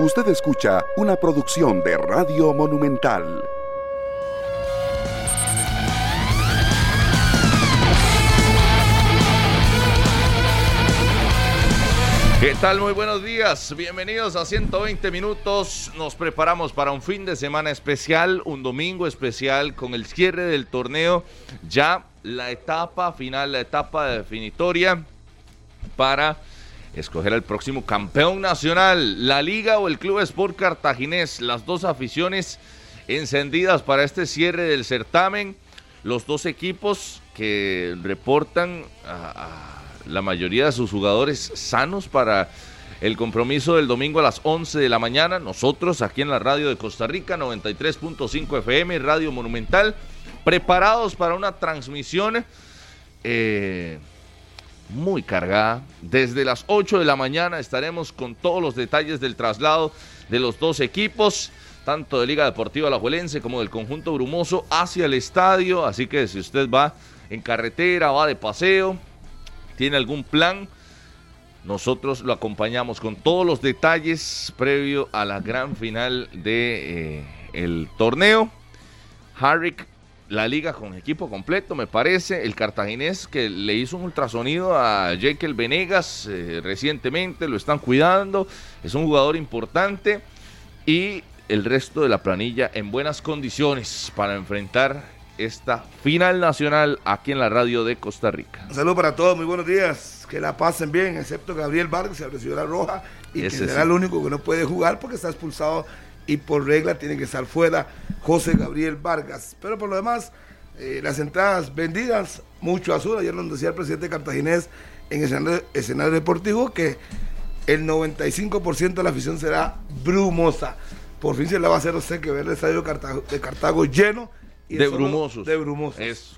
Usted escucha una producción de Radio Monumental. ¿Qué tal? Muy buenos días. Bienvenidos a 120 minutos. Nos preparamos para un fin de semana especial, un domingo especial con el cierre del torneo. Ya la etapa final, la etapa definitoria para escoger al próximo campeón nacional, la liga o el Club Sport Cartaginés. Las dos aficiones encendidas para este cierre del certamen. Los dos equipos que reportan a, a la mayoría de sus jugadores sanos para el compromiso del domingo a las 11 de la mañana. Nosotros aquí en la radio de Costa Rica, 93.5 FM, Radio Monumental, preparados para una transmisión eh, muy cargada. Desde las 8 de la mañana estaremos con todos los detalles del traslado de los dos equipos tanto de Liga Deportiva Alajuelense como del conjunto brumoso hacia el estadio, así que si usted va en carretera, va de paseo, tiene algún plan, nosotros lo acompañamos con todos los detalles previo a la gran final de eh, el torneo. Harrick, la liga con equipo completo, me parece. El cartaginés que le hizo un ultrasonido a Jekyll Venegas eh, recientemente, lo están cuidando, es un jugador importante. Y el resto de la planilla en buenas condiciones para enfrentar esta final nacional aquí en la radio de Costa Rica. Un saludo para todos, muy buenos días. Que la pasen bien, excepto Gabriel Vargas, que recibió la roja y Ese que será sí. el único que no puede jugar porque está expulsado y por regla tiene que estar fuera José Gabriel Vargas. Pero por lo demás, eh, las entradas vendidas, mucho azul. Ayer nos decía el presidente cartaginés en escenario, escenario deportivo que el 95% de la afición será brumosa. Por fin se la va a hacer usted que ver el estadio Cartago, de Cartago lleno de brumosos. De brumosos. Eso.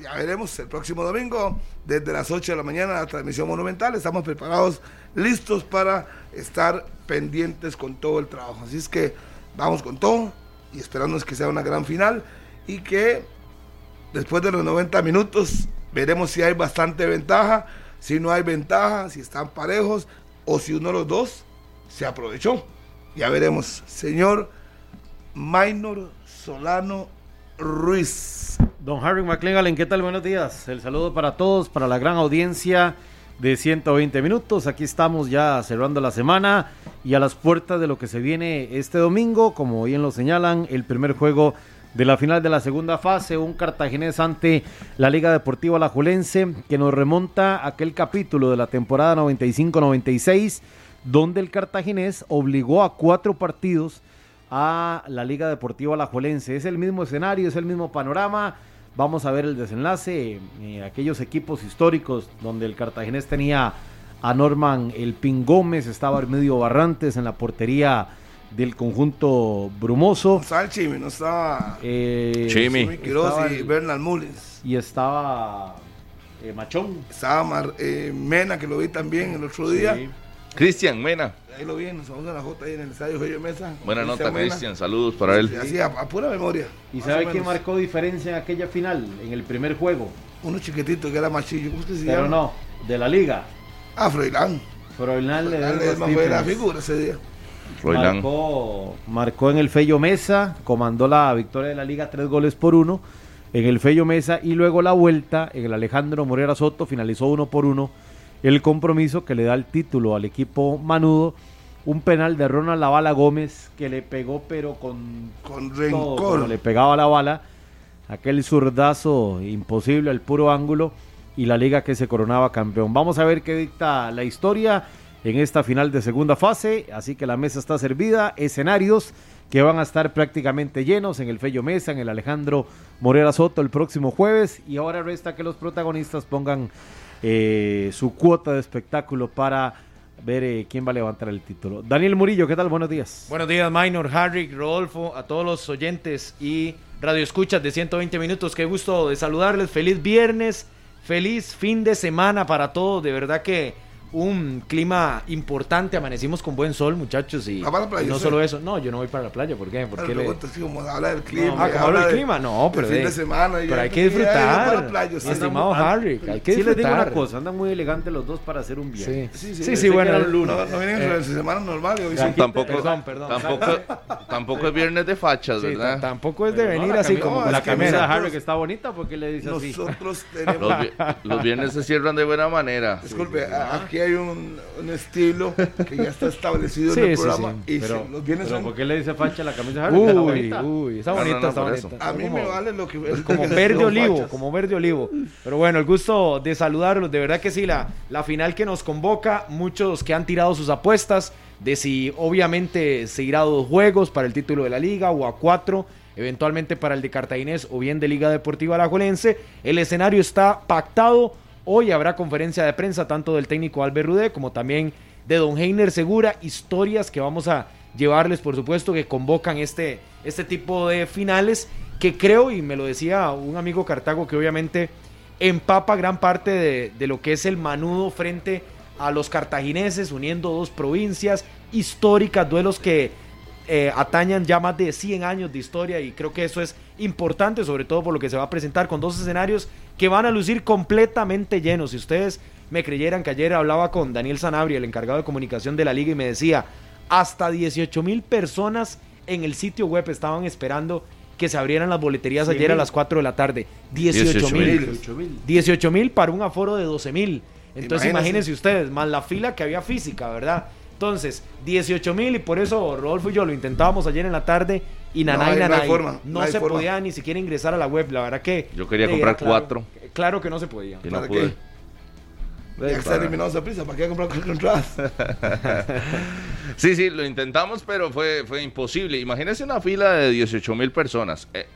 Ya veremos el próximo domingo, desde las 8 de la mañana, la transmisión monumental. Estamos preparados, listos para estar pendientes con todo el trabajo. Así es que vamos con todo y esperándonos que sea una gran final y que después de los 90 minutos veremos si hay bastante ventaja, si no hay ventaja, si están parejos o si uno de los dos se aprovechó. Ya veremos. Señor Minor Solano Ruiz. Don Harry McLean, ¿qué tal? Buenos días. El saludo para todos, para la gran audiencia de 120 minutos. Aquí estamos ya cerrando la semana y a las puertas de lo que se viene este domingo, como bien lo señalan, el primer juego de la final de la segunda fase, un cartaginés ante la Liga Deportiva Alajuelense, que nos remonta a aquel capítulo de la temporada 95-96, donde el cartaginés obligó a cuatro partidos a la Liga Deportiva Alajuelense. Es el mismo escenario, es el mismo panorama. Vamos a ver el desenlace. Eh, aquellos equipos históricos donde el cartaginés tenía a Norman El Pin Gómez, estaba Armedio Barrantes en la portería del conjunto brumoso. No estaba el Chimi, no estaba eh, Chimi. Estaba el, y Bernal Mullins. Y estaba eh, Machón. Estaba Mar, eh, Mena, que lo vi también el otro día. Sí. Cristian Mena. Ahí lo vi, nos vamos a la J ahí en el estadio Joyo Mesa. Buena nota, Cristian. Saludos para él. Así, a, a pura memoria. ¿Y sabe quién marcó diferencia en aquella final, en el primer juego? Uno chiquitito que era machillo. ¿Cómo es que se Pero llama? no, de la liga. Ah, Froilán. Froilán le fue la figura ese día. Froilán. Marcó, marcó en el Fello Mesa, comandó la victoria de la liga tres goles por uno en el Fello Mesa y luego la vuelta en el Alejandro Morera Soto finalizó uno por uno el compromiso que le da el título al equipo manudo. Un penal de Ronald La Bala Gómez que le pegó, pero con, con rencor. le pegaba la bala. Aquel zurdazo imposible al puro ángulo y la liga que se coronaba campeón. Vamos a ver qué dicta la historia en esta final de segunda fase. Así que la mesa está servida. Escenarios que van a estar prácticamente llenos en el Fello Mesa, en el Alejandro Morera Soto el próximo jueves. Y ahora resta que los protagonistas pongan eh, su cuota de espectáculo para ver eh, quién va a levantar el título. Daniel Murillo, ¿qué tal? Buenos días. Buenos días, Minor, Harry, Rodolfo, a todos los oyentes y radioescuchas de 120 minutos. Qué gusto de saludarles. Feliz viernes, feliz fin de semana para todos. De verdad que un clima importante, amanecimos con buen sol, muchachos, y, ¿Va Ah, para la playa y no usted? solo eso, no, yo no voy para la playa, ¿por qué? ¿Por Claro, qué le- pregunto, sí, como habla del No, clima. ah, y ¿cómo habla habla el de- clima? No, de pero, fin de- de semana, y pero hay ya, que ya, ya, disfrutar. para la playa, sí. Estimado Andan- Harry, hay que disfrutar. Sí les digo una cosa, andan muy elegantes los dos para hacer un Sí, viaje. sí, sí, Pensé que bueno. era un lunes. eh, No, no vienen en su semana normal. y hoy Ya, sí. aquí- Tampoco, Eh. perdón, perdón. Tampoco, tampoco es viernes de fachas, sí, ¿verdad? t- tampoco es de Pero no, venir la así cami- como no, con es la que camisa de mira, Harry que está bonita porque le dice así. Nosotros Los, tenemos. vi- los viernes se cierran de buena manera. Disculpe, a- aquí hay un, un estilo que ya está establecido Sí, en el sí, programa. sí, Y pero- si los bienes Pero son. ¿por qué le dice facha a la camisa de Harry? Que está Uy, bonita. uy, está No, no, bonita, no, está por bonita. eso. Está A mí como- me vale lo que. como lo que verde los olivo, fachas. como verde olivo. Pero bueno, el gusto de saludarlos. De verdad que sí, la, la final que nos convoca. Muchos que han tirado sus apuestas de si obviamente se irá a dos juegos para el título de la liga o a cuatro, eventualmente para el de Cartaginés o bien de Liga Deportiva Alajuelense. El escenario está pactado. Hoy habrá conferencia de prensa tanto del técnico Albert Rudé como también de Don Heiner Segura. Historias que vamos a llevarles, por supuesto, que convocan este, este tipo de finales que creo, y me lo decía un amigo Cartago, que obviamente empapa gran parte de, de lo que es el manudo frente a los cartagineses, uniendo dos provincias históricas, duelos que eh, atañan ya más de 100 años de historia y creo que eso es importante, sobre todo por lo que se va a presentar con dos escenarios que van a lucir completamente llenos. Si ustedes me creyeran que ayer hablaba con Daniel Sanabria, el encargado de comunicación de la liga, y me decía, hasta 18 mil personas en el sitio web estaban esperando que se abrieran las boleterías ayer a las 4 de la tarde. 18 mil. 18 mil. 18 mil para un aforo de 12 mil. Entonces Imagínense. imagínense ustedes, más la fila que había física, ¿verdad? Entonces, 18 mil y por eso Rodolfo y yo lo intentábamos ayer en la tarde y No nanay, hay- no hay nanay. forma, no no hay se forma. podía ni siquiera ingresar a la web, la verdad que... Yo quería eh, comprar claro- cuatro. Claro que no se podía. Que no ¿Para pude. qué? Ya que está Para- eliminado esa prisa, ¿para qué comprar con entradas? Sí, sí, lo intentamos, pero fue, fue imposible. Imagínense una fila de 18 mil personas. Eh,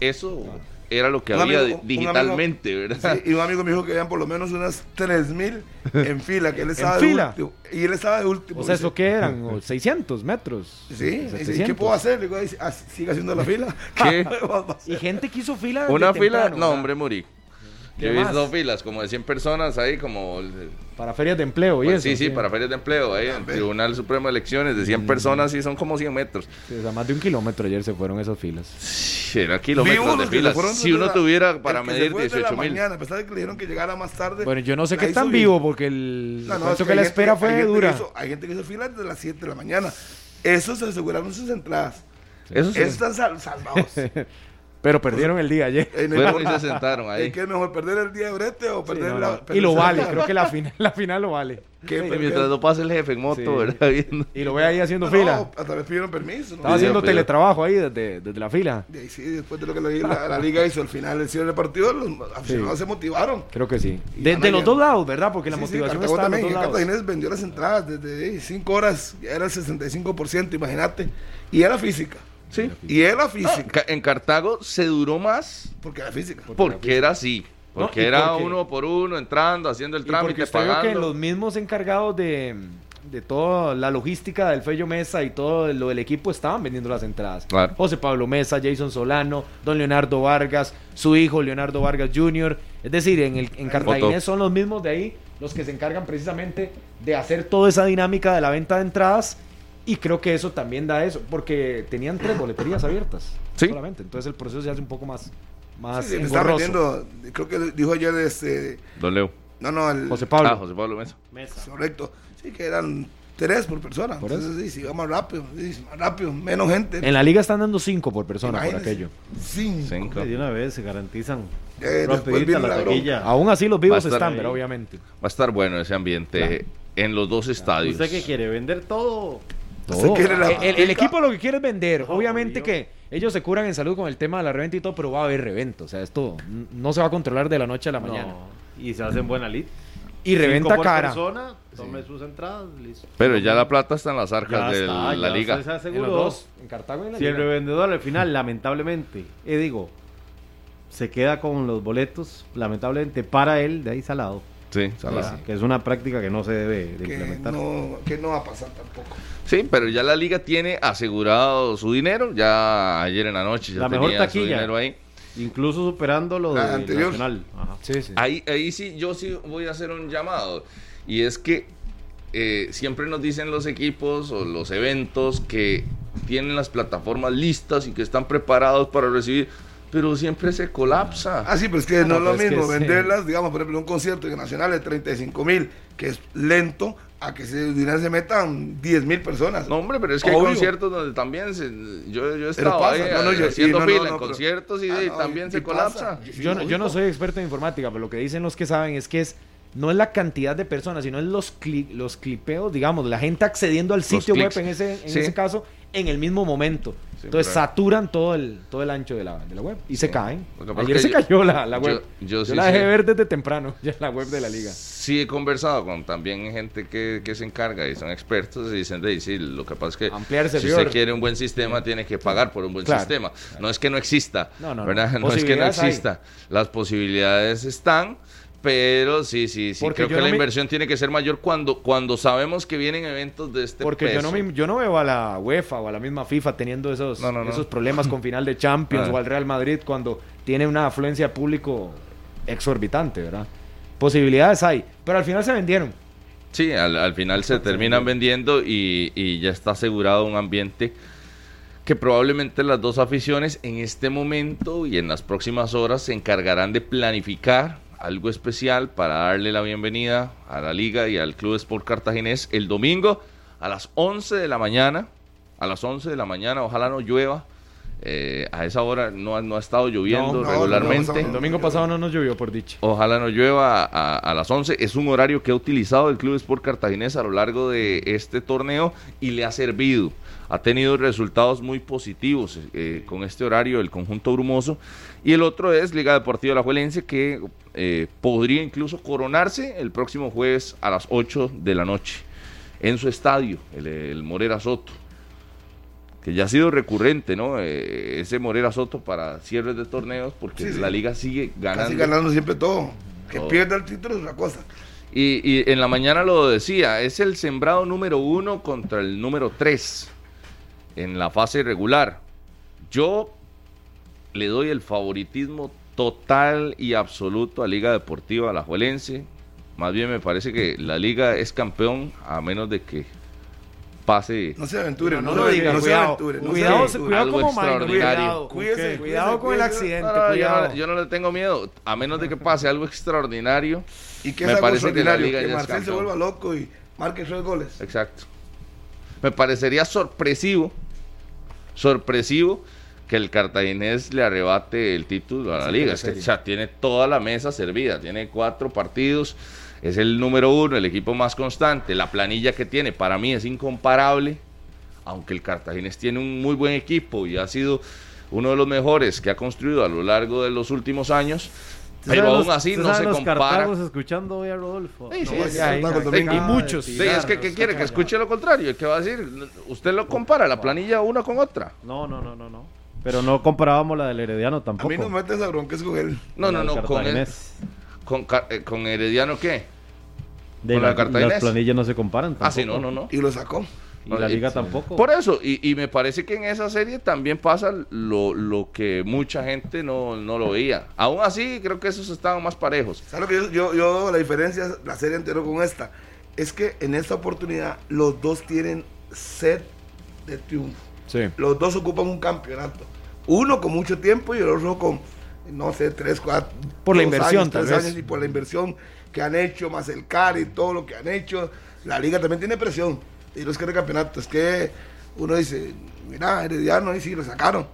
eso era lo que Un había amigo- un- un digitalmente, ¿verdad? Sí, y un amigo me dijo que habían por lo menos unas 3000 en fila, que él estaba de fila? último. Y él estaba de último. O sea, dice. ¿eso qué eran? ¿O 600 metros. Sí, dice, ¿y 700? ¿qué puedo hacer? Le digo, "Ay, ah, sigue haciendo la fila. ¿Qué? Vamos a hacer. Y gente que hizo fila... desde Una fila, temprano, no, ¿verdad? hombre, morí. ¿Qué Yo he más? visto filas como de 100 personas ahí, como. Para ferias de empleo y pues eso, sí, sí, para ferias de empleo, Ah, ahí, el Tribunal Supremo de Elecciones, de Mm. 100 personas, sí, son como 100 metros. Sí, o sea, más de un kilómetro ayer se fueron esas filas. Sí, Era Vimos kilómetros de los que se filas. fueron Si desde uno la- tuviera el para que se medir fue desde la 18 mil. mañana, a pesar de que le dijeron que llegara más tarde. Bueno, yo no sé la qué hizo tan bien. vivo porque el... No, no, cuento es que, la hay gente- espera hay fue gente que dura. hizo- hay gente que hizo fila desde las 7 de la mañana. Eso se aseguraron sus entradas. Eso sí. Esos están sal- salvados. Pero perdieron el día ayer. En el- Fueron y se sentaron ahí. ¿Y ¿Qué es mejor, perder el día de brete o perder No, la- no, perder Y lo esa vale, entrada? creo que la final, la final lo vale. ¿Qué Y perder? mientras no pase el jefe en moto, Sí. ¿verdad? Viendo. Y lo ve ahí haciendo No, fila. no, Tal vez pidieron permiso. ¿no? Estaba Pidió, haciendo pidió. teletrabajo ahí desde, desde la fila. Y ahí sí, después de lo que la, la- la liga hizo al final del cierre del partido, los aficionados se motivaron. Creo que sí. Y De, van de los ayer. dos lados, ¿verdad? Porque la Sí, sí, motivación Cartago está en los también. dos ya lados. Cartaginés vendió las entradas desde 5 horas, ya era el 65%, imagínate. Y era física. Sí. Y era Ah, física. Ca- En Cartago se duró más Porque era física. porque era así. Porque No, y era porque- uno por uno, entrando, haciendo el Y porque trámite, usted vio que pagando. los mismos encargados de, de toda la logística del Fello Mesa y todo lo del equipo estaban vendiendo las entradas. Claro. José Pablo Mesa, Jason Solano, don Leonardo Vargas, su hijo Leonardo Vargas Jr. Es decir, en, el, en Cartaginés son los mismos de ahí los que se encargan precisamente de hacer toda esa dinámica de la venta de entradas. Y creo que eso también da eso, porque tenían tres boleterías abiertas Sí. solamente. Entonces el proceso se hace un poco más, más Sí, le estaba engorroso. vendiendo, creo que dijo ayer este. Don Leo. No, no, el. José Pablo. Ah, José Pablo Mesa. Mesa. Correcto. Sí, que eran tres por persona. Por Entonces, sí, si iba más rápido, sí, más rápido, menos gente. En la liga están dando cinco por persona por Imagínense, aquello. Cinco. Cinco. De una vez se garantizan. Eh, después rapidita viene la la bronca. taquilla. Aún así los Va a vivos estar están, ahí. pero obviamente. Va a estar bueno ese ambiente Claro. en los dos estadios. ¿Usted qué quiere? ¿Vender todo? Usted Todo. quiere la- el, el- el equipo lo que quiere es vender. Obvio. obviamente que ellos se curan en salud con el tema de la reventa y todo, pero va a haber reventa. O sea, esto n- no se va a controlar de la noche a la mañana. No. Y se hacen buena lid. Y reventa Cinco por cara. persona, tome sus entradas, listo. Pero ya la plata está en las Ya arcas de está, la ya liga. usted se En los aseguró. dos, en Cartago y en la Si el Liga. revendedor al final, lamentablemente, eh, digo, se queda con los boletos, lamentablemente para él, de ahí salado. Sí, Salas. Que es una práctica que no se debe de Que implementar. no, que no va a pasar tampoco. Sí, pero ya la liga tiene asegurado su dinero. Ya ayer en la noche ya La mejor tenía su taquilla. dinero ahí. Ah, Incluso superando lo La de anterior. Nacional. Ajá. Sí, sí. Ahí, ahí sí, yo sí voy a hacer un llamado. Y es que eh, siempre nos dicen los equipos o los eventos que tienen las plataformas listas y que están preparados para recibir, pero siempre se colapsa. Ah, sí, pero es que no, es lo no, pero es eh, que mismo sí. venderlas, digamos, por ejemplo, un concierto nacional de 35 mil, que es lento, a que se, se metan 10 mil personas. No, hombre, pero es que hay Obvio. conciertos donde también se, yo, yo he Pero estado pasa, ahí, eh, no, no, yo- haciendo y no, no, fila no, en pero- conciertos y, Ah, y no, también y- se y colapsa. pasa. Yo, no- yo no soy experto en informática, pero lo que dicen los que saben es que es no es la cantidad de personas, sino es los cli- los clipeos, digamos, la gente accediendo al sitio web clics. en ese en Sí. ese caso en el mismo momento. Entonces claro. saturan todo el todo el ancho de la, de la web y se caen. Lo que pasa Ayer es se que yo- cayó la, la yo- web. yo Yo, sí la dejé sé. ver desde temprano, ya la web de la liga. Sí he conversado con también gente que, que se encarga y son expertos y dicen, "Dey, sí, lo que pasa es que Ampliar el si servidor". usted quiere un buen sistema tiene que pagar por un buen Claro. sistema. No es que no exista, No, no, no. ¿verdad? No es que no Posibilidades hay. exista. Las posibilidades están, pero sí, sí, sí. Porque creo que yo no la me- inversión tiene que ser mayor cuando, cuando sabemos que vienen eventos de este Porque yo no, peso. me, yo no veo a la UEFA o a la misma FIFA teniendo esos, No, no, no. esos problemas con final de Champions Ah. o al Real Madrid cuando tiene una afluencia de público exorbitante, ¿verdad? Posibilidades hay, pero al final se vendieron. Sí, al, al final se terminan vendiendo y, y ya está asegurado un ambiente que probablemente las dos aficiones en este momento y en las próximas horas se encargarán de planificar algo especial para darle la bienvenida a la liga y al Club Sport Cartaginés el domingo a las 11 de la mañana. A las 11 de la mañana, ojalá no llueva. eh, a esa hora no, ha- no ha estado lloviendo No, no, regularmente. no, El domingo pasado no nos llovió, por dicha. Ojalá no llueva a, a las 11. Es un horario que ha utilizado el Club Sport Cartaginés a lo largo de este torneo y le ha servido. Ha tenido resultados muy positivos eh, con este horario el conjunto brumoso. Y el otro es Liga Deportiva Alajuelense que eh, podría incluso coronarse el próximo jueves a las 8 de la noche en su estadio, el, el Morera Soto. Que ya ha sido recurrente, ¿no? Eh, ese Morera Soto para cierres de torneos, porque Sí, sí. la liga sigue Casi ganando. ganando siempre todo. Que Todo. pierda el título es una cosa. Y, y en la mañana lo decía, es el sembrado número uno contra el número tres en la fase regular. Yo le doy el favoritismo total y absoluto a Liga Deportiva Alajuelense. Más bien me parece que la liga es campeón a menos de que pase. No se aventure, no, No se lo aventure, diga, no se cuidado. aventure, no se Cuidado, aventure. cuidado Algo como minor, extraordinario. cuidado. ¿Con Cuídese, qué? cuídese, Cuidado con el cuídese. Ah, accidente, No, no, pues, yo, cuidado. no, yo no le tengo miedo, a menos de que pase algo extraordinario. Y que Me es algo parece que la extraordinario, liga que, ya es Marcel se campeón. vuelva loco y marque tres goles. Exacto. Me parecería sorpresivo, sorpresivo que el cartaginés le arrebate el título a la liga. Es que o sea, tiene toda la mesa servida, tiene cuatro partidos, es el número uno, el equipo más constante, la planilla que tiene para mí es incomparable, aunque el cartaginés tiene un muy buen equipo y ha sido uno de los mejores que ha construido a lo largo de los últimos años, pero ¿Sabe aún los- así no sabe se los compara. cartagos escuchando hoy a Rodolfo. Sí, sí, No, sí. ya, ahí, Cartago ahí, también. ahí. Y muchos. Sí, es que ¿qué quiere? Que escuche lo contrario. El que va a decir, usted lo compara, la planilla una con otra. No, no, no, no, no. Pero no comparábamos la del Herediano A tampoco. mí no me metes a bronques con él. No, La no, del no, con, el- Cartaginés. con, Car- eh, con Herediano, ¿qué? De con la la- del Cartaginés. Las planillas no se comparan tampoco. Ah, sí, no, no, no. Y lo sacó. Y la liga Sí. tampoco. Por eso, y, y me parece que en esa serie también pasa lo, lo que mucha gente no, no lo veía. Aún así, creo que esos estaban más parejos. ¿Sabes lo que yo, yo, yo veo la diferencia, la serie anterior con esta? Es que en esta oportunidad los dos tienen sed de triunfo. Sí. Los dos ocupan un campeonato. Uno con mucho tiempo y el otro con, no sé, tres, cuatro. Por la dos inversión, años, tres tal vez. años, y por la inversión que han hecho, más el CAR y todo lo que han hecho. La liga también tiene presión. Y los que de campeonato. Es que uno dice, mira, Herediano, ahí sí lo sacaron.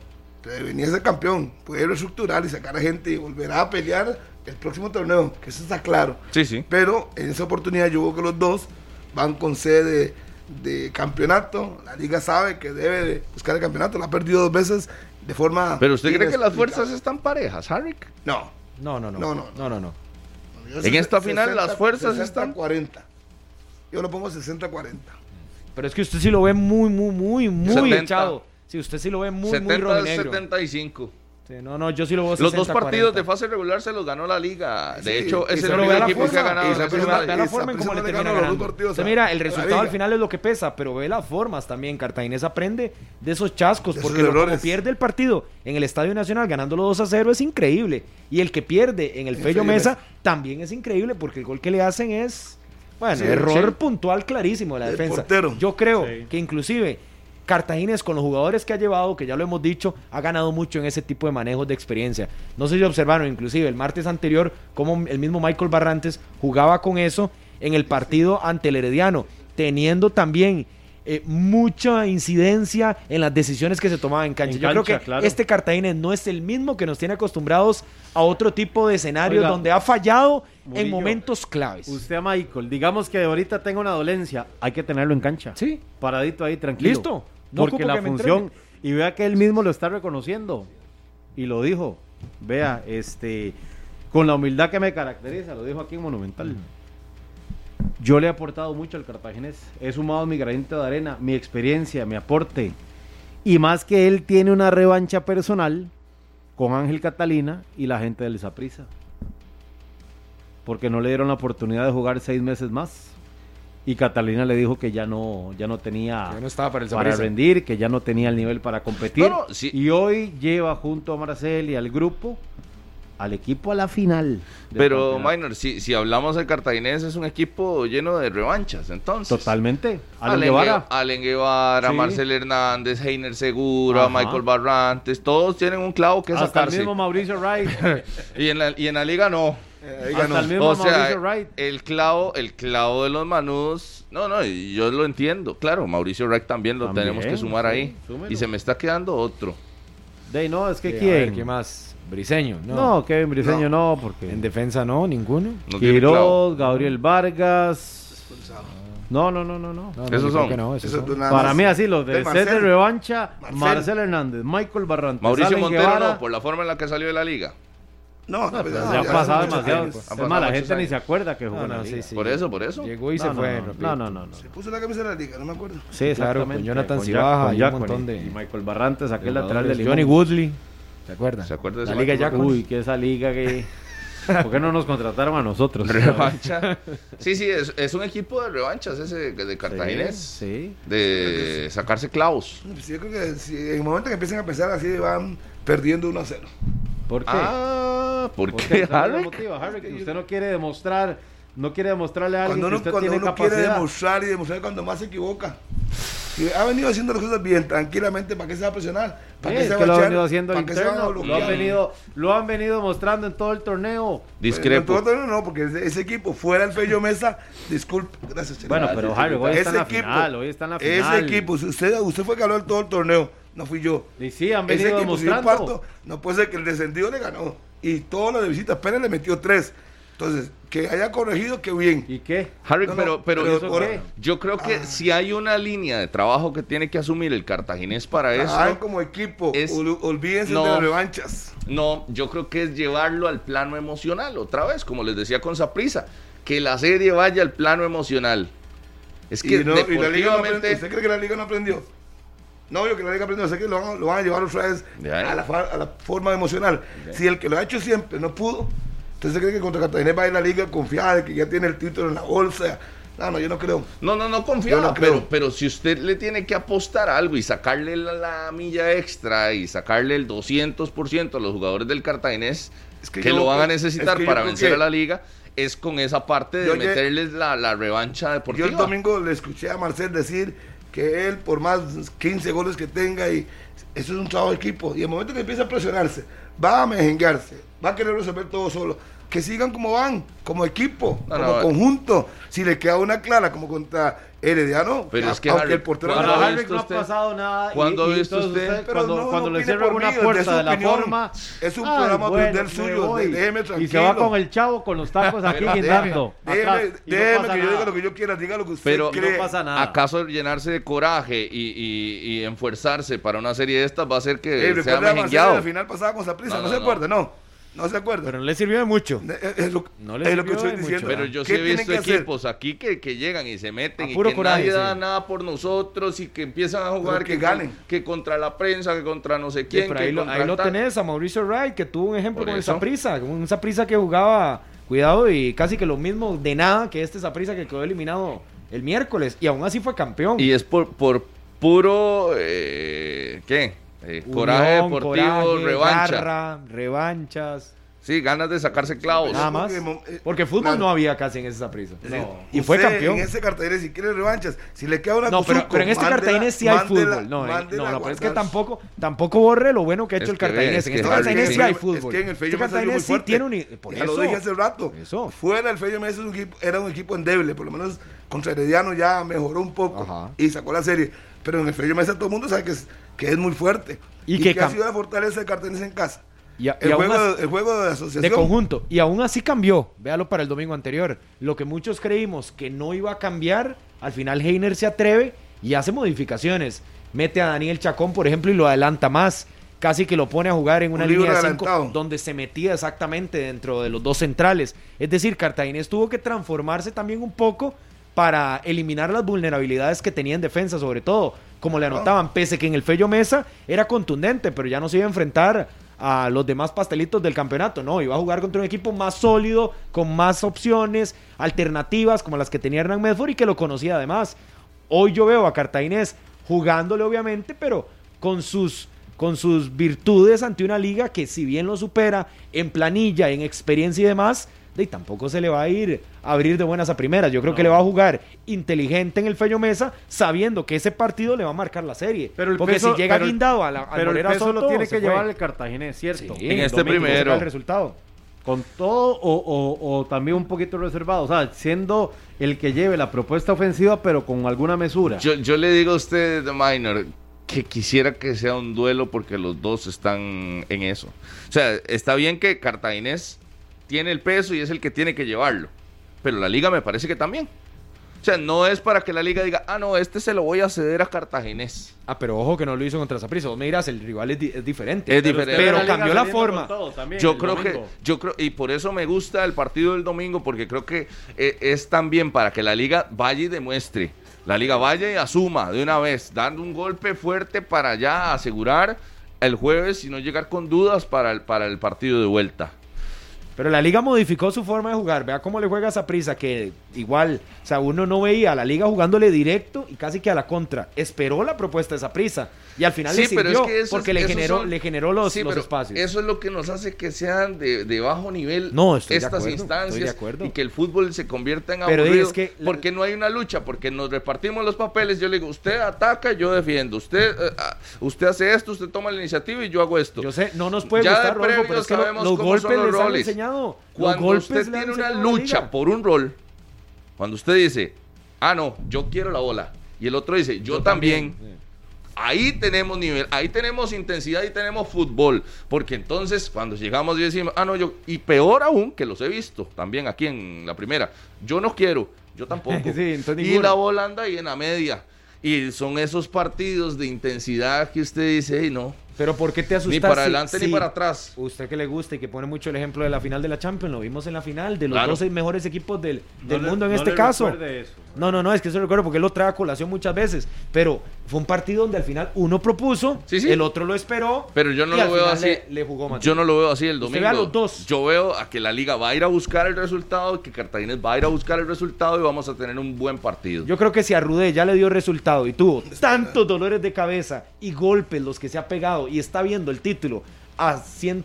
Pero venía ese campeón. Puede reestructurar y sacar a gente y volverá a pelear el próximo torneo. Que eso está claro. Sí, sí. Pero en esa oportunidad yo creo que los dos van con sede de, campeonato. La liga sabe que debe de buscar el campeonato. La ha perdido dos veces de forma... Pero usted cree que las inexplicable. fuerzas están parejas, Harrick. No. No, no, no. No, no, No, no, no. En esta final las fuerzas están- 40. Yo lo pongo 60-40. Pero es que usted sí lo ve muy, muy, muy, muy 70. echado. Sí, usted sí lo ve muy, muy 70 rojinegro. 75. Sí, no, no, yo sí lo veo Los dos 60-40. partidos de fase regular se los ganó la liga. De Sí, hecho, y es se el lo único ve a la equipo que ha fuerza, ganado. y se en Pero esa presenta- vea- liga. vea la esa forma en cómo presión le le ganó termina los dos ganando. partidos Usted a- mira, a el la resultado liga. al final es lo que pesa, pero ve la forma también. Cartaginés aprende de esos chascos, De esos porque lo- como errores. pierde el partido en el Estadio Nacional ganándolo 2 a 0 es increíble. Y el que pierde en el En Fello Fello Mesa Mesa. también es increíble, porque el gol que le hacen es Bueno, Sí, error sí. puntual clarísimo de la Del defensa. portero. Yo creo Sí. que inclusive Cartagines con los jugadores que ha llevado, que ya lo hemos dicho, ha ganado mucho en ese tipo de manejos de experiencia. No sé si observaron, inclusive el martes anterior, cómo el mismo Michael Barrantes jugaba con eso en el partido ante el Herediano, teniendo también eh, mucha incidencia en las decisiones que se tomaban en cancha. En Yo creo cancha, que claro. este Cartagines no es el mismo que nos tiene acostumbrados a otro tipo de escenarios Oiga, donde ha fallado en Murillo, momentos claves. Usted a Michael, digamos que ahorita tenga una dolencia, hay que tenerlo en cancha. Sí. Paradito ahí, tranquilo. Listo. No porque ocupo la que me función, y vea que él mismo lo está reconociendo. Y lo dijo. Vea, este, con la humildad que me caracteriza, lo dijo aquí en Monumental. Yo le he aportado mucho al cartaginés. He sumado mi granito de arena, mi experiencia, mi aporte. Y más que él tiene una revancha personal con Ángel Catalina y la gente del Zaprisa. Porque no le dieron la oportunidad de jugar seis meses más. Y Catalina le dijo que ya no, ya no tenía Ya no estaba para el para Saprissa. rendir, que ya no tenía el nivel para competir. No, no, sí. Y hoy lleva junto a Marcel y al grupo al equipo a la final. del Pero, campeonato. Minor, si, si hablamos del Cartaginés, es un equipo lleno de revanchas, entonces. Totalmente. A Allen Guevara, Allen Guevara Sí. Marcel Hernández, Heiner Segura, Ajá. Michael Barrantes, todos tienen un clavo que Hasta el sacarse. mismo Mauricio Wright. Eh, Y en la, y en la liga no. Eh, ahí Hasta ganó. el mismo O sea, eh, Mauricio Wright. el clavo, el clavo de los manudos, no, no, y yo lo entiendo, claro, Mauricio Wright también lo También, tenemos que sumar sí, ahí. súmelo. Y se me está quedando otro. De, no, es que Eh, a quién. ver, ¿Qué más? Briseño. No. No, Kevin Briseño no, porque. En defensa no, ninguno. No tiene clavo. Quiroz, Gabriel Vargas. No, no, no, no, No, no. no, Esos yo creo son. que no, esos Eso es son. de nada Para más. mí así, los de De set de Marcel. revancha, Marcel. Marcel. Hernández, Michael Barrantes, Mauricio Allen Montero Guevara. no, por la forma en la que salió de la liga. No, No, pues, pues, ya- ya ya ha pasado hace mucho demasiado. pues. tiempo. Es Han pasado más, la muchos gente ni años. se acuerda que jugó No, en la no, sí, liga. sí. Por eso, por eso. Llegó y No, se no, fue. no, repito. no, no, no, no. Se puso la camisa de la liga, no me acuerdo. Sí, Claro, con exactamente, Jonathan Jack- Cibaja, con hay un Jack- montón de- Y Michael Barrantes, aquel lateral Jugadores, del Johnny Woodley. ¿Se acuerdan? ¿Se acuerda de La ese Liga Michael Jack. Uy, que esa liga que... ¿Por qué no nos contrataron a nosotros? Revancha. Sí, sí, es, es un equipo de revanchas ese de Cartaginés. Sí. De sacarse clavos. Pues yo creo que si en el momento que empiecen a pensar así van perdiendo 1 a 0. ¿Por qué? Ah, ¿por ¿Por qué, qué? ¿Cuál es el Harry? motivo, Harry? Que usted no quiere demostrar, no quiere demostrarle a alguien Cuando que uno, usted cuando tiene uno quiere capacidad. demostrar y demostrar cuando más se equivoca. Si ha venido haciendo las cosas bien, tranquilamente, ¿para qué se va a presionar? ¿Para Sí, qué es se que va lo a han echar? venido haciendo al ¿Para qué se van a interno, lo han bloquear? venido, lo han venido mostrando en todo el torneo. Discrepo. Nosotros no, porque ese, ese equipo fuera el Fello Mesa, disculpe, gracias. señor. Bueno, pero Harry, hoy Ese está en la equipo, final, hoy está en la Ese final. equipo, si pues, usted, usted fue que habló en todo el torneo, no fui yo. Y sí, han Ese venido equipo, si yo demostrando. parto, no puede ser que el descendido le ganó. Y todo lo de visita, Pérez le metió tres. Entonces, que haya corregido, qué bien. ¿Y qué? Harry, No, no, pero, pero, pero Ah. yo- ¿eso qué? yo creo que si hay una línea de trabajo que tiene que asumir el cartaginés para eso, Trabajen como equipo, es- ol- olvídense no. de las revanchas. no, yo creo que es llevarlo al plano emocional, otra vez, como les decía con Saprisa, que la serie vaya al plano emocional. Es Y, que no- y la liga no aprendió. deportivamente ¿Usted cree que la liga no aprendió? No, yo que la liga aprendió. Sé que lo van, a- lo van a llevar otra vez Ya, ya. a la, fa- a la forma emocional. Si el que lo ha hecho siempre no pudo, entonces cree que contra Cartagena va a ir la liga confiada de que ya tiene el título en la bolsa. No, no, yo no creo. No, no, no confiaba, Yo no creo. pero, pero si usted le tiene que apostar a algo y sacarle la, la milla extra y sacarle el 200% a los jugadores del cartaginés Es que, que yo- lo van a es- necesitar es que yo para creo vencer que- a la liga, es con esa parte de Yo lle- meterles la, la revancha deportiva. Yo el domingo le escuché a Marcel decir que él, por más 15 goles que tenga, y eso es un trabajo de equipo. Y el momento que empieza a presionarse, va a mejenguearse, va a querer resolver todo solo. Que sigan como van, como equipo, No, como no. conjunto. Si le queda una clara, como contra Herediano, Pero es que, aunque Harry, el portero cuando Cuando ha no, a Harry visto no ha usted? pasado nada. y- ¿Cuándo y ha visto entonces usted? Pero cuando no, no cuando le opine cierran por una mí, es de puerta su de la opinión. forma. Es un "Ay, programa bueno, del me suyo, voy". déjeme tranquilo. Y se va con el chavo con los tacos aquí Pero guindando. Déjeme, atrás, y no déjeme pasa que yo nada. diga lo que yo quiera, diga lo que usted Pero- cree. Eh, No pasa nada. ¿Acaso llenarse de coraje y, y- y enfuerzarse para una serie de estas va a hacer que Eh, sea recuerda a Marcelo mejengueado? la final pasada con Saprissa, No, no, no, se no. acuerda, no. No se acuerda. Pero no le sirvió de mucho. Eh, eh, Es lo, No le es lo que sirvió estoy de mucho, diciendo. Pero yo ¿Qué sí he tienen visto que hacer? equipos aquí que, que llegan y se meten A y puro que coraje, nadie da sí. nada por nosotros y que empiezan a jugar Pero que ganen. que contra la prensa, que contra no sé Sí, quién. pero que ahí lo, contra ahí lo tal. tenés a Mauricio Wright, que tuvo un ejemplo Por con el eso. Saprisa. Un Saprisa que jugaba, cuidado, y casi que lo mismo de nada que este Saprisa que quedó eliminado el miércoles. Y aún así fue campeón. Y es por, por puro. eh, ¿Qué? Eh, coraje Unión, deportivo, coraje, revancha. garra, revanchas. Sí, ganas de sacarse clavos. Nada más. Porque mo- eh, Porque fútbol claro. no había casi en esa prisa. Es decir, Y fue usted campeón. En ese Cartagena, si quiere revanchas, si le queda una No, pero, Cozuco, pero en este mándela- Cartaginés sí hay mándela- fútbol. No, eh, mándela no, a no, pero es que guardar. tampoco, tampoco borre lo bueno que ha hecho Es el que ve, Cartaginés. es En que este Harry Cartaginés sí Kane- hay Es fútbol. que en el Este Feyenoord me salió muy Cartaginés sí fuerte. tiene un. Por ya eso. lo dije hace rato. Eso. Fuera el Feyenoord es un equipo, era un equipo endeble, por lo menos contra Herediano ya mejoró un poco Ajá. y sacó la serie. Pero en el Feyenoord Mesa todo el mundo sabe que es, que es muy fuerte. Y que ha cam- sido la fortaleza de Cartagena en casa. Y a- y el, aún juego, así- el juego de asociación. de conjunto. Y aún así cambió. Véalo para el domingo anterior. Lo que muchos creímos que no iba a cambiar, al final Heiner se atreve y hace modificaciones. Mete a Daniel Chacón, por ejemplo, y lo adelanta más. Casi que lo pone a jugar en una Un línea libro de cinco adelantado. donde se metía exactamente dentro de los dos centrales. Es decir, Cartaginés tuvo que transformarse también un poco para eliminar las vulnerabilidades que tenía en defensa, sobre todo, como le anotaban, pese que en el Fello Mesa era contundente, pero ya no se iba a enfrentar a los demás pastelitos del campeonato, no, iba a jugar contra un equipo más sólido, con más opciones, alternativas como las que tenía Hernán Medford y que lo conocía además. Hoy yo veo a Cartaginés jugándole obviamente, pero con sus, con sus virtudes ante una liga que si bien lo supera en planilla, en experiencia y demás, de, ahí tampoco se le va a ir a abrir de buenas a primeras. Yo creo que le va a jugar inteligente en el Fello Mesa, sabiendo que ese partido le va a marcar la serie. Pero el Porque peso- si llega pero el- guindado a la al Pero el Morera peso Soto, lo tiene se que fue. llevar el Cartaginés, ¿cierto? Sí, En el este domingo se primero. saca el resultado. Con todo o, o- o también un poquito reservado. O sea, siendo el que lleve la propuesta ofensiva, pero con alguna mesura. Yo, yo le digo a usted, Minor, que quisiera que sea un duelo porque los dos están en eso. O sea, está bien que Cartaginés tiene el peso y es el que tiene que llevarlo. Pero la liga me parece que también. O sea, no es para que la liga diga, ah, no, este se lo voy a ceder a Cartaginés. Ah, pero ojo que no lo hizo contra Saprissa. Vos me dirás, el rival es, di- es diferente. Es Pero- diferente. Pero, La liga cambió la forma. Yo creo que, yo creo, y por eso me gusta el partido del domingo, porque creo que eh, es también para que la liga vaya y demuestre. La liga vaya y asuma de una vez, dando un golpe fuerte para ya asegurar el jueves y no llegar con dudas para el, para el partido de vuelta. Pero la liga modificó su forma de jugar. Vea cómo le juega esa prisa, que igual, o sea, uno no veía a la liga jugándole directo y casi que a la contra. Esperó la propuesta de esa prisa y al final le sirvió eso- porque le esos generó, son- le generó los, Sí, los pero espacios. Eso es lo que nos hace que sean de, de bajo nivel No, estoy de estas acuerdo, estoy de instancias acuerdo. y que el fútbol se convierta en Pero, aburrido. es que la- porque no hay una lucha, porque nos repartimos los papeles. Yo le digo, usted ataca, yo defiendo. Usted, eh, ah, usted hace esto, usted toma la iniciativa y yo hago esto. Yo sé, no nos puede Ya de gustar, Rodolfo, previo pero es que lo- sabemos los cómo golpes son los les han roles. enseñado. Los Cuando golpes le usted han tiene una enseñado a la lucha liga. por un rol, cuando usted dice, ah, no, yo quiero la bola, y el otro dice, yo, también. Ahí tenemos nivel, ahí tenemos intensidad y tenemos fútbol. Porque entonces, cuando llegamos y decimos, ah, no, yo. Y peor aún, que los he visto también aquí en la primera. Yo no quiero, yo tampoco. Sí, entonces y ninguno. la bola anda ahí en la media. Y son esos partidos de intensidad que usted dice, "Ey, no. Pero ¿por qué te asustas? Ni para si- adelante ni si para atrás. Usted que le gusta y que pone mucho el ejemplo de la final de la Champions, lo vimos en la final, de los Claro. 12 mejores equipos del, No del le- mundo en no este le caso. recuerde eso. No, no, no, es que eso recuerdo porque él lo trae a colación muchas veces, pero fue un partido donde al final uno propuso, Sí, sí. el otro lo esperó, Pero yo no y lo al veo final así. Le, le jugó más. Yo no lo veo así el domingo. Usted ve a los dos. Yo veo a que la liga va a ir a buscar el resultado, que Cartagena va a ir a buscar el resultado y vamos a tener un buen partido. Yo creo que si a Rudé ya le dio resultado y tuvo tantos dolores de cabeza y golpes los que se ha pegado y está viendo el título a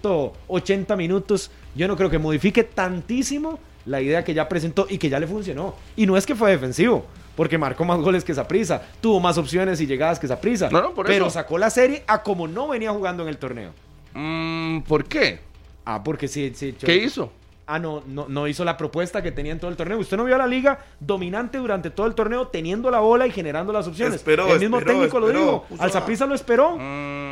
180 minutos, yo no creo que modifique tantísimo la idea que ya presentó y que ya le funcionó. Y no es que fue defensivo, porque marcó más goles que Saprisa, tuvo más opciones y llegadas que Saprisa, No, no, por pero eso. sacó la serie a como no venía jugando en el torneo. Mm, ¿Por qué? Ah, porque sí, sí. yo- ¿Qué hizo? Ah, no, no, no hizo la propuesta que tenía en todo el torneo. Usted no vio a la liga dominante durante todo el torneo, teniendo la bola y generando las opciones. Esperó, el mismo esperó, técnico esperó. lo dijo. Puso Al la- Zaprisa lo esperó. Mm,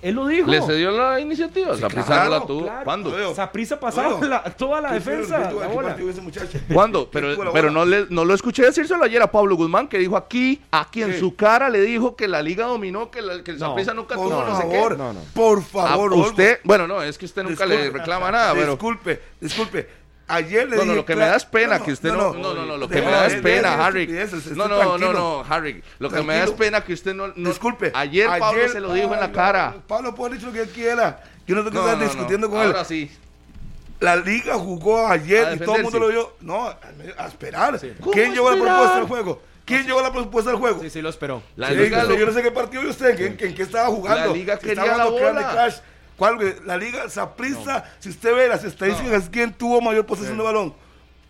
Él lo dijo. ¿Le cedió la iniciativa? Sí, la claro, no la tuvo. claro. ¿Cuándo? Obvio. Saprissa pasaba Bueno, la- toda la ¿Qué hicieron? defensa. ¿Qué la tuvo- qué bola. tuvo ese muchacho? ¿Cuándo? ¿Qué tuvo la Pero, bola? pero no, le- no lo escuché decírselo ayer a Pablo Guzmán, que dijo aquí, aquí en su cara, le dijo que la liga dominó, que, la, que el No. Saprissa nunca Por tuvo, no, sé favor, qué. No, no. por Ah, favor, Olmo. usted, bueno, no, es que usted nunca le Disculpe. reclama nada, pero. Disculpe, disculpe. Ayer le No, no, dije lo que me cla- da es pena No, no, que usted no, no. No, no, no, lo no, que me no, da es no, pena, no, no, Harry. estupideces, estoy No, no, no, tranquilo. no, Harry. Lo que me da es Tranquilo. pena que usted no. no- Disculpe. Ayer Pablo ayer- se lo dijo en Ay, la no, cara. Pablo puede decir lo que él quiera. Yo no tengo que No, estar no, no. discutiendo con él. Ahora sí. La liga jugó A ayer y todo el defenderse. mundo lo vio. No, a, a esperar. ¿Cómo ¿Quién llevó la esperar? propuesta del juego? ¿Quién llevó la propuesta del juego? Sí, sí, lo esperó. La Sí, liga yo sé- lo- yo no sé qué partido de usted, en, en qué estaba jugando. liga Si estaba quería la jugando Candy bola. Crush. ¿Cuál, güey? La liga, Saprisa, si usted ve las estadísticas, ¿quién tuvo mayor posesión de balón?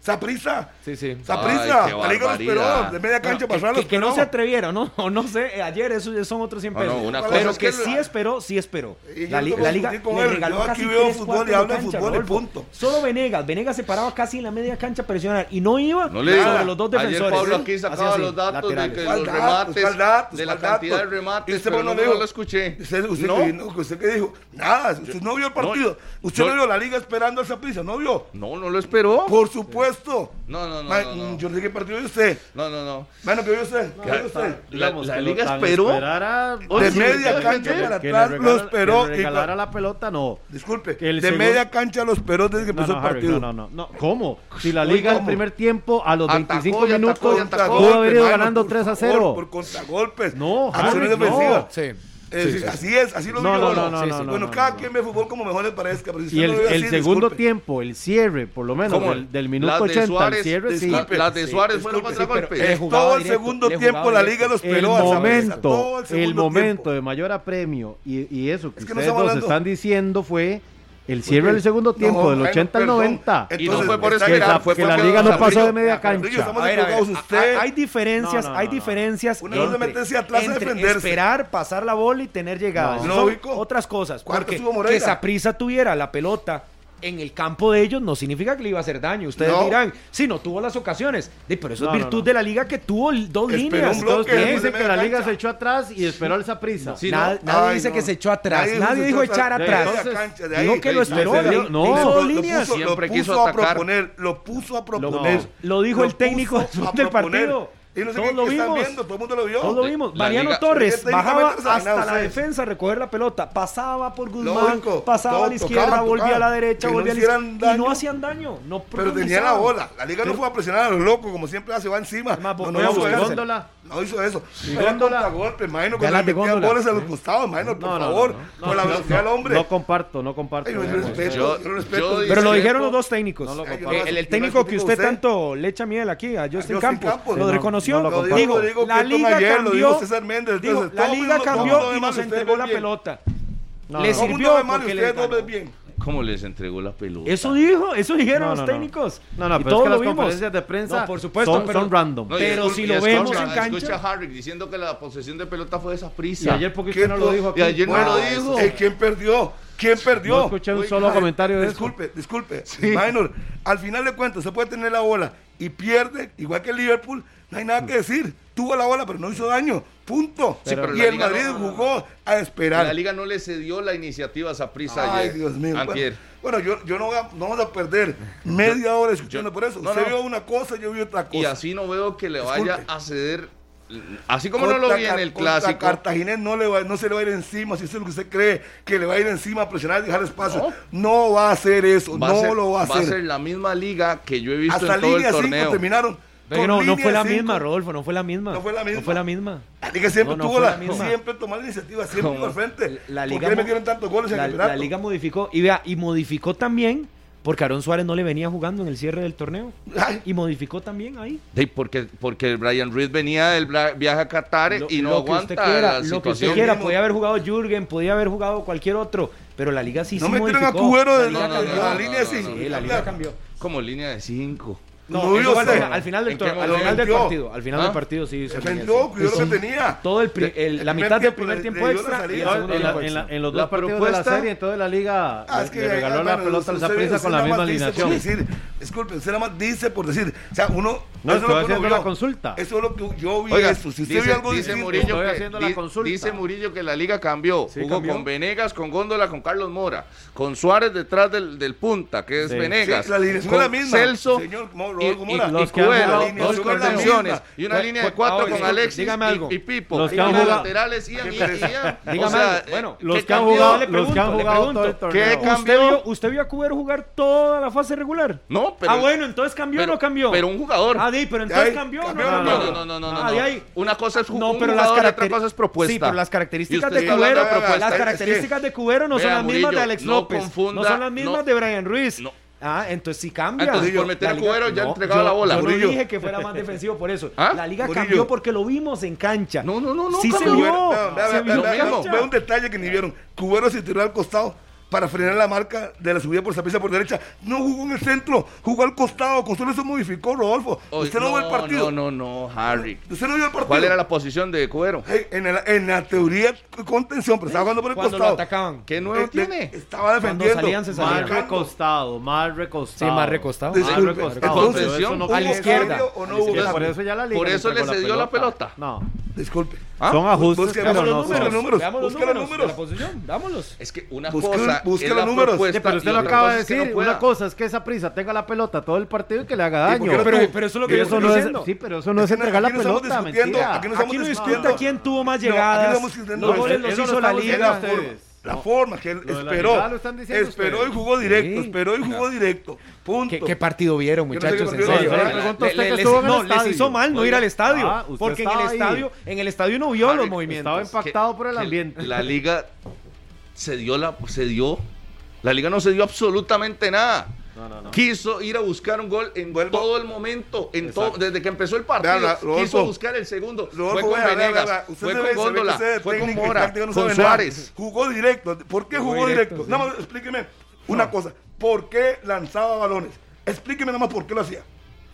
Saprisa. Sí, sí. Saprisa. Ay, qué La liga los barbaridad. peló. De media cancha Bueno, para que, atrás que- los que no peló. se atrevieron, ¿no? O no sé, eh, ayer eso ya son otros 100 No, no, pesos. una cosa pero es que, que la- sí esperó, sí esperó. Y yo La, no li- puedo la liga discutir con le él, regaló yo casi aquí veo tres fútbol cuartos y de hablo de cancha, fútbol y Rodolfo. punto. Solo Venegas, Venegas se paraba casi en la media cancha a presionar y no iba No le digo. sobre los dos defensores. Ayer Pablo ¿sí? aquí sacaba Hacía así, los datos laterales. de que ¿Cuál los datos? remates, ¿Cuál datos? de la ¿Cuál cantidad datos? de ¿Y remates, usted pero por no, qué no no dijo? lo escuché. ¿Usted, usted, no, que- no, ¿Usted qué dijo? Nada, usted no vio el partido. usted yo- no vio la liga esperando a Saprisa, no vio. no, no lo esperó. Por supuesto. No, no, no, Ma- no, no. Yo no sé qué partido vio usted. No, no, no. Bueno, ¿qué vio usted? ¿Qué vio usted? La, Digamos la que lo liga tan esperó. esperara- Oye, De sí, media que- cancha que- para que le atrás regala- los peró. que le y- regalara la pelota, no. Disculpe, que el de segundo- media cancha a los perros desde que No, empezó no, el Harry, partido. no, no, no, no. ¿Cómo? Si la liga el ¿cómo? primer tiempo, a los Atacó 25 y atacó minutos, y atacó. pudo haber ido hermano, ganando por 3 a favor, 0. Por contragolpes. No, acciones Harry, no. defensivas. Sí. Es decir, Eh, Así es, así lo No, digo. no, yo. no, no, Sí, no, sí. no, Bueno, no, cada no. quien ve fútbol como mejor le parezca. Pero si Y usted el, lo ve el así, segundo disculpe. tiempo, el cierre, por lo menos, ¿Cómo? del, del minuto Las de 80, Suárez, el cierre, sí. disculpe, las de Suárez disculpe, fueron sí, contragolpes. pero- En Le jugaba todo el directo, segundo le tiempo la jugaba liga los directo. El peló. a Zabaleta, todo momento, el, segundo momento tiempo. de mayor apremio y, y eso que, Es que no estamos ustedes dos hablando- están diciendo fue el cierre del segundo tiempo, No, del bueno, 80 al perdón. 90. Y no fue por está esperar, bien, fue que por la que liga no pasó de media Carrillo, cancha. estamos A ver, a ver, equivocados, a- usted. a- hay diferencias, No, no, no, hay no. diferencias Una cosa es meterse atrás a entre defenderse. esperar, pasar la bola y tener llegadas. No. Son Lógico. otras cosas. ¿Cuánto Porque estuvo Moreira? que Saprisa tuviera la pelota en el campo de ellos no significa que le iba a hacer daño. Ustedes No. dirán, sí, no tuvo las ocasiones. Sí, pero eso No, es no, virtud no. de la liga que tuvo l- dos Esperó líneas. un bloque, dos después Entonces, bien. de dicen que media la liga cancha. se echó atrás y esperó esa prisa. Sí, Nad- no. nadie Ay, dice no. que se echó atrás. Nadie Nadie, se dijo echó echar atrás. atrás. De media cancha, de dijo ahí. que lo Le esperó. cedió- le- no. hizo Lo- dos lo líneas. Puso- Siempre lo quiso puso a atacar. proponer, lo puso a no. proponer. Lo dijo el técnico puso después a del proponer. partido. Y no sé Todos qué- lo qué están vimos. viendo, todo el mundo lo vio. este Todos lo vimos. La Mariano liga- Torres Porque técnicamente bajaba no se ganaba hasta la ustedes. defensa a recoger la pelota. Pasaba por Guzmán, Lógico, pasaba a todo la izquierda, tocaba, volvía tocaba. a la derecha, Que no volvía a la hicieran izquierda. Y no daño. hacían daño. No Pero tenía protagonizaban. la bola. La liga no fue a presionar a los locos, como siempre hace, va encima. Además, No, voy no, a hizo buscar- eso. Góndola. No hizo eso. Y Era góndola. contragolpe, imagino, Ya cuando las le de metían góndola. goles a los costados, imagino, por No, no, no, favor. no. Por la No, velocidad del hombre. No comparto, no comparto. Ay, yo digamos. respeto, Yo- yo respeto. yo- Pero lo Sí, dijeron cierto. los dos técnicos. No lo Eh, comparto. el, el Yo técnico lo que critico usted a usted. tanto le echa miel aquí, a Justin Justin Campos, Campos. lo Sí, no, reconoció. no lo Digo, comparto. digo, Lo digo la Quinton liga ayer, lo cambió, digo César Méndez, digo, entonces, la todo liga mundo- todo mundo cambió ve mal, y nos ustedes entregó ven la bien. pelota. No, Le no, Todo el sirvió mundo ve mal y porque le ustedes dos ganó. ven bien. ¿Cómo les entregó la pelota? Eso dijo, eso dijeron No, los no, no. técnicos. No, no, Y pero es todos que lo las vimos. conferencias de prensa No, por supuesto, son- pero- son random. No, y pero escu- si y lo escucha- vemos en Escucha cancha. a Harrick diciendo que la posesión de pelota fue esa Y prisa. ayer porque ¿Quién usted no lo fue? dijo aquí. Y ayer no lo Ah, dijo. eh, ¿Quién perdió? ¿Quién perdió? No escuché un solo a ver, comentario de eso. disculpe, Disculpe, Minor, al final de cuentas, se puede tener la bola y pierde, igual que el Liverpool, no hay Mm. nada que decir. Tuvo la bola, pero no hizo daño. Punto. Sí, pero y la el liga Madrid no- jugó a esperar. La liga no le cedió la iniciativa a esa prisa Ay, ayer. Dios mío. Antier. Bueno, bueno, yo, yo no, voy a- no vamos a perder media hora escuchando yo- por eso. no, Usted no. vio una cosa, yo vi otra cosa. Y así no veo que le Disculpe. vaya a ceder. Así como no lo Contra vi en Car- el contra clásico. Cartaginés no, le va- no se le va a ir encima, si eso es lo que usted cree, que le va a ir encima a presionar y dejar espacio. No, va a hacer eso, Va a no ser- lo va a hacer. Va a ser la misma liga que yo he visto Hasta en todo línea el 5 torneo. terminaron. Pero con no, no línea fue la cinco. misma, Rodolfo, no fue la misma. No fue la misma. No fue la misma. La liga siempre No, no tuvo fue la, la misma. siempre tomó la iniciativa, siempre Como iba al frente. La liga, ¿Por qué mo- metieron tantos goles en la, el campeonato? la liga modificó y vea, y modificó también porque Aarón Suárez no le venía jugando en el cierre del torneo. Ay, Y modificó también ahí. Sí, porque, porque Brian Reed venía del bra- viaje a Qatar Lo- y no lo que aguanta usted quiera, la lo que usted situación. quiera, Mismo. podía haber jugado Jürgen, podía haber jugado cualquier otro, pero la liga sí no sí metieron a modificó. Cubero de La liga la, no, cambió. no, la no, línea no, así. no, no. Sí, la liga cambió. Como línea de 5. No, No, eso yo fue al, sé. final, al final del, ¿En qué tor- al momento? final del Yo. partido, al final ¿Ah? del partido sí. hizo Defendió, así. cuidó lo que Sí. tenía. Todo el, pri- el- el la primer mitad del tiempo primer le- tiempo le dio la extra y el salida. segundo en, tiempo la- en extra. la- en los La dos partidos de la propuesta- serie, entonces la liga Ah, le- es que, le regaló ah, la bueno, pelota al usted- Saprissa usted con la nada misma más dice por alineación. decir, disculpe, usted nada más dice por decir. O sea, uno. No, eso es lo estoy que uno haciendo vio. la consulta. Eso es lo que yo vi. Oiga, esto. Si usted dice, vio algo dice distinto, Murillo Estoy que, haciendo la di- consulta. dice Murillo que la liga cambió. Sí, Jugó cambió. con Venegas, con Góndola, con Carlos Mora, con Suárez detrás del, del punta, que es Sí. Venegas, Sí, la alineación es con la misma, Celso señor Mo- y, Rodolfo y- Mora. y Los que han Cuero, jugado- dos los que han jugado- contenciones y una Pues, línea de pues, cuatro ahora, con disculpe, Alexis dígame y- algo. Y, Pipo. Los que Y han los jugado- laterales Ian y Ian. Dígame O sea, algo. Bueno, ¿qué Los que han cambió? jugado, Le los que han pregunto, le jugado todo el pregunto. torneo. ¿Qué ca- ¿Usted cambió? vio, ¿Usted vio a Cubero jugar toda la fase regular? No, pero- Ah, bueno, entonces cambió o pero- no cambió. pero un jugador. Ah, sí, pero entonces Ay, cambió. cambió, no, No, no, no, no, no, no, no, Ah, de no. ahí. Una cosa es No, un pero las jugador y otra caracteri- cosa es propuesta. Sí, pero las Y características usted de está hablando Cubero, de propuesta. las Es que- características de Cubero no son Vea, las mismas Murillo, de Alex no López. confunda- no son las mismas no. de Brian Ruiz. No. Ah, entonces sí cambia. Entonces, por La meter a liga- Cubero ya no, entregaba yo- la bola. Yo no Murillo. dije que fuera más defensivo por eso. ¿Ah? La liga Murillo. cambió porque lo vimos en cancha. No, no, no, no Sí se cambió. vio. Cubero- no, vea, Se vea, vio vea, en vea, cancha. vea un detalle que ni vieron. Cubero se tiró al costado. para frenar la marca de la subida por Zapisa por derecha. No jugó en el centro, jugó al costado. Con solo eso modificó Rodolfo. Oy, usted no, vio el partido. No, no, no, Harry. Usted no vio el partido. ¿Cuál era la posición de Cuero? Hey, en, el- en la teoría de contención, pero estaba jugando por el Cuando lo costado. atacaban. ¿Qué nuevo Eh, tiene? de- Estaba defendiendo. salían, se salían. Mal Marcando. recostado, mal recostado. Sí, mal recostado. Mal Disculpe, recostado. entonces, pero eso no ¿hubo a la cuenta. izquierda. cambio o no A la hubo izquierda, Por cambio? eso ya la liga Por le eso entregó les dio la pelota. No. Disculpe. ¿Ah? Son ajustes, busque- busque pero no los números, son- los números. Veamos los Busca los números de números. la posición, dámoslos. Es que una Busca- cosa busca es los la números. propuesta Sí, pero y usted lo otra acaba cosa de es que decir. no pueda. una cosa es que esa prisa tenga la pelota todo el partido y que le haga ¿Y por daño. qué no Pero, tú? pero eso es lo que Pero yo eso estoy no es, diciendo. sí, pero eso no es Aquí no- entregar la aquí no estamos pelota, discutiendo, mentira. aquí no Aquí no estamos discuta discutiendo. quién tuvo No, más aquí llegadas. no estamos discutiendo los eso. goles los Eso lo hizo la estamos liga. diciendo la ustedes. forma, la forma que él Lo de la esperó. llegada lo están diciendo Esperó ustedes. y jugó directo, Sí. esperó y jugó directo. Punto. ¿Qué, qué partido vieron, Yo no sé qué muchachos? en partido serio? vieron. Yo le pregunto a usted Le- que le- estuvo les- en el no, les estadio. hizo mal no Oiga. ir al estadio, Ah, usted porque en estaba el ahí. estadio- en el estadio no vio Harry, los Estaba movimientos. impactado por el que ambiente. La liga se dio la se dio la liga no se dio absolutamente nada. No, no, no. Quiso ir a buscar un gol en Vuelvo- todo el momento, en todo, desde que empezó el partido. Vea, la- quiso Rodolfo. buscar el segundo. Rodolfo, fue con vea, vea, Venegas, vea, usted fue se ve- se con ve que Góndola, usted de fue con técnica y Mora, táctica no con sabe nada. Suárez. Jugó directo. ¿Por qué jugó, Jugó directo, directo? sí. Nada más explíqueme una cosa. ¿Por qué lanzaba balones? Explíqueme nada más por qué lo hacía.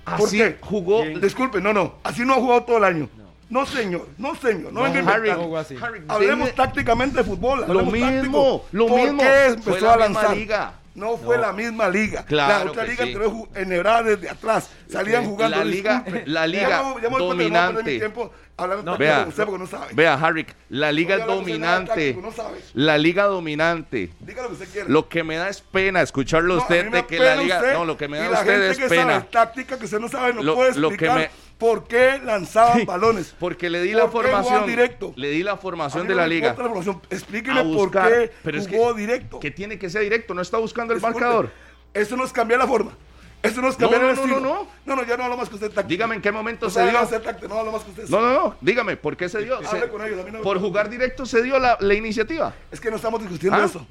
¿Por Así qué? jugó Disculpe, no, no. Así no ha jugado todo el año. No, señor. No, señor. No, venga a Harry, inventar. jugó así. Harry, Hablemos tiene- tácticamente de fútbol. Lo hablemos mismo, táctico. lo ¿Por mismo. qué Fue empezó la a misma lanzar? liga. No fue la misma liga. Claro la otra que liga sí. entró enhebrada desde atrás. Salían Sí. jugando. La liga- disculpe. la liga Ya me- ya me voy a perder, no voy a perder mi dominante. tiempo hablando No, tanto vea, con usted porque no sabe. Vea, Harry, la liga No es voy a hablar de nada dominante. táctico, no sabe. la liga dominante. Diga lo que usted quiera. Lo que me da es pena escucharlo a No, a usted mí me de que la apena liga. usted no, lo que me y da la usted gente es que pena. Sabe, táctica que usted no sabe, no Lo- puede lo que explicar me- por qué lanzaban balones. Porque le di la ¿Por qué jugaban formación. directo? Le di la formación A mí de no la me liga. importa la formación. Explíqueme A buscar. por qué pero es jugó que, directo. Que tiene que ser directo, no está buscando el Disculpe, marcador. Eso no es cambiar la forma. Eso no es cambiar No, el no, no, estilo. no, no. no, ya no hablo más que usted táctica. Dígame en qué momento no se sabe dio. hacer táctica, no hablo más que usted. No, no, no. Dígame, ¿por qué se dio? Hable Se- con ellos, a mí no me- por jugar directo se dio la, la iniciativa. Es que no estamos discutiendo ¿Ah? eso.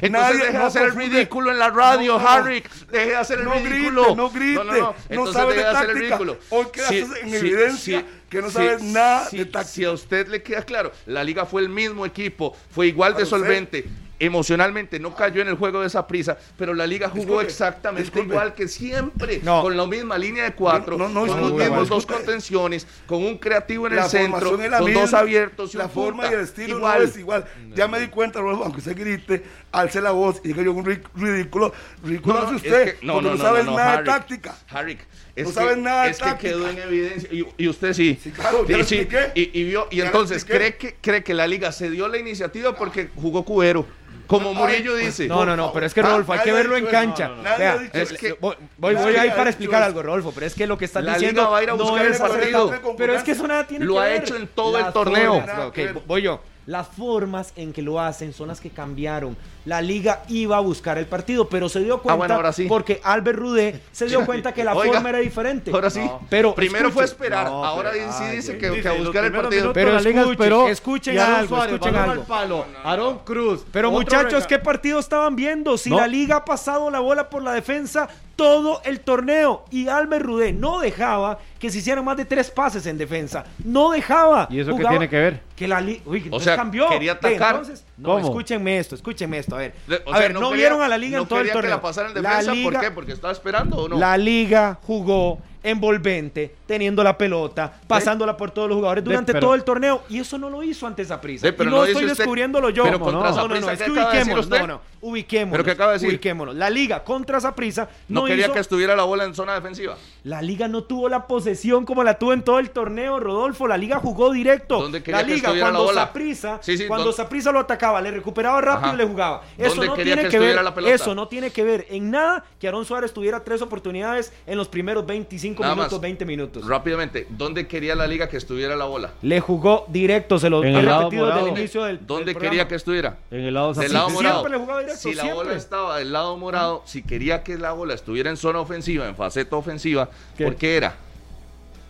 Entonces Nadie- deje de no hacer el confunde. ridículo en la radio, No, no, no. Harry. Deje de hacer el No grite, ridículo. no grite. No, no, no. No Entonces sabe deje de de hacer el táctica. ridículo. Hoy quedas en evidencia que no sabes nada de táctica. Si a usted le queda claro, la liga fue el mismo equipo, fue igual Para de usted. solvente. Emocionalmente no cayó en el juego de esa prisa, pero la liga jugó Disculpe, exactamente disculpe. igual que siempre, No. con la misma línea de cuatro, No, no, no, con los disculpe, mismos dos disculpe. contenciones, con un creativo en la el centro, formación es la con misma, dos abiertos y la un forma punta. y el estilo igual. no es igual ya me di cuenta Rodolfo, aunque usted grite alce la voz y diga yo un ri- ridículo ridículo hace es usted que- no, porque no, no, no, sabes no, no, nada de Harry, táctica Harry, es No que- sabes nada de Es que táctica. quedó en evidencia. Y, y usted sí. Sí, claro, ya Sí, lo sí, expliqué. y, y vio. Y Ya lo entonces, expliqué. ¿cree que, ¿cree que la liga se dio la iniciativa porque jugó Cubero? Como Murillo Ay, pues, dice. No, no, no, pero es que Ah, Rodolfo, hay nadie que ha verlo en dicho eso. cancha. No, no, no. Nadie Vea, ha dicho es eso. que voy, voy- Nadie voy a ir ha para dicho explicar eso. algo, Rodolfo, pero es que lo que estás La diciendo liga va a ir a no buscar es el partido. Pero es que eso nada tiene Lo que ha ver. hecho en todo el Las torneo. formas- Nada ok, que ver. voy yo. Las formas en que lo hacen son las que cambiaron. La liga iba a buscar el partido, pero se dio cuenta bueno, ahora sí. porque Albert Rudé se dio cuenta que la Oiga, forma era diferente. Ahora sí. No, Pero Primero fue escuche. esperar. No, ahora pero- sí ay, dice ay, que, dice, que a los buscar el primeros partido. minutos Pero la liga escuchen, esperó escuchen y Aaron algo, Suárez, escuchen balón algo. al palo, Aarón Cruz. Pero Otro muchachos, rega- ¿qué partido estaban viendo? Si No. la liga ha pasado la bola por la defensa todo el torneo y Albert Rudé no dejaba que se hicieran más de tres pases en defensa. No dejaba. ¿Y eso qué Jugaba- tiene que ver? Que la liga... Uy, entonces sea, cambió. quería Ve, atacar. entonces- no, ¿Cómo? escúchenme esto, escúchenme esto. A ver, Le- o a sea, ver no, quería- vieron a la liga no en todo el quería torneo. que la pasara en defensa. ¿Por qué? Porque estaba esperando o no. La liga jugó envolvente, teniendo la pelota, pasándola por todos los jugadores Ve, durante pero- todo el torneo. Y eso no lo hizo ante esa prisa. Ve, pero y no, no dice estoy usted- descubriéndolo yo. pero No, contra no, no, Saprissa, no, es ¿qué que acaba de decir ubiquémonos. No, usted? no, ubiquémonos. ¿Pero qué acaba de decir? Ubiquémonos. La liga contra esa prisa no, no, quería hizo- que estuviera la bola en zona defensiva. La liga no tuvo la posesión como la tuvo en todo el torneo, Rodolfo. La liga jugó directo. ¿Dónde quería la que liga, estuviera la cuando bola? Saprisa, Sí, sí, cuando ¿dónde- Saprisa lo atacaba, le recuperaba rápido Ajá. y le jugaba. Eso ¿Dónde no quería tiene que que, ver. estuviera la pelota? Eso no tiene que ver en nada que Aaron Suárez tuviera tres oportunidades en los primeros 25 Nada minutos, más. 20 minutos. Rápidamente, ¿dónde quería la liga que estuviera la bola? Le jugó directo, se lo En he el lado repetido desde el morado. inicio del. ¿Dónde del quería programa. que estuviera? En el lado del Zapisa. lado morado. le jugaba directo, si la siempre. bola estaba del lado morado, si quería que la bola estuviera en zona ofensiva, en faceta ofensiva, ¿Qué? ¿por qué era?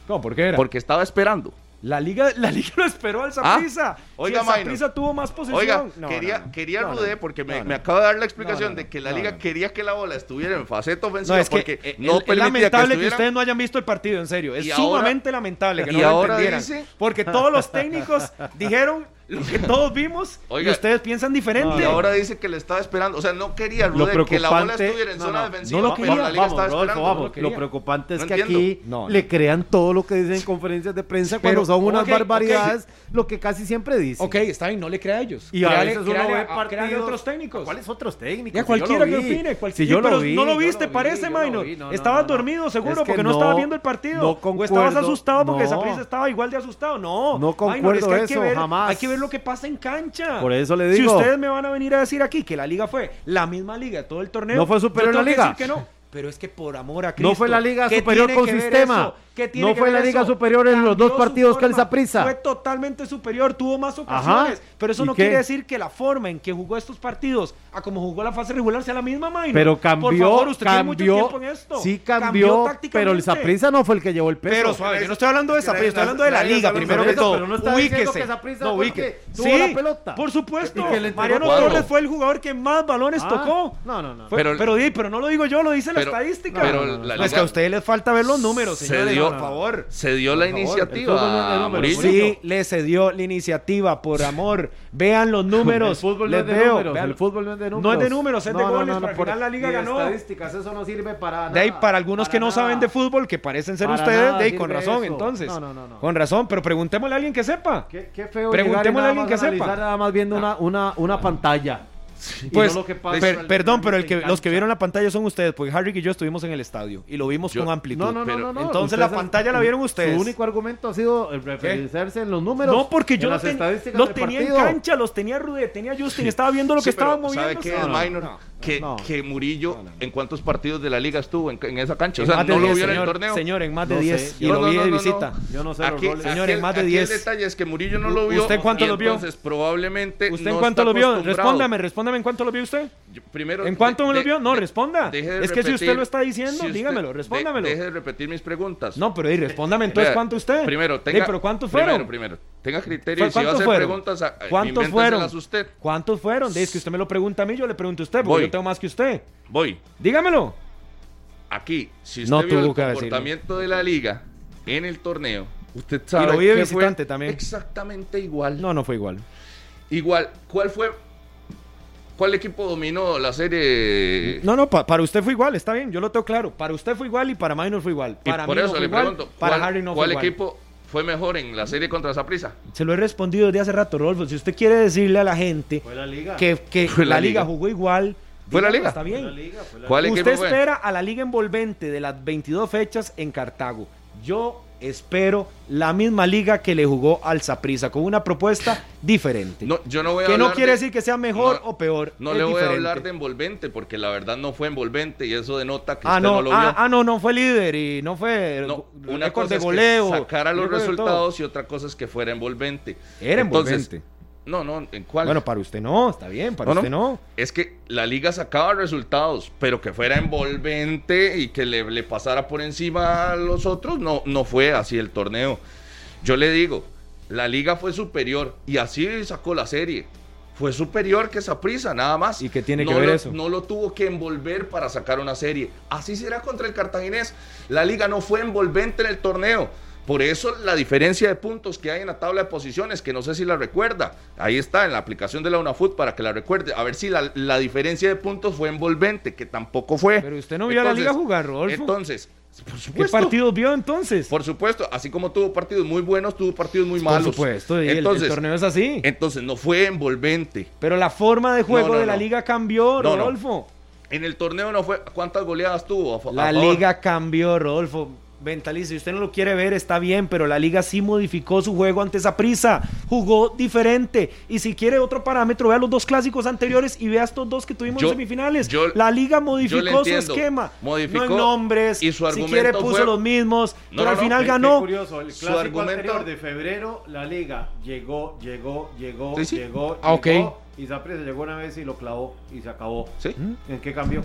No, ¿por qué era? Porque estaba esperando. La liga, la liga lo esperó al Saprisa. Ah, Oiga, si el Minor. Saprissa tuvo más posesión. Oiga, No, no, quería, no. quería No, no, Rudé no. porque me, No, no. me acaba de dar la explicación No, no, de que la no, liga no. quería que la bola estuviera en faceta ofensiva No, es porque que no no es permitía lamentable que, estuvieran- ustedes no hayan visto el partido, en serio. Es Y ahora- sumamente lamentable que no y lo ahora entendieran. dice- Porque todos los técnicos dijeron lo que todos vimos Oiga. y ustedes piensan Y diferente. ahora dice que le estaba esperando. O sea, no quería Rude que la bola estuviera en no, zona no, defensiva. no lo pero quería. la liga Vamos, estaba Rodolfo, esperando. vamos. no lo Lo quería. preocupante es No que entiendo. aquí No, no. le crean todo lo que dicen en conferencias de prensa cuando Pero, son unas ok, barbaridades, lo que casi siempre dicen. Ok, está bien, no le crea a ellos. Y a Créale- veces uno créale ve a- partidos. créale a otros técnicos. ¿Cuáles otros técnicos? Ya Si yo lo cualquiera que vi. opine, cual- Si Sí, yo lo pero vi. no lo yo viste, vi, parece, yo lo Maino. vi. No, no, Estabas no, no. dormido, seguro, Es que porque no, estabas viendo el partido. no o estabas concuerdo. asustado porque No. Saprissa estaba igual de asustado. No, No Maynor, concuerdo hay eso, que ver, jamás. Hay que ver lo que pasa en cancha. Por eso le digo. Si ustedes me van a venir a decir aquí que la liga fue la misma liga de todo el torneo. No fue superior yo la tengo que liga. decir que no. Pero es que por amor a Cristo. No fue la liga ¿qué superior tiene con que ver sistema. eso? ¿Qué tiene No que fue ver la liga eso? superior en los Cambió dos su partidos que el forma, Saprissa. Fue totalmente superior, tuvo más Ajá. ocasiones. Pero eso ¿Y no qué? quiere decir que la forma en que jugó estos partidos a como jugó la fase regular sea la misma, Maino. Pero cambió, Por favor, usted tiene mucho cambió, tiempo en esto. sí cambió, pero el tácticamente. Saprissa no fue el que llevó el peso. Pero suave, yo no estoy hablando de esa, yo estoy hablando de la Nadie liga, sabe primero sobre que eso, todo. pero no está diciendo ubíquese. que Saprissa no, fue el ubíquese. que tuvo Sí, la pelota. Por supuesto. Y que le entregó Mariano cuatro. Torres fue el jugador que más balones Ah, tocó. no, no, no. Fue- Pero- pero, di- pero no lo digo yo, lo dice la pero- estadística. pero No, no, no. la No, es liga- que a ustedes les falta ver los números, Se señores, dio, por favor. Se dio la favor, iniciativa. el fútbol no es de a números, Murillo. Sí, le cedió la iniciativa, por amor. Vean los números. el fútbol les no es de veo, números, vean- el fútbol no es de números. No es de números, es de No, no, goles. no, no, pero al por- final la liga ni ganó. estadísticas, eso no sirve para nada. De ahí, para algunos para que no nada. saben de fútbol, que parecen ser Para ustedes, nada de ahí, con sirve razón, eso. entonces. No, no, no, no. Con razón, pero preguntémosle a alguien que sepa. Qué, qué feo Preguntémosle llegar a y nada alguien que más analizar sepa. Nada más viendo una, una, una pantalla. Y Pues, no lo que pasa per- realmente perdón, pero el que, en los que cancha. vieron la pantalla son ustedes, porque Harry y yo estuvimos en el estadio y lo vimos Yo- con amplitud. No, no, no, Pero- no, no. entonces Ustedes la han- pantalla la vieron ustedes. Su único argumento ha sido el referirse en los números. No, porque yo en no las ten- estadísticas los del tenía partido. en cancha, los tenía Rude, tenía Justin, estaba viendo lo Sí, que estaba pero, moviendo. ¿Sabe qué es, Minor? que, no. que Murillo, ¿en cuántos partidos de la liga estuvo en, en esa cancha? O En sea, más de no lo 10, vio en el señor, torneo. Señor, en más de No sé, 10. Y No, lo no, vi no, de no, no. visita. Yo no sé los Aquí, goles. aquí Señor, en el- más de aquí 10. El detalle es que Murillo no lo vio. ¿Usted cuánto y lo vio? Entonces, probablemente. ¿Usted no en cuánto está lo vio? acostumbrado. Respóndame, respóndame en cuánto lo vio usted. Yo- primero, ¿En cuánto de- me lo de- vio? No, de- responda. deje de Es que si usted repetir. lo está diciendo, usted- dígamelo, de- respóndamelo. Deje de repetir mis preguntas. No, pero di, respóndame entonces Vea, cuánto usted. Primero, tenga. Di, pero ¿cuántos fueron? Primero, primero. Tenga criterio. y Si va a ¿Cuántos hacer fueron? preguntas, a- a- ¿Cuántos invénteselas fueron? usted. ¿Cuántos fueron? Di, Es que usted me lo pregunta a mí, yo le pregunto a usted, porque Voy. yo tengo más que usted. Voy. Dígamelo. Aquí, si usted No vio el tuvo que decirlo. comportamiento de la liga en el torneo, usted sabe lo vi de que visitante fue también. Exactamente igual. No, no fue igual. Igual, ¿cuál fue? ¿Cuál equipo dominó la serie? No, no, pa- para usted fue igual, está bien, yo lo tengo claro. Para usted fue igual y para Minor fue igual. Y Para por mí eso no fue le igual, pregunto, para ¿cuál, Harry no cuál fue igual. equipo fue mejor en la serie contra Zaprisa? Se lo he respondido desde hace rato, Rodolfo. Si usted quiere decirle a la gente Fue la liga. que, que Fue la la, liga. liga. jugó igual, Fue la dígalo, liga. Está Fue la bien. liga, fue la ¿Cuál Usted equipo fue? espera a la liga envolvente de las 22 fechas en Cartago. Yo espero la misma liga que le jugó al Saprissa con una propuesta diferente. No, yo no voy a que no hablar quiere de- decir que sea mejor No, o peor. No es le voy a diferente. hablar de envolvente porque la verdad no fue envolvente y eso denota que Ah usted no, no, lo vio. ah, ah, no, no fue líder y no fue No, go- una récord cosa de es que goleo. sacara los récord de todo. resultados y otra cosa es que fuera envolvente. Era Entonces, envolvente. No, no, ¿en cuál? Bueno, para usted no, está bien, para No, no. usted no. Es que la liga sacaba resultados, pero que fuera envolvente y que le, le pasara por encima a los otros, no, no fue así el torneo. Yo le digo, la liga fue superior y así sacó la serie. Fue superior que esa prisa, nada más. ¿Y qué tiene No que ver lo- eso? No lo tuvo que envolver para sacar una serie. Así será contra el cartaginés. La liga no fue envolvente en el torneo. Por eso la diferencia de puntos que hay en la tabla de posiciones, que no sé si la recuerda, ahí está en la aplicación de la UNAFUT para que la recuerde. A ver si la, la diferencia de puntos fue envolvente, que tampoco fue. Pero usted no vio a la liga jugar, Rodolfo. Entonces, por ¿Qué supuesto. partidos vio entonces? Por supuesto, así como tuvo partidos muy buenos, tuvo partidos muy malos. Por supuesto, y el- el, entonces, torneo es así. entonces no fue envolvente. Pero la forma de juego No, no, de la no. liga cambió, No, no. Rodolfo. En el torneo no fue. ¿Cuántas goleadas tuvo? a fa- a La favor? liga cambió, Rodolfo. Ventaliz, si usted no lo quiere ver, está bien, pero la liga sí modificó su juego ante esa prisa. Jugó diferente. Y si quiere otro parámetro, vea los dos clásicos anteriores y vea estos dos que tuvimos Yo- en semifinales. yo- la liga yo le modificó su entiendo. esquema. Modificó no en nombres. y su si argumento quiere puso fue- los mismos. No, pero no, al no, final qué- qué ganó. curioso, el Su clásico argumento- anterior de febrero, la liga llegó, llegó, llegó, Sí, sí. llegó, Ah, ok. llegó, y Saprissa llegó una vez y lo clavó y se acabó. Sí. ¿En qué cambió?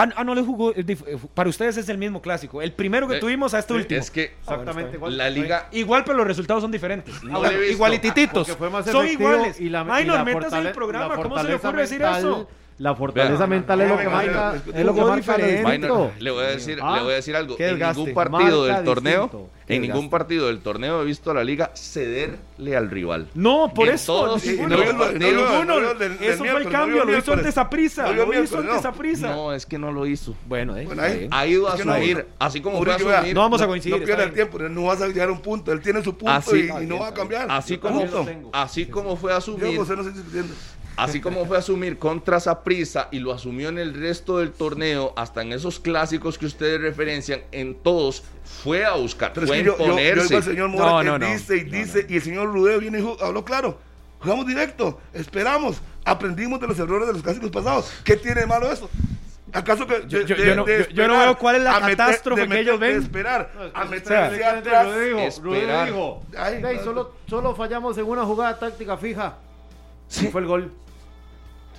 Ah, ah, no le jugó. eh, dif- eh, Para ustedes es el mismo clásico. El primero que Eh, tuvimos a este último. Es que Exactamente está igual. la liga. Igual, pero los resultados son diferentes. No Ahora, lo he visto. igualitititos. Porque fue más son efectivo iguales. y la- y Minor, la métase en fortale- el programa. la ¿Cómo se le fortaleza ocurre decir mental eso? La fortaleza no, no, mental no, es lo no, que no, marca, no, es lo que jugó marca lo diferente. Minor, distinto. le voy a decir, Ah, le voy a decir algo. qué En ningún desgaste. partido Marca del torneo, distinto. Qué en ningún desgaste. partido del torneo he visto a la liga cederle al rival. No, por En eso. todos ninguno. los partidos. Ninguno. No vio el Eso del- del fue el miércoles, no cambio. vio el Lo hizo antes miércoles. a prisa. No vio el Lo hizo miércoles, no. antes a prisa. No, es que no lo hizo. Bueno, eh, Bueno, está ahí. bien. Ha ido a Es que no, asumir, así como fue a Uribe, vea, asumir. No vamos a no coincidir. está pierda el bien. tiempo, no vas a llegar a un punto. Él tiene su punto Así- y, y no va a cambiar. Así Yo como, también lo tengo. así como fue a asumir, Diego, usted no está discutiendo. así como fue a asumir contra Saprissa y lo asumió en el resto del torneo, hasta en esos clásicos que ustedes referencian, en todos fue a buscar, Pero es fue a que yo, yo, yo imponerse. oigo al señor Mora No, que no, no. dice y No, dice, y el señor Rudeo viene y ju- habló claro. Jugamos directo, esperamos, aprendimos de los errores de los clásicos pasados. ¿Qué tiene de malo eso? ¿Acaso que Yo- yo- yo no- yo- yo no esperar veo cuál es la a meter- catástrofe de que ellos meter- de ven? esperar, a meterse Directamente atrás. Rudé dijo, Rudé esperar. dijo, Ay, "Dey, no, solo, solo fallamos en una jugada táctica fija. Sí. Y fue el gol.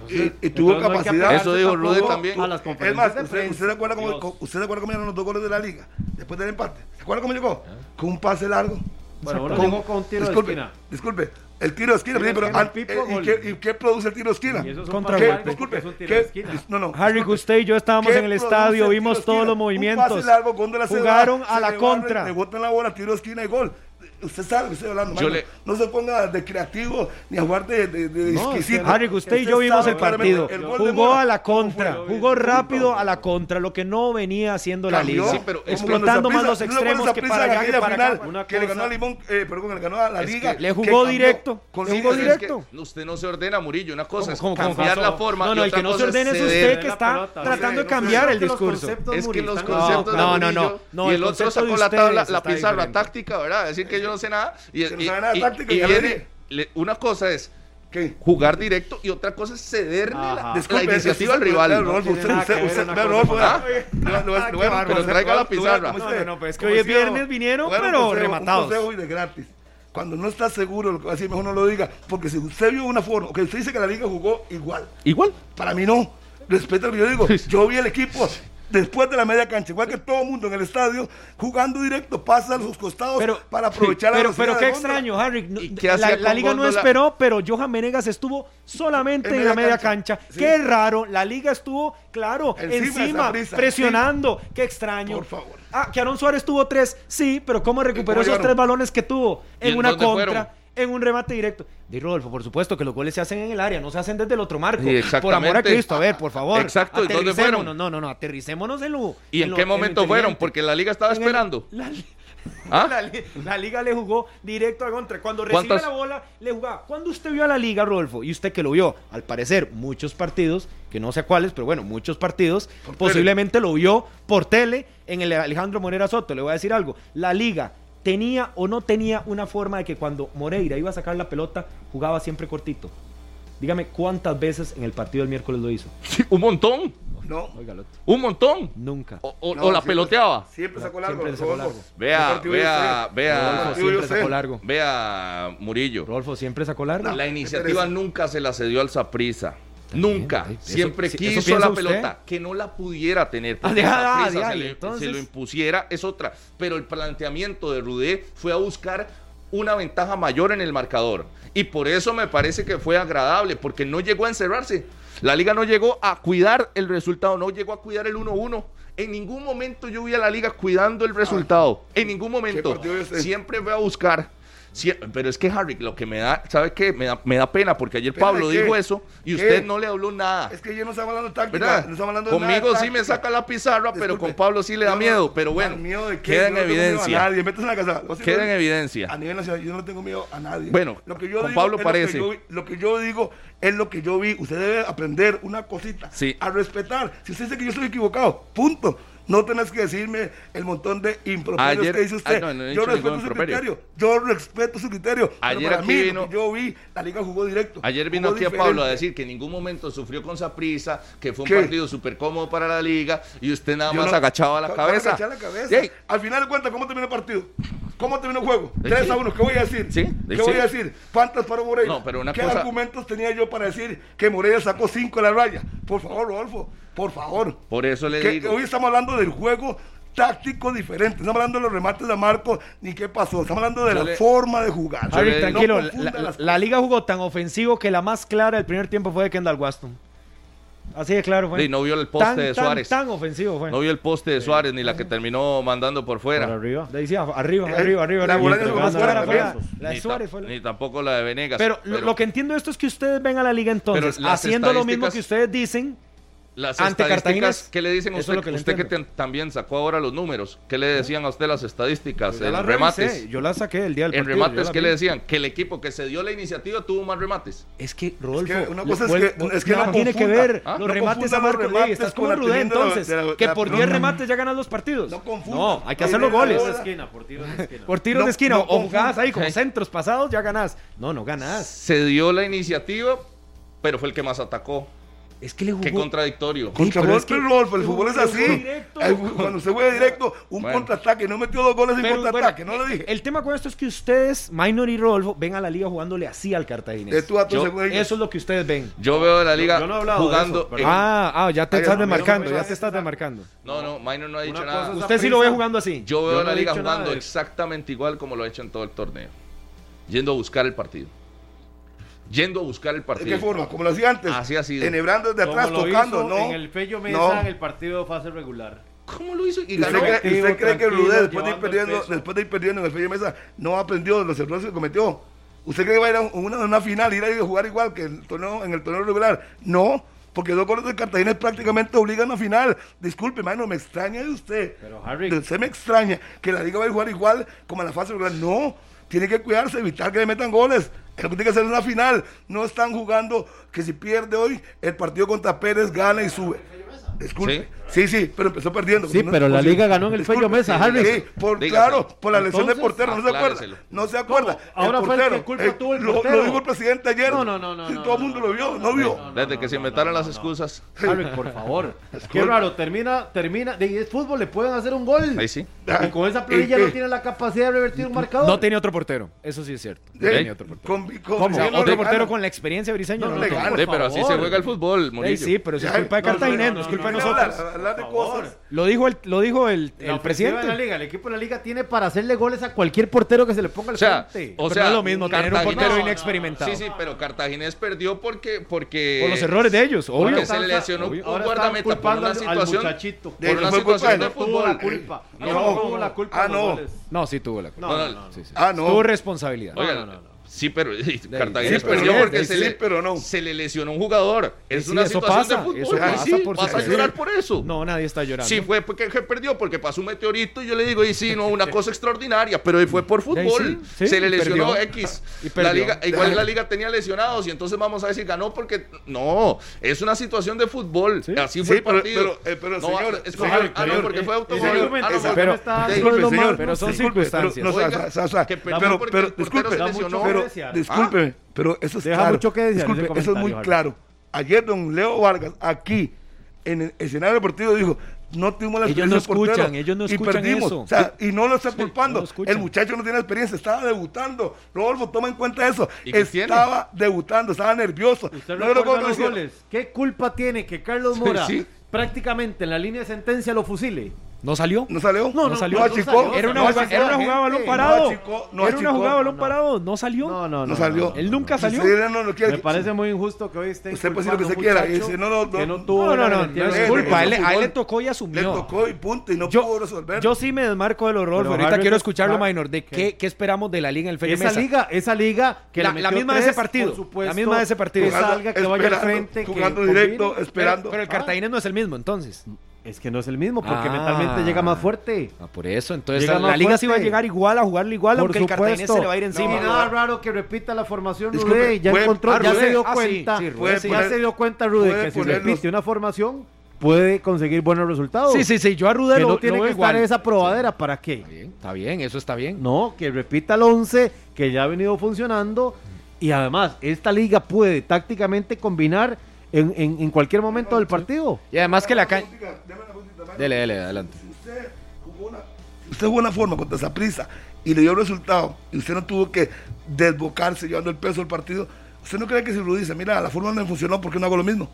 Y, y tuvo Entonces, no hay que capacidad. apegarse Eso dijo tampoco Rudé también. A Es las conferencias más, de ¿usted, prensa. usted se acuerda cómo, Dios. co- ¿usted se acuerda cómo llegaron los dos goles de la liga? Después del empate. ¿Se acuerda cómo llegó? Con un pase largo. Ah. Bueno, uno Con- llegó con un tiro disculpe, de esquina. Disculpe, el tiro de esquina, Tiro sí, de pero esquina, al- pipo, eh, ¿y, gol. qué, y qué produce el tiro de esquina? Y eso es un Contra- pase ¿Qué? largo porque Disculpe, es un tiro de ¿qué? esquina. No, no. Harry, disculpe. usted y yo estábamos ¿Qué en el produce estadio, el vimos tiro de todos esquina? los Un movimientos. pase largo, Góndola se Jugaron va, a se la le barre, contra. Le botan la bola, tiro de esquina y gol. Usted sabe lo que estoy hablando. Yo mano. le- No se ponga de creativo ni a jugar de, de- de No, exquisito. es Harry, usted y yo sabe vimos el claramente partido. el gol de Jugó Mora. a la contra, Yo vi- jugó rápido a la contra, lo que no venía haciendo la Cambió, liga. Sí, pero como explotando cuando más los Saprissa- ¿no le acuerdas extremos que Saprissa para en allá que aquella para final acá. Una que le ganó a cosa- Limón, eh, perdón, le ganó a la Es liga. que le que jugó cambió directo, con- le sí, jugó es que- directo. Usted no se ordena, Murillo. Una cosa ¿Cómo, cómo, es cómo? cambiar la No, forma. No, y no, el otra que no se cosa ordena es ceder. usted ceder que la está pelota. tratando de Sí, cambiar Creo el que los discurso. conceptos Es que los murieron. conceptos No, de no, no, Murillo no, y el el otro concepto de sacó la ustedes tabla, la está pizarra diferente. táctica, ¿verdad? Decir que yo no sé nada y, Que no y- sabe nada de y- táctica, y ya lo dije. viene le- una cosa es ¿Qué? jugar directo y otra cosa es cederle la, Ajá. Ah. la iniciativa al es- vea, rival. Rodolfo, No usted, tiene nada usted- que ver usted- una vea, cosa Rodolfo, con otra. vea. Le voy a- le voy a- Ah, le qué voy a- bárbaro. le voy a- Pero traiga la le voy a- pizarra. ¿cómo se No, no, pues, ve? no, pero es que ¿Cómo hoy es se ve? viernes, vinieron, Bueno, pero consejo- rematados. Un consejo y de gratis. Cuando no está seguro lo que va a decir, mejor no lo diga. Porque si usted vio una forma, que usted dice que la liga jugó igual. Igual. Para mí no. Respeta lo que yo digo. Yo vi el equipo después de la media cancha, igual que todo el mundo en el estadio, jugando directo, pasa a sus costados Pero- para aprovechar la Pero, velocidad pero de qué Gondra. extraño, Harry. no- ¿Y qué la, hacía la con liga no Góndola? esperó, pero Johan Menegas estuvo solamente En en, media la media cancha. cancha. Sí. Qué raro. La liga estuvo, claro, Encima de encima, Saprissa, presionando. Qué extraño. Por favor. Ah, que Aaron Suárez tuvo tres. Sí, pero ¿cómo recuperó ¿Cómo esos llegaron? tres balones que tuvo? ¿Y En en una dónde contra. fueron? En un remate directo. Di Rodolfo, por supuesto que los goles se hacen en el área, no se hacen desde el otro marco. Sí, exactamente. Por amor a Cristo, a ver, por favor. Exacto, ¿y dónde aterricémonos. fueron? No, no, no, aterricémonos en lo. ¿Y en lo- qué lo momento fueron? inteligente. Porque la liga estaba En el- esperando. la li- ¿Ah? la, li- la liga le jugó directo a contra. Cuando recibe ¿Cuántas- la bola, le jugaba. ¿Cuándo usted vio a la liga, Rodolfo? Y usted que lo vio, al parecer, muchos partidos, que no sé cuáles, pero bueno, muchos partidos, posiblemente lo vio por tele en el Alejandro Morera Soto. Le voy a decir algo. La liga tenía o no tenía una forma de que cuando Moreira iba a sacar la pelota, jugaba siempre cortito. Dígame cuántas veces en el partido del miércoles lo hizo. Sí, un montón. No, Óigalo. Un montón. Nunca. O, o- no, o la siempre- peloteaba. Siempre sacó No, largo. siempre sacó Rodolfo. largo. El Vea, partido de vea, usted. vea, Rodolfo yo siempre sé. sacó largo. vea, Murillo. Rodolfo siempre sacó largo. La iniciativa nunca se la cedió al Saprisa. Nunca, Ay, eso- siempre sí, eso quiso piensa la usted. pelota, que no la pudiera tener. porque Ah, ya, Saprissa ya, se, y le- entonces- se lo impusiera, es otra. Pero el planteamiento de Rudé fue a buscar una ventaja mayor en el marcador. Y por eso me parece que fue agradable, porque no llegó a encerrarse. La liga no llegó a cuidar el resultado, no llegó a cuidar el 1-1. En ningún momento yo vi a la liga cuidando el resultado. En ningún momento. partido es ese? Siempre fue a buscar. Sie- pero es que Harry, lo que me da, ¿sabe qué? Me da, me da pena porque ayer ¿Pena Pablo de qué? digo eso y ¿Qué? usted no le habló nada. Es que yo no estaba hablando de táctica. ¿Verdad? No estaba hablando de nada de Conmigo sí táctica. me saca la pizarra, pero Disculpe, con Pablo sí le da yo no- miedo. Pero bueno, ¿al miedo de qué? queda Yo en no tengo miedo a evidencia. nadie, métase en la casa. O sea, Queda yo- en A evidencia. nivel nacional, yo no tengo miedo a nadie. Bueno, con Pablo es parece. Lo que, yo, vi- lo que yo digo es lo que yo vi. Usted debe aprender una cosita. Sí. A respetar. Si usted dice que yo estoy equivocado, punto. No tenés que decirme el montón de improperios Ayer- que dice usted. ah, no, no he yo dicho respeto ningún su improperio. criterio. Yo respeto su criterio. pero Ayer para aquí mí, lo vino- que yo vi, la liga jugó directo. Ayer vino Jugó aquí a Pablo a diferente. decir que en ningún momento sufrió con prisa, que fue un ¿Qué? partido súper cómodo para la liga y usted nada Yo más no- agachaba yo la agachaba cabeza. la cabeza. Ey, Al final de cuentas, ¿cómo terminó el partido? ¿Cómo terminó el juego? Sí. 3 a 1, ¿qué voy a decir? Sí, ¿Qué sí. voy a decir? ¿Cuántas paró Moreira? No, pero una ¿Qué cosa- argumentos tenía yo para decir que Moreira sacó 5 de la raya? Por favor, Rodolfo, por favor. Por eso le Que digo. Hoy estamos hablando del juego táctico diferente. Estamos hablando de los remates de Marco, ni qué pasó. Estamos hablando de Yo la le- forma de jugar. Ah, Yo le- Harry, no pues, tranquilo. confunda la, la- las la liga jugó tan ofensivo que la más clara del primer tiempo fue de Kendall Waston. Así de claro fue. Y no vio el poste Tan, de tan, Suárez. Tan ofensivo fue. No vio el poste de Suárez ni la que terminó mandando por fuera. Por arriba. De ahí sí, arriba, Eh, arriba, arriba. la arriba. Bolaños Pero fue la más fuera Suárez fue la- también. la de ni, Suárez ta- fue la- ni tampoco la de Venegas. Pero lo, lo que entiendo esto es que ustedes ven a la liga entonces Pero las haciendo lo mismo estadísticas- que ustedes dicen. las ante estadísticas, Cartagena es- ¿qué le dicen a eso es usted? lo que le usted que entiendo. te- también sacó ahora los números. ¿Qué le decían a usted las estadicas? Yo en la remates. revisé, Yo la saqué el día del en partido, yo remates, la ¿qué vi. le decían? Que el equipo que se dio la iniciativa tuvo más remates. Es que, Rodolfo. Es que una cosa lo- es que- lo- es que nada no tiene que confunda, ver ¿ah? los no remates confunda a los Marco remates Estás con como la Rudé teniendo la- entonces. de la- que la- por no, 10 no, no. remates ya ganan los partidos. No confunda. No, hay que Ahí hacer los viene la goles. bola. esquina, por tiros de esquina. Por tiros No- de esquina no o jugadas confunda. ahí como Sí. centros pasados ya ganás. No, no ganás. Se dio la iniciativa, pero fue el que más atacó. Es que le jugó. Qué contradictorio. Contra Sí, pero es Walter que- Rolfo, pues, el pero fútbol es usted juega así. directo. Ay, Cuando usted juega directo, un Bueno. contraataque, no metió dos goles en Pero, contraataque, bueno, no le dije. El tema con esto es que ustedes, Minor y Rodolfo, ven a la liga jugándole así al Cartaginés. De tú a tú, yo- según ellos. Eso es lo que ustedes ven. Yo veo la liga yo no he hablado de jugando. eso, pero- en- Ah, ah, ya te Ay, estás no, demarcando, no, ya no, te estás demarcando. no, no, Minor no ha dicho Una nada. cosa es la Usted sí lo ve prisa. jugando así. Yo veo Yo no la he liga dicho nada jugando de- exactamente igual como lo ha hecho en todo el torneo. Yendo a buscar el partido. Yendo a buscar el ¿De qué partido. forma? Como lo hacía antes. Así ha sido. Enhebrando desde atrás, Como lo tocando, hizo ¿no? En el Pello Mesa No. en el partido de fase regular. ¿Cómo lo hizo? Y ¿Y ¿Usted ganó. cree, Activo, usted cree que tranquilo, Rudé, después de, ir llevando el perdiendo, peso. después de ir perdiendo en el Feyenoord Mesa, no aprendió de los errores que cometió? ¿Usted cree que va a ir a una, una final, ir a jugar igual que el torneo, en el torneo regular? No, porque dos goles de Cartagena prácticamente obligan a final. Disculpe, mano, me extraña de usted. Pero, Harry- De usted me extraña que la liga va a jugar igual como en la fase regular. No, tiene que cuidarse, evitar que le metan goles. Es lo que tiene que hacer en una final. No están jugando que si pierde hoy, el partido contra Pérez gana y sube. Disculpe. Sí, sí, pero empezó perdiendo. Sí, pero la liga ganó en el Pues Disculpe, Fello Mesa, sí, Harry. Sí, por, Dígase. claro, por la lesión del pues, Entonces, portero, no se acuerda. acláreselo. No se acuerda. eh, ¿Cómo? Ahora fue el que culpa tuvo el lo- Lo, portero. dijo el presidente ayer. No, no, no, no, Sí, no, todo el no, mundo no, lo vio, no, vio. no, Desde que se no, inventaron no, las no. excusas. Harry, por favor. Qué raro, termina, termina. De es fútbol, le pueden hacer un gol. Ahí sí. Ah, Y con esa planilla ¿y qué? no tiene la capacidad de revertir un marcador. No tenía otro portero, eso sí es cierto. No Sí, tenía otro portero. con- con- ¿Cómo? sí, no otro le portero gana. con la experiencia briseña. No, No, no lo le tengo. gana. Sí, pero así se favor. juega el fútbol, Ey, Murillo. sí, pero si es Ya, culpa de no, no, Cartaginés, no, no es no, culpa de no, Hablar- nosotros. hablar de Por favor. cosas. Lo dijo el, lo dijo el, La el ofensiva presidente. de la liga, el equipo de la liga tiene para hacerle goles a cualquier portero que se le ponga O al sea, frente. o Pero sea, no es lo mismo tener un Cartaginés- portero No, no, inexperimentado. Sí, sí, pero Cartaginés perdió porque. porque Por los errores de ellos, Porque obvio. se le lesionó Obvio. un Ahora guardameta están por culpando una al- al situación. muchachito. Por una No fue culpa situación de de él, No tuvo fútbol. la culpa. No, No, no, tuvo la culpa. ah, de los no. goles. No, sí tuvo la culpa. No, no, No, no. Sí, sí. Ah, no. Tuvo responsabilidad. Oiga, No, no, no. sí, pero y sí, Cartaginés pero perdió no, porque de- se, sí, le, pero no. se le lesionó un jugador. Es sí, una eso situación pasa, de fútbol. eso Ay, pasa sí, por vas a supuesto. llorar por eso. No, nadie está llorando. Sí, fue porque que perdió, porque pasó un meteorito y yo le digo, y sí, no, una cosa extraordinaria, pero fue por fútbol. sí, se le y lesionó perdió. X. Y la perdió. liga, igual la liga tenía lesionados y entonces vamos a decir, ganó porque... No, es una situación de fútbol. Así fue Sí, el pero- partido. pero, eh, pero, no, señor, señor, es como, ah, no, señor, porque fue eh, autogol. señor, ah, no, esa- porque- pero- está- Sí, no es lo señor, malo. pero son Disculpe, circunstancias. Pero, no, Oiga, sa- sa- sa- que pero, perdió porque pero, el portero disculpe, se da lesionó. mucho pero, que desear. Ah. discúlpeme, pero eso es Deja claro. mucho que desear Disculpe, ese eso es muy comentario, Harry. claro. Ayer don Leo Vargas, aquí, en el escenario del partido, dijo, no tuvimos la Ellos experiencia no del portero, escuchan, ellos no escuchan y perdimos. eso. O sea, y no lo está no culpando. lo escuchan. el muchacho no tiene experiencia, estaba debutando. Rodolfo, toma en cuenta eso. ¿Y qué Estaba debutando, estaba nervioso. Usted No no era recuerda como los decía- goles. ¿Qué culpa tiene que Carlos Mora sí. prácticamente en la línea de sentencia lo fusile? No salió. No salió. No, no salió. achicó. No salió. Era una No jugada, achicó era una la jugada a balón gente. parado. No achicó, no era una achicó. jugada a balón No, parado. No salió. No, no, no. No salió. no, no. Él nunca salió. Sí, no lo quiere. Me parece muy injusto que hoy esté. Usted puede decir lo que usted quiera, y dice, no, no, no. que no No, tuvo no, una no, garantía no de es Eh, gol. culpa. eh, Él- eh, a él le eh, tocó y Le asumió. tocó y punto, y no pudo resolver. yo sí me desmarco del horror. Pero Ahorita Harry, quiero escucharlo, Har- Minor. ¿De qué, ¿Qué? qué esperamos de la liga en el Felipe Esa liga, esa liga que La- le la metió misma de ese tres, partido, por supuesto, la misma de ese partido. Que salga, que vaya al Esperando, frente. que jugando directo, combine. espe- esperando. Pero, el Ah. Cartaginés no es el mismo, entonces. Es que no es el mismo, porque Ah. mentalmente llega más fuerte. Ah, por eso, entonces Llega la, la más liga sí va a fuerte. llegar igual a jugarlo igual, Por aunque el Cartaginés supuesto. se le va a ir encima. Y nada raro que repita la formación Disculpe, Rudé. Ya puede- encontró, ah, ya Rudé, se dio ah, sí, cuenta. sí, Rudé, Puede- sí. ya se dio cuenta Rudé puede que si poner los- repite una formación puede conseguir buenos resultados. Sí, sí, sí, yo a Rudé Que lo, no lo tiene veo que estar igual. en esa probadera. ¿Para qué? Está bien, está bien, eso está bien. No, que repita el 11 que ya ha venido funcionando y además esta liga puede tácticamente combinar en, en- en cualquier momento del partido. Y además que la cancha... Deme una puntita, Mario. Dele, dele, adelante. Si usted jugó una, si usted jugó una forma contra esa prisa y le dio el resultado y usted no tuvo que desbocarse llevando el peso del partido, ¿usted no cree que si lo dice, mira, la forma no me funcionó, ¿por qué no hago lo mismo?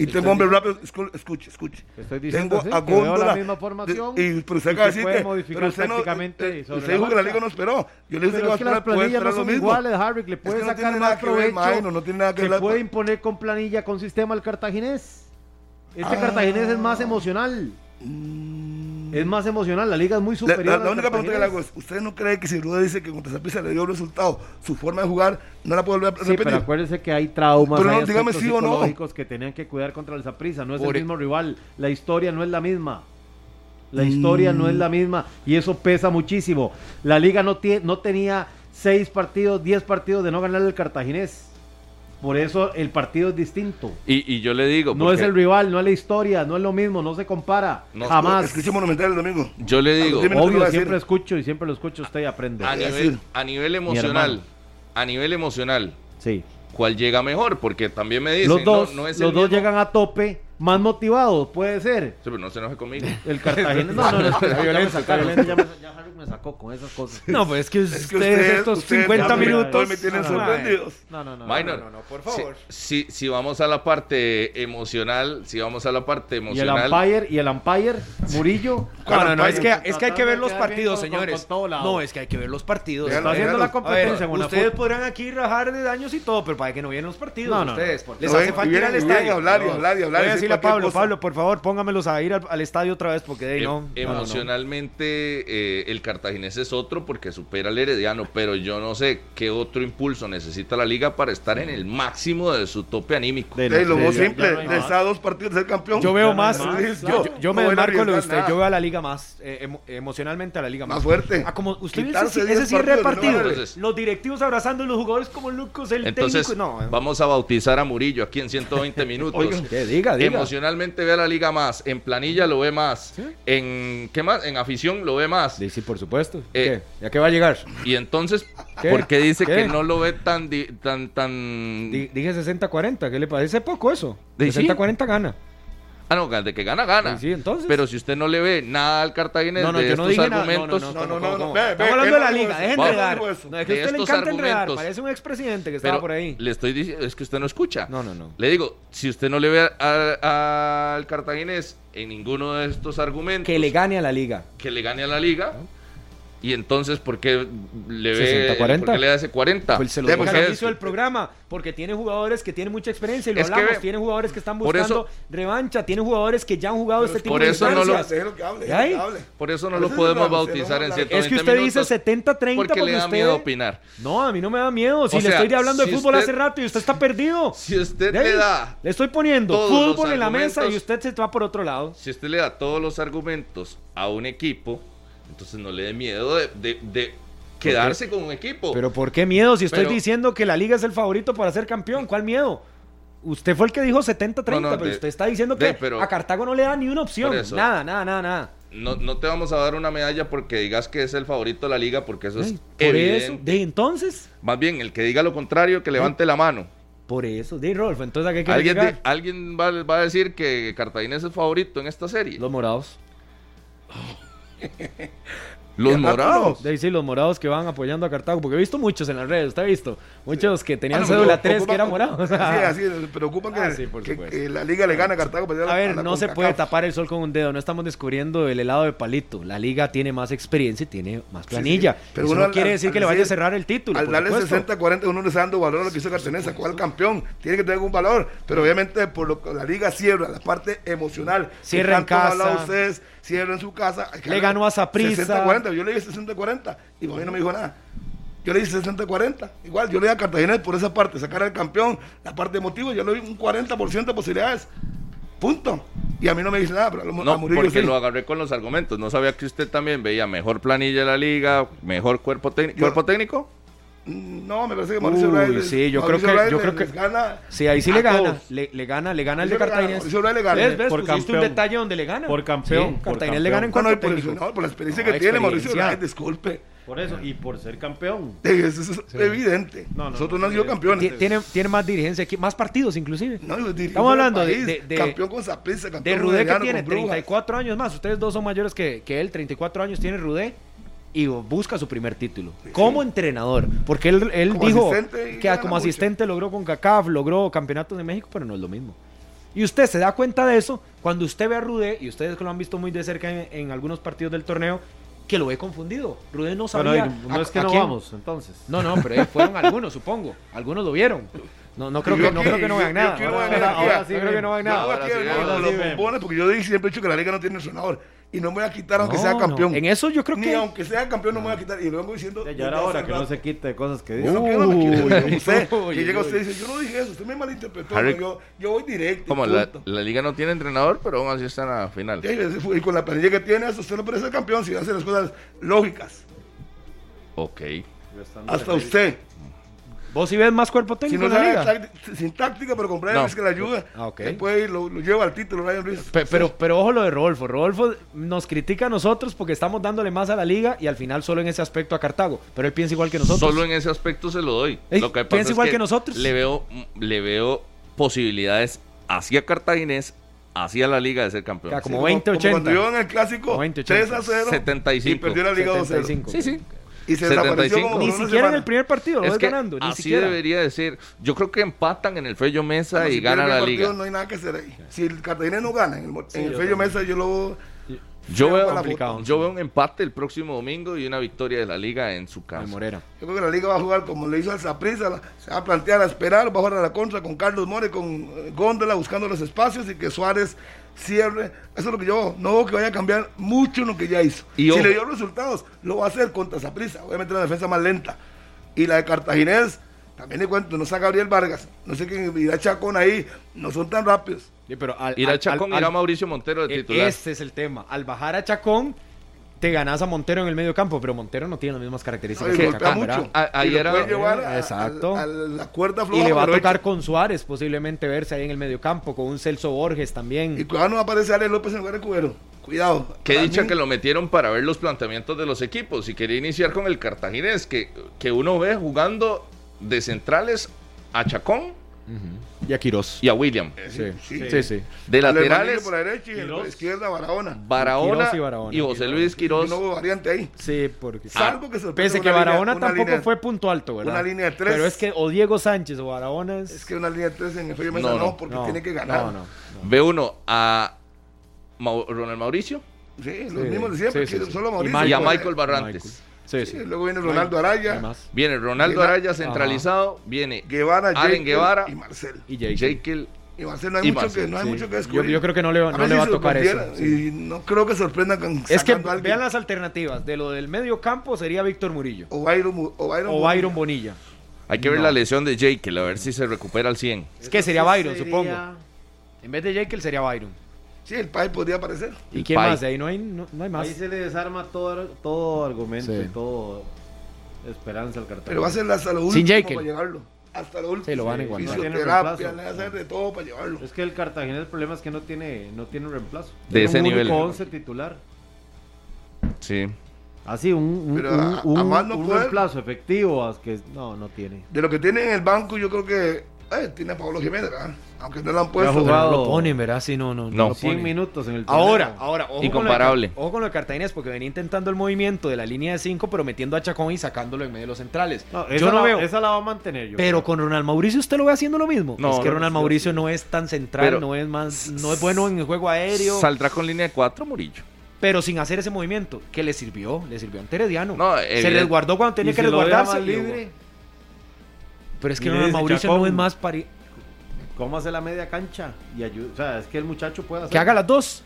Y tengo hombre rápido, escu- escuche, escuche. Estoy diciendo Tengo sí, a que veo la Góndola, misma de- formación Y, pero usted acaba y de que decir puede que- modificar pero usted no- eh, tácticamente usted sobre la dijo que la marcha. liga no esperó. Yo le dije que va a Pero es que las esperar, puede planillas no esperar lo son mismo. iguales, Harry, que le Es puede que no sacar tiene más nada que ver, provecho. Maino, no tiene nada que se ver la- puede imponer con planilla, con sistema al cartaginés. Este Ah. cartaginés es más emocional. Es más emocional, la liga es muy La, superior. la- al la única pregunta que le hago es, cartaginés. ¿usted no cree que si Ruda dice que contra Zapisa le dio un resultado, su forma de jugar no la puede volver a Sí, repetir? pero acuérdese que hay traumas, Pero no, hay dígame aspectos sí o no. psicológicos que tenían que cuidar contra el Zaprisa, no es Por el e- mismo rival, la historia no es la misma. La historia no es Mm. Mm. la misma y eso pesa muchísimo. La liga no, tie- no tenía seis partidos, diez partidos de no ganar el cartaginés. Por eso el partido es distinto. Y, y yo le digo, No es porque el rival, no es la historia, no es lo mismo, no se compara. No, jamás. Escuché Monumental el domingo. yo le digo, Dime- lo iba Obvio, a siempre decir. escucho y siempre lo escucho usted y aprende. a nivel, decir. a nivel emocional, hermano. a nivel emocional, Sí. ¿cuál llega mejor? Porque también me dicen, Los dos, no, no es el los dos mismo- llegan a tope, más motivados, puede ser. Sí, pero no se enoje conmigo. El Cartagena. No, no, no, Está ya me violento, está sacaron. violento. Ya, me, ya Harold me sacó con esas cosas. No, pues es que ustedes ustedes- estos ustedes 50 ya me- minutos. hoy me tienen Ay. sorprendidos. No, no, no. Minor, no, no, por si- favor. Si, si, vamos a la parte emocional, si vamos a la parte Y el emocional, umpire, y el umpire, Murillo. No, no, no, es que, Tratando es que hay que ver de los quedar bien partidos, con- con- señores. con todo lado. No, es que hay que ver los partidos. Está Está haciendo Vean, la A ver, competencia en una ustedes fut- podrán aquí rajar de daños y todo, pero para que no vienen los partidos No, no, ustedes. no, no. Les No, hace ven- falta y ir al vienen- y estadio. vienen a hablar, y No. hablar, y hablar, Voy a y decir decirle a cualquier Pablo, cosa. Pablo, por favor, póngamelos a ir al, al estadio otra vez porque de ahí em- no. no, no, no. emocionalmente eh, el cartaginés es otro porque supera al herediano, pero yo no sé qué otro impulso necesita la liga para estar en el máximo de su tope anímico. De- Ey, lo Sí, más ya- ya simple, no hay le más. está a dos partidos de ser campeón. Yo veo más. no hay más, yo, yo- yo me No voy a desmarco lo de arriesgar usted. nada. Yo veo a la liga más. eh, emo- emocionalmente a la liga más. Más fuerte. Ah, como usted vio Quitarse ese, ese 10 cierre de partidos, no partido. vale. los directivos abrazando a los jugadores como locos. El Entonces, técnico. No, eh. vamos a bautizar a Murillo aquí en 120 minutos. Oigan, que diga, diga. Emocionalmente ve a la liga más, en planilla lo ve más, en ¿qué más? En afición lo ve más. Sí, sí, por supuesto. Eh. ¿Qué? ¿Ya qué va a llegar? Y entonces, ¿Qué? ¿por qué dice ¿Qué? que no lo ve tan di- tan tan Di- Dije 60-40, ¿qué le parece poco eso? Sí, sí. 60-40 gana. Ah, no, de que gana gana. Pues Sí, sí, entonces. Pero si usted no le ve nada al cartaginés No, no, de yo no estos dije nada. argumentos, No, No, no, ¿Cómo, no, cómo? no. ve, Estamos ve, hablando ve, de la no, liga, no, dejen no, de no, enredar. no, eso. No, es que a De usted le estos encanta enredar, argumentos. parece un expresidente que pero estaba por ahí. le estoy diciendo, es que usted no escucha. No, no, no. Le digo, si usted no le ve a- a- al cartaginés en ninguno de estos argumentos Que le gane a la liga. que le gane a la liga, y entonces ¿por qué le ve 60-40? por qué le da ese 40? Pues se lo Sí, dije porque al es- inicio del programa, porque tiene jugadores que tienen mucha experiencia y lo Es que hablamos, ve- tiene jugadores que están por buscando eso- revancha, tiene jugadores que ya han jugado este tipo por de eso no lo- instancias. ¿Eh? Déjelo que hable, ¿Y ahí? déjelo que hable. por eso no Por lo Pues eso podemos no hablamos, bautizar en no hablamos. Es 120 que usted dice minutos, 70-30 porque le da usted- miedo opinar. No, a mí no me da miedo. Si O le sea, estoy hablando si de fútbol usted- hace rato y usted está perdido. Si usted De ahí, le da le estoy poniendo todos los fútbol en la mesa y argumentos- usted se va por otro lado. si usted le da todos los argumentos a un equipo, entonces no le dé miedo de, de- de quedarse con un equipo. Pero ¿por qué miedo? Si estoy Pero- diciendo que la liga es el favorito para ser campeón, ¿cuál miedo? Usted fue el que dijo 70-30, No, no, pero de- usted está diciendo que de- pero- a Cartago no le da ni una opción. Por eso. Nada, nada, nada, nada. no, no te vamos a dar una medalla porque digas que es el favorito de la liga, porque eso es Ay, por eso, evidente. de entonces, Más bien, el que diga lo contrario, que levante la mano. por eso, de Rolf, entonces ¿a qué quiere ¿Alguien, llegar? di- alguien va, va a decir que Cartagena es el favorito en esta serie? Los morados. Los Ya, morados. De ahí sí, los morados que van apoyando a Cartago, porque he visto muchos en las redes, usted ha visto. Muchos que tenían Ah, no, pero cédula 3 que ocupa- eran morados. Sí, así, preocupa que, Ah, sí, por que- supuesto. que la liga le gana a Cartago. para llegar A ver, la no se CONCACAF. puede tapar el sol con un dedo. No estamos descubriendo el helado de palito. La liga tiene más experiencia y tiene más planilla. Sí, sí. Pero Eso uno no al- quiere al- decir al que le vaya a decir- cerrar el título. Al por darle supuesto. 60-40, uno le está dando valor a lo que hizo Cartenesa. ¿Cuál campeón? Tiene que tener algún valor. Pero obviamente, por lo que la liga cierra, la parte emocional. que Cierra en tanto han hablado casa. ustedes, cierra en su casa. Hay que Le hablar. ganó a Saprissa. 60-40, yo le dije 60-40. Y a mí no me dijo nada. Yo le dije 60-40. Igual, yo le dije a Cartagena por esa parte, sacar al campeón, la parte emotiva, yo le doy un 40% de posibilidades. Punto. Y a mí no me dice nada, pero a lo- a No, Murillo porque Ah, sí. lo agarré con los argumentos. No sabía que usted también veía mejor planilla de la liga, mejor cuerpo técnico. Yo- ¿Cuerpo técnico? No, me parece que Mauricio Uy, Braille- sí, yo creo Mauricio que- Braille yo creo les que- gana Sí, ahí sí le a gana. todos. Le, le gana, le gana el Sí, de le gana, Cartaginés. sí, le gana. ¿Ves? ¿Ves? Por Pusiste campeón. un detalle donde le gana. Por campeón, por Cartaginés le gana en campeón. No, no, cuanto y por, eso, técnico. no, por la experiencia No, que tiene Mauricio experiencia. Braille, disculpe. Por eso, y por ser campeón. Eh, Eso es evidente. No, no, Nosotros no, no, han sido sí, campeones. Ti- Tiene, tiene más dirigencia aquí, más partidos inclusive. No, yo diría, Estamos fuera del hablando de- país, de- de- campeón con Saprissa, campeón De Rudé que con tiene Brujas. 34 años más. Ustedes dos son mayores que, que él. 34 años tiene Rudé y busca su primer título. Como entrenador. Porque él, él Como dijo asistente y que gana como mucho. asistente logró con CACAF, logró campeonatos de México, pero no es lo mismo. Y usted se da cuenta de eso cuando usted ve a Rudé, y ustedes que lo han visto muy de cerca en, en algunos partidos del torneo, que lo ve confundido. Rudé no Pero sabía. ahí, no a- es que a no quién- vamos, entonces. No, no, pero eh, fueron algunos, supongo. Algunos lo vieron. No, no creo que no, creo que no vean nada. Yo, Ahora- ver ahora aquí. sí creo que no vean nada. Yo Ahora aquí sí vengo vemos. con Ahora los sí vemos. bombones, porque yo siempre he dicho que la liga no tiene sonador. Y no me voy a quitar aunque No, sea no. campeón. En eso yo creo Ni que- aunque sea campeón no me voy a quitar. Y lo vengo diciendo. Ya, ya era desde hace hora que no rato. se quite de cosas que Yo dice. no quiero la quiero, yo no sé. Uy, que llega uy. usted y dice, yo no dije eso, usted me malinterpretó. Harry- no, yo, yo voy directo. y Como la, punto. la liga no tiene entrenador, pero aún así está en la final. Y ahí ese fue- y con la planilla que tiene, hasta usted no puede ser campeón si hace las cosas lógicas. Ok. Hasta usted. Vos si ves más cuerpo Si técnico no en la sabe liga. táct- sin táctica, pero con Brian No. Ruiz que la ayuda, Ah, ok. después lo, lo lleva al título Brian Ruiz. Pe- Pero, pero ojo lo de Rodolfo. Rodolfo nos critica a nosotros porque estamos dándole más a la liga y al final solo en ese aspecto a Cartago. Pero él piensa igual que nosotros. Solo en ese aspecto se lo doy. Ey, lo que pasa es piensa igual que nosotros. Le veo, le veo posibilidades hacia Cartaginés, hacia la liga de ser campeón. Ya, como Sí, 20, 80. Cuando iban en el clásico, 20, 3 a 0. 75. Y perdió la liga 2-0. 75. Sí, sí. Y se desapareció 75. como por Ni una siquiera en semana. el primer partido lo Es ves que ganando. Ni así siquiera. debería de ser. Yo creo que empatan en el Fello Mesa Bueno, y si ganan pierde la el partido, liga. No hay nada que hacer ahí. Si el Cartagena no gana en el, mo- en el Fello Mesa, yo lo. Yo Sería veo, complicado. yo veo un empate el próximo domingo y una victoria de la liga en su Al casa. Morera. Yo creo que la liga va a jugar como le hizo al Zaprisa. Se va a plantear a esperar, va a jugar a la contra con Carlos More, con eh, Góndola, buscando los espacios y que Suárez cierre. Eso es lo que yo veo. No veo que vaya a cambiar mucho lo que ya hizo. Y si ojo. le dio resultados, lo va a hacer contra Zaprisa. Obviamente la defensa más lenta. Y la de Cartaginés, también le cuento, no está Gabriel Vargas. No sé quién irá Chacón ahí. No son tan rápidos. Sí, pero al- Irá al- Chacón, al- irá al- Mauricio Montero de e- titular. Este es el tema. Al bajar a Chacón, te ganás a Montero en el medio campo, pero Montero no tiene las mismas características No, y que golpea Chacón, mucho. ¿verdad? A- Y ayer lo era- puede llevar a, eh, Exacto. a- a la cuerda floja. Y le va a pero tocar con Suárez, posiblemente verse ahí en el medio campo, con un Celso Borges también. Y cuidado, no va a aparecer Ale López en lugar de Cubero. Cuidado. Que Para dicha mí- que lo metieron para ver los planteamientos de los equipos. Y quería iniciar con el Cartaginés, que, que uno ve jugando de centrales a Chacón Y a Quirós. y a William. Sí, Eh, Sí. sí, sí. De Ale laterales, Manillo por la derecha y el- Quiroz. izquierda Barahona. Barahona Quiroz y Barahona. y José Luis Quirós. No hubo variante ahí. Sí, porque. Salvo que se Pese que una línea- Barahona una tampoco línea- fue punto alto, ¿verdad? una línea de tres. Pero es que o Diego Sánchez o Barahona es. Es que una línea de tres en el Feyenoord No, no, no, porque no, tiene que ganar. No, no. Ve uno a Mau- Ronald Mauricio Sí, los Sí, mismos de siempre. sí, sí, que sí. Solo Mauricio. pues. y a Michael- Michael Barrantes. Sí, sí. Sí, luego viene Ronaldo Araya, Además. Viene Ronaldo Mira, Araya centralizado, viene Guevara, Allen Jekyll Guevara y Marcel. Y Jake. Jekyll. Y Marcel no hay, Y mucho, Marcel, que, no hay sí. mucho que Yo- descubrir. yo creo que no le va- no ver le va a si tocar eso, sorprendiera, Y no creo que sorprendan con Es que sacando a alguien. vean las alternativas. De lo del medio campo sería Víctor Murillo. O Byron. Mu- O Byron. O Mu- Byron Bonilla. Hay que ver la lesión de Jekyll, a ver si se recupera al 100. Es que sería Byron, supongo. En vez de Jekyll sería Byron. Sí, el Pai podría aparecer. ¿Y El quién Pai. más? De ahí no hay, no, no hay más. Ahí se le desarma todo, todo argumento Sí. y todo esperanza al cartón. Pero va a ser hasta lo último Sin Jekyll. para llevarlo. Hasta lo último. Sí, lo van a igualar. No Fisioterapia, tiene reemplazo. le van a hacer de todo para llevarlo. Es que el Cartagena el problema es que no tiene, no tiene reemplazo. De Tiene ese un nivel. único 11 titular. Sí. Así, un, un, Pero un- a- a un- más no un poder. reemplazo efectivo as- que no, no tiene. De lo que tiene en el banco, yo creo que eh, tiene a Pablo Jiménez, ¿verdad? Aunque no lo han Ya puesto. jugaba. No lo ponen, ¿verdad? Sí, no, no. No. lo 100 ponen. minutos en el Ahora, torneo. ahora, ojo Incomparable. Con lo de, Car- ojo con lo de Cartaginés, porque venía intentando el movimiento de la línea de 5, pero metiendo a Chacón y sacándolo en medio de los centrales. No, esa Yo no la- veo. Esa la va a mantener yo. Pero con Ronald Mauricio usted lo ve haciendo lo mismo. No, es que no, Ronald no, Mauricio no es tan central, Pero- no es más, no es bueno en el juego aéreo, Saldrá con línea de 4 Murillo. pero sin hacer ese movimiento, que le sirvió, le sirvió a Terediano. No, se evidente- resguardó cuando tenía Y que si lo deja resguardarse. más libre, Pero es que Y le Ronald dice, Mauricio Chacón, no es más para ¿cómo hace la media cancha? Y ayuda, o sea, es que el muchacho puede hacer. que haga las dos.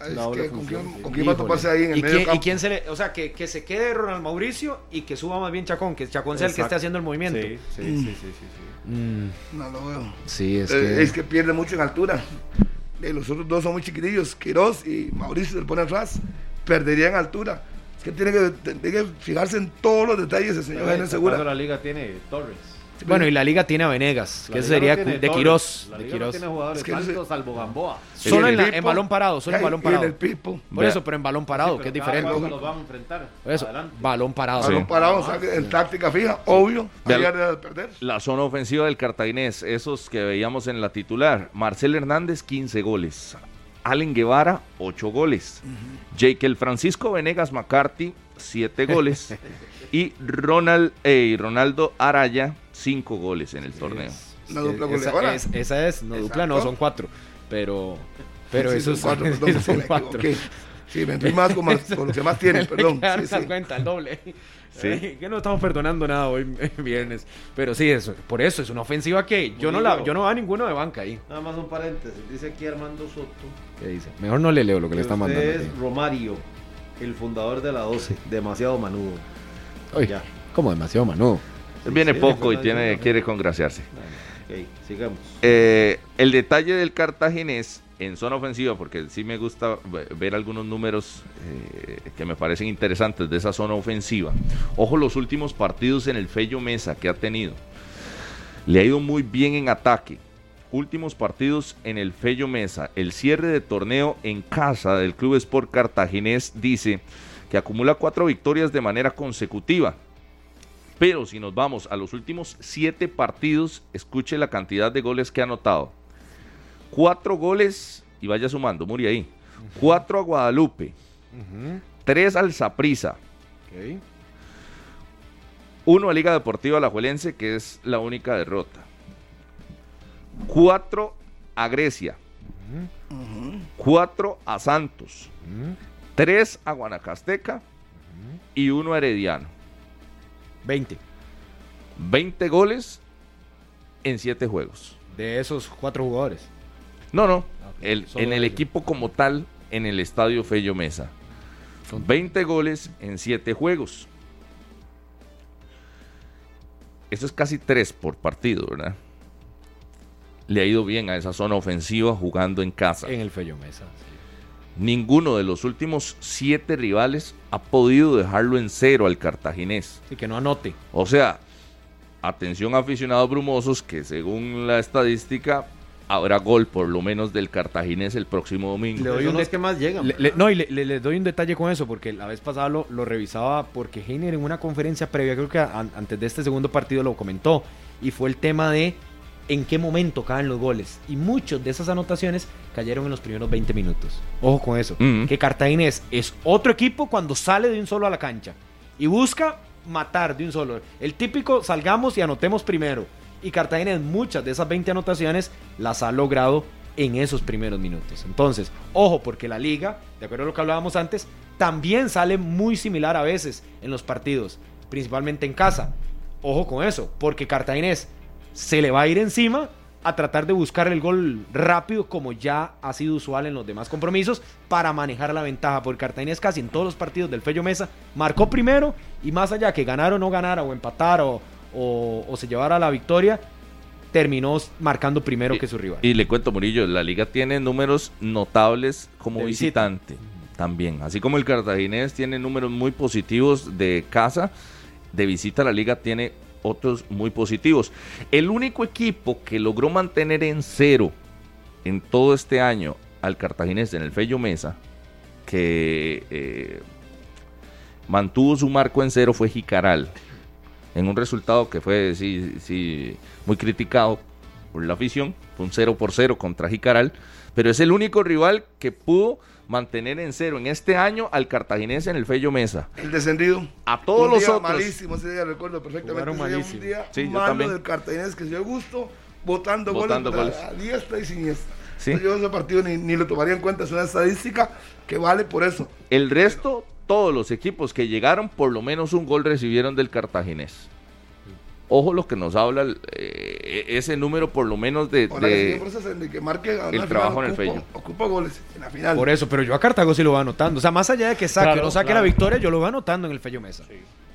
Ah, Es No, que la ¿Con función, quién, sí. con quién va a Híjole. toparse ahí en el ¿Y medio quién, y campo? quién se le, o sea, que, que se quede Ronald Mauricio y que suba más bien Chacón, que Chacón sea el que Exacto. esté haciendo el movimiento. Sí, sí, sí, sí, sí, sí. Mm, No lo veo. sí, Eh, Es, que... pierde mucho en altura. Eh, los otros dos son muy chiquitillos. Quirós y Mauricio se pone atrás. Perdería en altura. Es que tiene que, tiene que fijarse en todos los detalles el señor Jaime Sacando Segura. La liga tiene Torres. Bueno, y la liga tiene a Venegas, La que liga eso no sería tiene de Torres. Quirós. La de liga no Quirós. tiene jugadores Es que no sé- tantos, salvo Gamboa. Solo Y en, el la- tipo- en balón parado, solo en Ay, balón y en parado. el pipo. Por Vea. eso, pero en balón parado, Sí, que es pero cada diferente. cuatro los van a enfrentar. Por eso, Adelante. balón parado. Sí. Balón parado, o sea, en táctica fija, obvio. Vea- Había de perder. La zona ofensiva del Cartaginés, esos que veíamos en la titular. Marcel Hernández, 15 goles. Allen Guevara, 8 goles. Jake el Francisco Venegas McCarthy, 7 goles. y Ronald, eh, Ronaldo Araya, 5 goles en el torneo. La dupla esa, goleadora. es, esa es, no dupla, no, Exacto. son cuatro. Pero, pero Sí, eso son cuatro, es perdón, sí, son me cuatro. equivoqué. Sí, me fui más con, más- con los que más tienen, perdón. Hay que Sí, darse sí. cuenta, el doble. Sí. Eh, que no estamos perdonando nada hoy viernes. Pero sí, es, por eso es una ofensiva que yo no, la, yo no va a ninguno de banca ahí. Nada más un paréntesis. Dice aquí Armando Soto. ¿Qué dice? Mejor no le leo lo que, que le está usted mandando. es Romario, el fundador de la 12. Demasiado manudo. Uy, Ya. como demasiado manudo. Él viene Sí, sí, poco y Fernando, tiene, ¿no? quiere congraciarse. Ok, sigamos. Eh, el detalle del cartaginés en zona ofensiva, porque sí me gusta ve- ver algunos números eh, que me parecen interesantes de esa zona ofensiva. Ojo los últimos partidos en el Fello Mesa que ha tenido. Le ha ido muy bien en ataque. Últimos partidos en el Fello Mesa. El cierre de torneo en casa del Club Sport Cartaginés dice que acumula cuatro victorias de manera consecutiva. Pero si nos vamos a los últimos siete partidos, escuche la cantidad de goles que ha anotado. Cuatro goles, y vaya sumando, Muri ahí. Cuatro a Guadalupe, tres al Saprisa, uno a Liga Deportiva Alajuelense, que es la única derrota. Cuatro a Grecia, cuatro a Santos, tres a Guanacasteca y uno a Herediano. 20. 20 goles en 7 juegos. De esos cuatro jugadores. No, no. ok. el- Solo en el ellos. equipo como tal, en el estadio Fello Mesa. Son- 20 goles en 7 juegos. Eso es casi 3 por partido, ¿verdad? Le ha ido bien a esa zona ofensiva jugando en casa. En el Fello Mesa. Ninguno de los últimos 7 rivales ha podido dejarlo en cero al cartaginés. Así que no anote. O sea, atención aficionados brumosos que según la estadística habrá gol por lo menos del cartaginés el próximo domingo. Le doy Pero un son los det- que más llegan. Le- le- no, y le, le- les doy un detalle con eso, porque la vez pasada lo, lo revisaba, porque Heiner en una conferencia previa, creo que an- antes de este segundo partido lo comentó, y fue el tema de en qué momento caen los goles. Y muchos de esas anotaciones cayeron en los primeros 20 minutos. Ojo con eso, Mm. que Cartaginés es otro equipo cuando sale de un solo a la cancha y busca matar de un solo. El típico salgamos y anotemos primero. Y Cartaginés muchas de esas 20 anotaciones las ha logrado en esos primeros minutos. Entonces, ojo, porque la liga, de acuerdo a lo que hablábamos antes, también sale muy similar a veces en los partidos, principalmente en casa. Ojo con eso, porque Cartaginés se le va a ir encima a tratar de buscar el gol rápido como ya ha sido usual en los demás compromisos para manejar la ventaja porque Cartaginés casi en todos los partidos del Fello Mesa marcó primero y más allá que ganar o no ganara o empatar o, o- o se llevara la victoria terminó s- marcando primero que su rival Y le cuento, Murillo, la liga tiene números notables como De visita. visitante también. Así como el cartaginés tiene números muy positivos de casa, de visita la liga tiene otros muy positivos. El único equipo que logró mantener en cero en todo este año al cartaginés en el Fello Mesa, que eh, mantuvo su marco en cero, fue Jicaral. En un resultado que fue sí, sí, muy criticado por la afición, fue un 0 por 0 contra Jicaral, pero es el único rival que pudo mantener en cero en este año al cartaginés en el Fello Mesa. El descendido. A todos Un los día otros. Malísimo, ese día recuerdo perfectamente. Ese Jugaron día, malísimo. Un día Sí, yo malo también. del Cartaginés que se dio gusto, votando, Botando goles, goles. a diestra y siniestra. Sí. Yo ese partido ni, ni lo tomaría en cuenta, es una estadística que vale por eso. El resto, todos los equipos que llegaron, por lo menos un gol recibieron del cartaginés. Ojo lo que nos habla eh, ese número, por lo menos de... Ahora de- que sigue proceso en el que marque a el una trabajo final, en el ocupa- Fello. Ocupa goles en la final. por eso pero yo a Cartago sí lo va anotando o sea más allá de que saque o Claro, no saque claro. la victoria yo lo va anotando en el Fello Mesa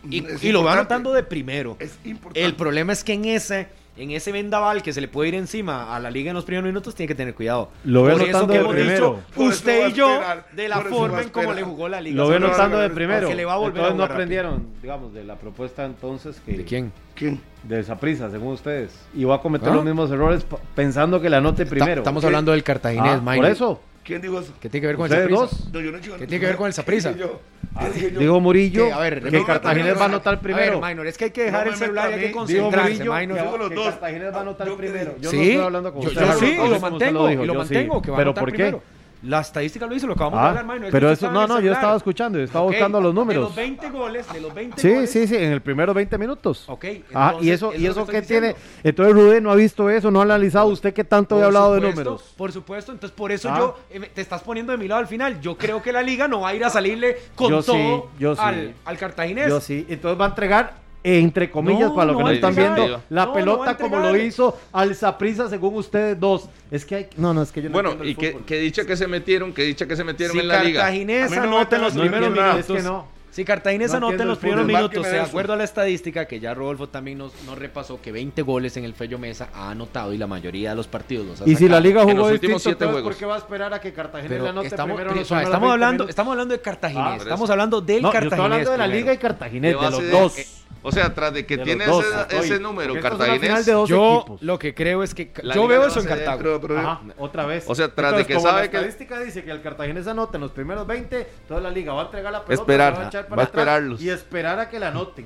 y, Es y lo importante. va anotando de primero Es importante. El problema es que en ese, en ese vendaval que se le puede ir encima a la liga en los primeros minutos, tiene que tener cuidado. Lo ve Por anotando de primero. Por eso va usted a y yo, esperar, de la por eso va forma a en cómo esperar. le jugó la liga. Lo ven no, notando no, de no, primero. porque le va a volver a Entonces no jugar rápido. aprendieron, digamos, de la propuesta entonces que... ¿De quién? ¿Quién? De esa prisa, según ustedes. Y va a cometer ¿Ah? los mismos errores pa- pensando que la anote primero. estamos Ah, hablando del cartaginés, Mike. Por eso, ¿Quién dijo eso? ¿Qué tiene que ver con el ustedes Saprissa? dos. No, yo no he dicho- ¿Qué tiene que ver con el Saprissa? Dije yo. Dije yo. Digo Murillo Que, a ver, que no, no, Cartaginés no, va a no, anotar primero. A ver, Minor, es que hay que dejar No el me celular y metas hay que a mí. Digo concentrarse, Murillo Minor. yo digo los que dos. Cartaginés va a Yo anotar qué primero. dije. Yo Sí, no estoy hablando con yo- ustedes. yo sí, Hablando y lo como usted mantengo, dijo, y lo yo mantengo, que va a Pero anotar ¿por qué? primero. La estadística lo dice, lo acabamos de Ah, hablar, mae, es que pero usted eso, estaba no, en el no, yo celular. estaba escuchando, yo estaba Ok, buscando los De números. los 20 goles, de los 20 Sí, goles. sí, sí, en el primero 20 minutos. ¿eh? Ok, Ah, y entonces, eso, es y lo eso que que estoy tiene. diciendo. Entonces Rubén no ha visto eso, no ha analizado usted que tanto Por había hablado de supuesto, números. Por supuesto, entonces por eso Ah. yo eh, me- te estás poniendo de mi lado al final. Yo creo que la liga no va a ir a salirle con Yo sí, todo yo sí. al, al cartaginés. Yo sí, entonces va a entregar entre comillas No, para los que no no va a están entregar. viendo la No, no pelota va a como lo entregar. hizo al Saprissa según ustedes dos. Es que hay no, no, es que yo no Bueno, entiendo el y que, fútbol. que dicha que se metieron, que dicha que se metieron Si en la liga. Cartaginés A mí no me anota metan en los los primeros primeros minutos. minutos. Es que no. Si Cartaginés No anota en entiendo los el primeros fútbol. minutos, de Márqueme eso. acuerdo a la estadística que ya Rodolfo también nos, nos repasó, que 20 goles en el Fello Mesa ha anotado y la mayoría de los partidos los ha Y si la sacado. liga en los jugó últimos distinto, siete entonces, juegos. ¿por qué va a esperar a que Cartagena Pero le anote estamos, primero pero, los o sea, primeros estamos 20 hablando, minutos? estamos hablando de Cartaginés, Ah, por estamos eso. hablando del No, yo Cartaginés. estoy hablando de la primero. liga y De Cartaginés, de, base los de- dos. eh, o sea, tras de que De los tiene dos, ese, estoy. ese número Porque esto es una final cartaginés, de dos Yo equipos. lo que creo es que La yo liga veo no eso en se debe, Cartago. Pero- pero- Ajá, otra vez. O sea, tras de que como sabe la que- estadística dice que el Cartagena se anota en los primeros 20, toda la liga va a entregar la pelota, Esperar, la va a echar para va a atrás esperarlos. y esperar a que la anoten.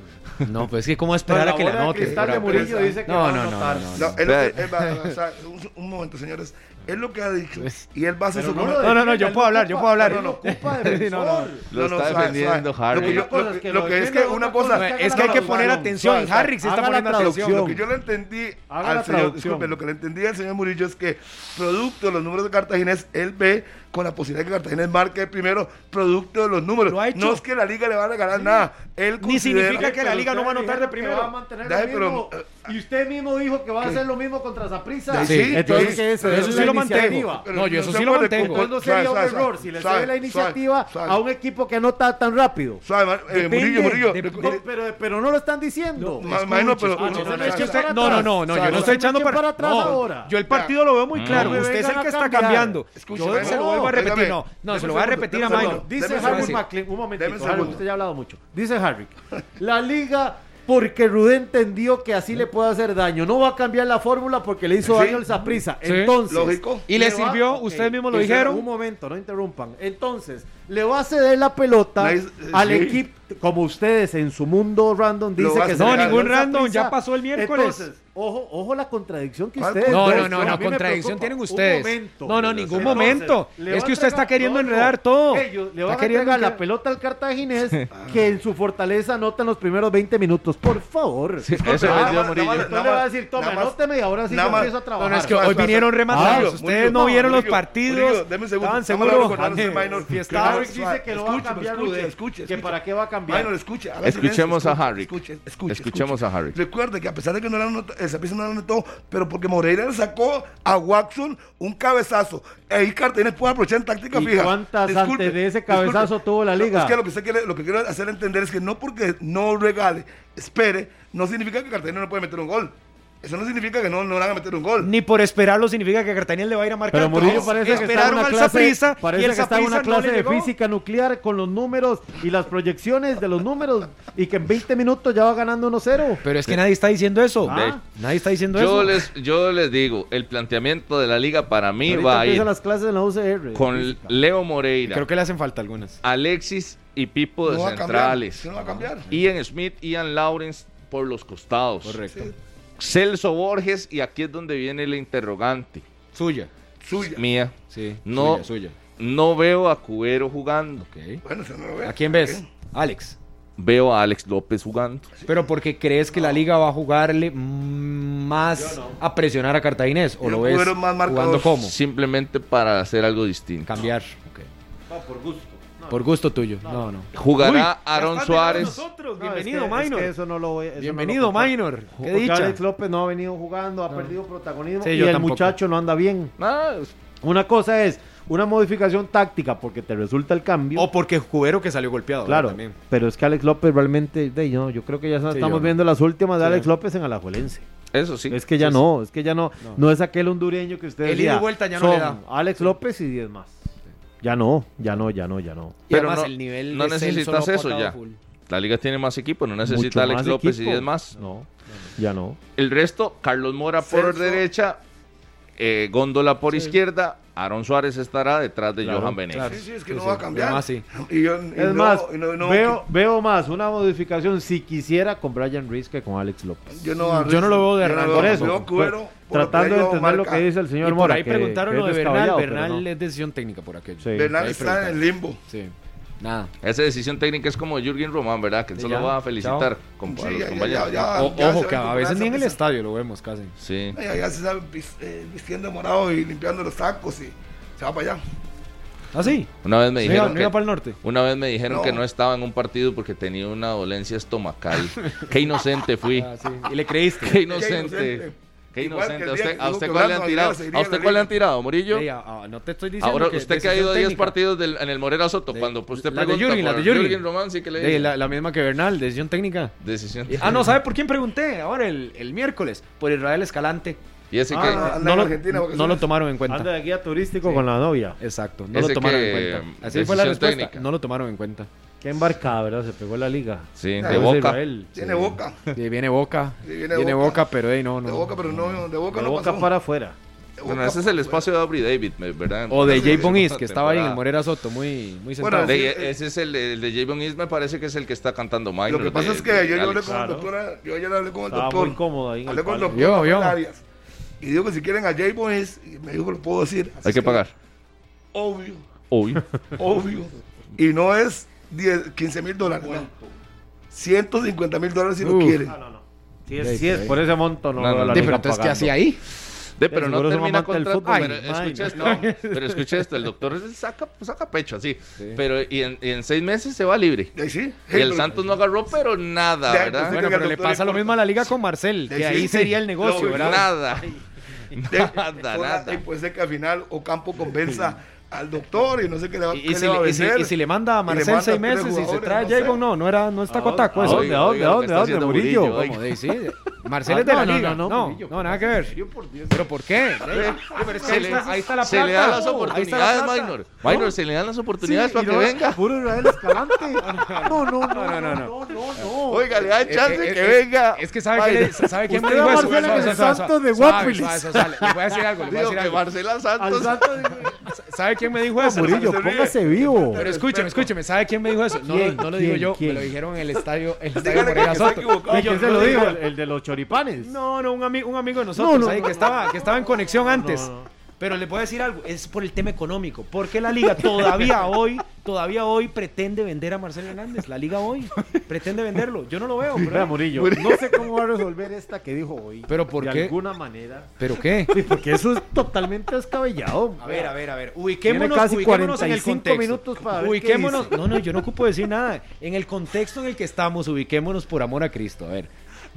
No, pues es que cómo esperar Pero a que bola la de noten. Cristal de pero- Murillo dice que No, va a no, no, anotar. no, No, es lo que- él va- o sea, un, un momento, señores. Es lo que ha dicho. Y él va a hacer Pero su no lo comentario. No, no, no, yo él puedo hablar, yo ocupa- puedo hablar. él no ocupa No, no, no. defensor. Lo está suave, defendiendo suave. Harry. Lo que, yo- lo que- lo que es que una cosa, es que hay que poner atención, Harry se está poniendo atención. lo que yo le entendí Haga la al señor, traducción. disculpe, lo que le entendí al señor Murillo es que producto de los números de Cartaginés, él ve con la posibilidad de que Cartaginés marque primero producto de los números. Lo ha hecho. No es que la liga le va a regalar nada. Él Ni considera- significa que la liga no va a anotar de primero. eh, Va a mantener lo Dale, mismo. pero, y usted mismo dijo que va a hacer lo mismo contra Zaprisa. Sí, Sí, entonces sí, ¿qué es? pero Es eso la sí lo iniciativa. mantengo. No, yo eso se sí lo puede mantengo. con- Entonces no suave, sería un suave, error suave, si le suave, cede la suave, iniciativa suave. a un equipo que anota tan rápido. Suave, eh, Depende, Murillo, Murillo. dep- recu- No, pero, pero no lo están diciendo. Ma- imagino, pero- escuche, no, no, se no, eche no, para no, No, no, atrás. no, no, yo Sabe, no estoy se echando eche para, para atrás No, ahora. Yo el partido lo veo muy claro. me Usted es vengan el que a está cambiar. cambiando. Escuche, yo se no, lo vuelvo a repetir. espérame. No, no, Deme se un lo voy a segundo, repetir deme a un Milo. segundo. Dice Deme un Harry segundo. McLean, un Deme un momentito, Harry, segundo. usted ya ha hablado mucho. Dice Harry, la liga, porque Rudén entendió que así le puede hacer daño, no va a cambiar la fórmula porque le hizo Sí. daño al Zaprisa. Sí. Entonces, Lógico. Y le va- sirvió, ok, ustedes mismos lo que se- dijeron. Un momento, no interrumpan. Entonces, le va a ceder la pelota Le- eh, al sí. equipo, como ustedes en su mundo random Lo dice va a que ceder. No, le ganó ningún el random, Saprissa. ya pasó el miércoles. Entonces, ojo, ojo la contradicción que ¿Cuál ustedes. contradicción? No, dos- no, no, a mí no, me contradicción preocupa. tienen Un ustedes. momento. No, no, ningún Entonces, momento. le Es va que a usted está entregar- queriendo no, no. enredar todo. Ellos le Está van a queriendo entregar la enredar- pelota al cartaginés que en su fortaleza anota en los primeros 20 minutos. Por favor. Sí, eso Nada vendió más- Murillo. nada Entonces le va a decir, toma, nada más- anóteme y ahora sí yo nada más- empiezo a trabajar. No, no, es que Suave, hoy suave. vinieron rematados. Ah, Ustedes no Murillo, vieron los Murillo, Murillo, partidos. deme un segundo. Estaban Estamos hablando seguros. con Anderson Ande, Minor. fiestados. Claro, Harry dice que lo va a Escuche, cambiar escuche, Rudé, escuche, que escuche. para qué va a cambiar. Ay, no lo escuche, haga Escuchemos silencio, a escuche, Harry. Escuche, escuche, Escuchemos escuche. a Harry. Recuerde que a pesar de que no la anotó, el Saprissa no la anotó, pero porque Moreira le sacó a Watson un cabezazo. Ahí Cartagena puede aprovechar en táctica ¿Y fija. cuántas antes de ese cabezazo tuvo la No, liga? es que lo que, usted quiere- lo que quiero hacer entender es que no porque no regale, espere, no significa que Cartagena no puede meter un gol. Eso no significa que no, no van a meter un gol. Ni por esperarlo significa que Cartagena le va a ir a marcar. Pero Murillo todos. parece que está en Esperaron una al clase, Saprissa y parece el que está en una Saprissa no le clase de llegó. física nuclear con los números y las proyecciones de los números y que en 20 minutos ya va ganando 1-0. Pero es que nadie está diciendo eso. Ah. Nadie está diciendo Yo eso. les, yo les digo, el planteamiento de la liga para mí Ahorita va a ir empiezan las clases en la UCR. con Leo Moreira, Creo que le hacen falta algunas. Alexis y Pipo de No va a cambiar. centrales, eso No va a cambiar. Ian Smith, Ian Lawrence por los costados, Correcto. Celso Borges y aquí es donde viene el interrogante Suya. Suya. mía. Sí. No. Suya, No veo a Cubero jugando, suya. Ok. Bueno, eso no lo ve. ¿A quién ves? Alex. veo a Alex López jugando. Pero porque crees que la liga va a jugarle mm, más a presionar a Cartaginés o Yo lo no ves veo más marcador. jugando como Simplemente para hacer algo distinto. cambiar por gusto. por gusto tuyo. No, no. Jugará Aaron Suárez. Bienvenido, es que, Minor. es que eso no lo voy- eso no lo Bienvenido, comparto. Minor. Qué Porque dicha. Alex López no ha venido jugando, ha perdido protagonismo Sí, y yo el tampoco. muchacho no anda bien. Ah, es- Una cosa es una modificación táctica porque te resulta el cambio. O porque Cubero que salió golpeado. Claro, también. pero es que Alex López realmente, de, yo, yo creo que ya yo no. estamos viendo las últimas de Sí. Alex López en Alajuelense. Eso sí. Es que ya no, es que ya no, no, es aquel hondureño que usted El ida y decía, vuelta ya no son le da. Alex López y 10 más. Ya no, ya no, ya no, ya no. Y Pero además no- el nivel no de Celso necesitas lo ha eso apagado ya. full. La liga tiene más equipo, no necesita Mucho Alex más López y equipo. 10 más. No, ya no. El resto, Carlos Mora por Celso. derecha, eh, Góndola por izquierda, Aaron Suárez estará detrás de Claro, Johan Venegas. claro. Sí, sí, es que Sí, no sí, va a cambiar. además sí. Y yo- y Es no- más, y no- no- veo, veo más una modificación si quisiera con Brian Rees que con Alex López. yo no, yo no lo veo de arranque. Por eso, Yo pues, cubero, por tratando de Pedro entender lo Marca. que dice el señor y por Mora. ahí que- preguntaron que es lo de Bernal. descabellado, pero Bernal no. es decisión técnica por aquello. Sí. Bernal Ahí está en el preguntaron. limbo. Sí. Nada. Esa decisión técnica es como Jürgen Román, ¿verdad? Que él Sí, solo ya. va a felicitar Chao. con, a Sí, los ya, ya, compañeros. ya, ya. O- ojo, se que va a a veces ni en el recuperar esa estadio lo vemos casi. Sí. Ay, Allá se sabe vis- eh, vistiendo de morado y limpiando los tacos y se va para allá. ¿Ah, sí? Una vez me ¿No iba, dijeron no que, iba para el norte? una vez me dijeron No. que no estaba en un partido porque tenía una dolencia estomacal. Qué inocente fui. Ah, sí. ¿Y le creíste? Qué inocente. inocente. Qué Igual que el inocente. ¿A día que usted, a dijo usted que cuál le han Orlando tirado? Aguilar se iría ¿A de usted la cuál le han liga? tirado, Morillo? Sí, ah, ah, no te estoy diciendo Ahora, que usted que ha ido a 10 decisión técnica. partidos del- en el Morera Soto, De- cuando usted la de pregunta Yuri, la por de Yuri. Jürgen Román, sí que le De la, la misma que Bernal, decisión técnica. Decisión. Eh, Ah, no, ¿sabe por quién pregunté? Ahora el, el miércoles, por Israel Escalante. Y ese Ah, que... no, anda no en lo, Argentina, porque no se lo les- tomaron en cuenta. Anda de guía turístico Sí. con la novia. Exacto, no Ese lo tomaron que, en cuenta. Así fue decisión la respuesta. técnica. No lo tomaron en cuenta. Qué embarcada, ¿verdad? Se pegó la liga. Sí, Ah, de Ese boca. Israel. Tiene Sí. boca. Sí, viene Boca. Sí, viene viene boca. Boca. pero ahí no, no. De boca, pero no, de boca De no boca pasó. para afuera. De Bueno, boca ese es el para- espacio de Aubrey David, me- ¿verdad? O de Sí, Jay sí, Bonis, sí, que estaba ahí en el temporada. Morera Soto, muy, Bueno, muy centrado. sí, De- eh, ese es el, el de Jay Bonis, me parece que es el que está cantando Minor. Lo que pasa de- es que de yo, yo hablé Alex. con el Claro. doctor, yo ayer hablé con el Estaba doctor. muy cómodo ahí en el Hablé con el palo. doctor Yo, Rafael yo. Arias. Y digo que si quieren a Jay Bones, y me dijo que lo puedo decir. Así Hay que pagar. Obvio, Uy. obvio. y no es 10, 15 mil dólares. no. 150 mil dólares si lo Uf. quieren. No, no, no. Si es, Ahí, si es ahí. por ese monto, no, No, no, la no. Sí, liga pero entonces, ¿qué pagando. hacía ahí? De, pero no seguro es un termina amante del contrato. fútbol. pero Ay, escucha esto, man. pero escucha esto, el doctor saca, saca pecho así. Pero y en, y en seis meses se va libre. Y ahí sí. Y el Pero- Santos no agarró, pero nada, Ya, ¿verdad? entonces, Bueno, que pero al le doctor pasa le lo importa. mismo a la liga con Marcel, que Sí, ahí sí. sería el negocio, Lo- ¿verdad? Nada. de- Nada, toda- nada. Y puede ser que al final Ocampo convenza al doctor y no sé qué le va, Y- qué Y, si le va a le, y si- vender. y si le manda a Y le Marcel manda seis tres meses y se jugadores, trae no Jago, sé. no, no era, no está ¿A dónde, cotaco a eso. dónde, a dónde, Oiga, oiga a lo que dónde, está a dónde, haciendo Murillo? Murillo, Oiga. ¿Cómo? Sí, sí. Marcel Ah, es de la no, no, liga. No, no, no, Murillo, nada que ver. ¿Pero por qué? Pero es que Se ahí le- está- ahí está la plata. Se le dan las Ahí está la oportunidades, plata. Minor. Minor, se le dan las oportunidades para que venga. Puro Israel Escalante. No, no, no, no, no, no, no. Oiga, le dan Eh, chance eh, que eh, venga. Es que sabe que le- sabe quién me Usted dijo va a eso. Marcel Suave, en el suave, Santos de suave, Guapiles. suave, suave, suave. Le voy a decir algo, le voy a Digo decir que algo. Marcela Al Santos. Santos de- ¿Sabe quién me dijo eso? Murillo, póngase vivo. Pero escúcheme, escúcheme, ¿sabe quién me dijo eso? No, lo- ¿Quién? no lo digo ¿Quién? yo, me ¿Quién? lo dijeron en el estadio, el estadio Dígale que Moreira está Soto. equivocado. ¿Y quién se lo dijo? ¿El, el de los choripanes? No, no, un, ami- un amigo de nosotros No, no, ahí no, que, no. estaba, que estaba en conexión antes. no. Pero le puedo decir algo, es por el tema económico. Porque la liga todavía hoy, todavía hoy pretende vender a Marcelo Hernández. La liga hoy pretende venderlo. Yo no lo veo, Vea, pero. Murillo, no sé cómo va a resolver esta que dijo hoy. ¿Pero por de qué? alguna manera. ¿Pero qué? Sí, porque eso es totalmente descabellado. A ver, a ver, a ver. Tiene Ubiquémonos, casi ubiquémonos en el 45 contexto. minutos para ver qué ubiquémonos. dice. No, no, yo no ocupo decir nada. En el contexto en el que estamos, ubiquémonos por amor a Cristo. A ver,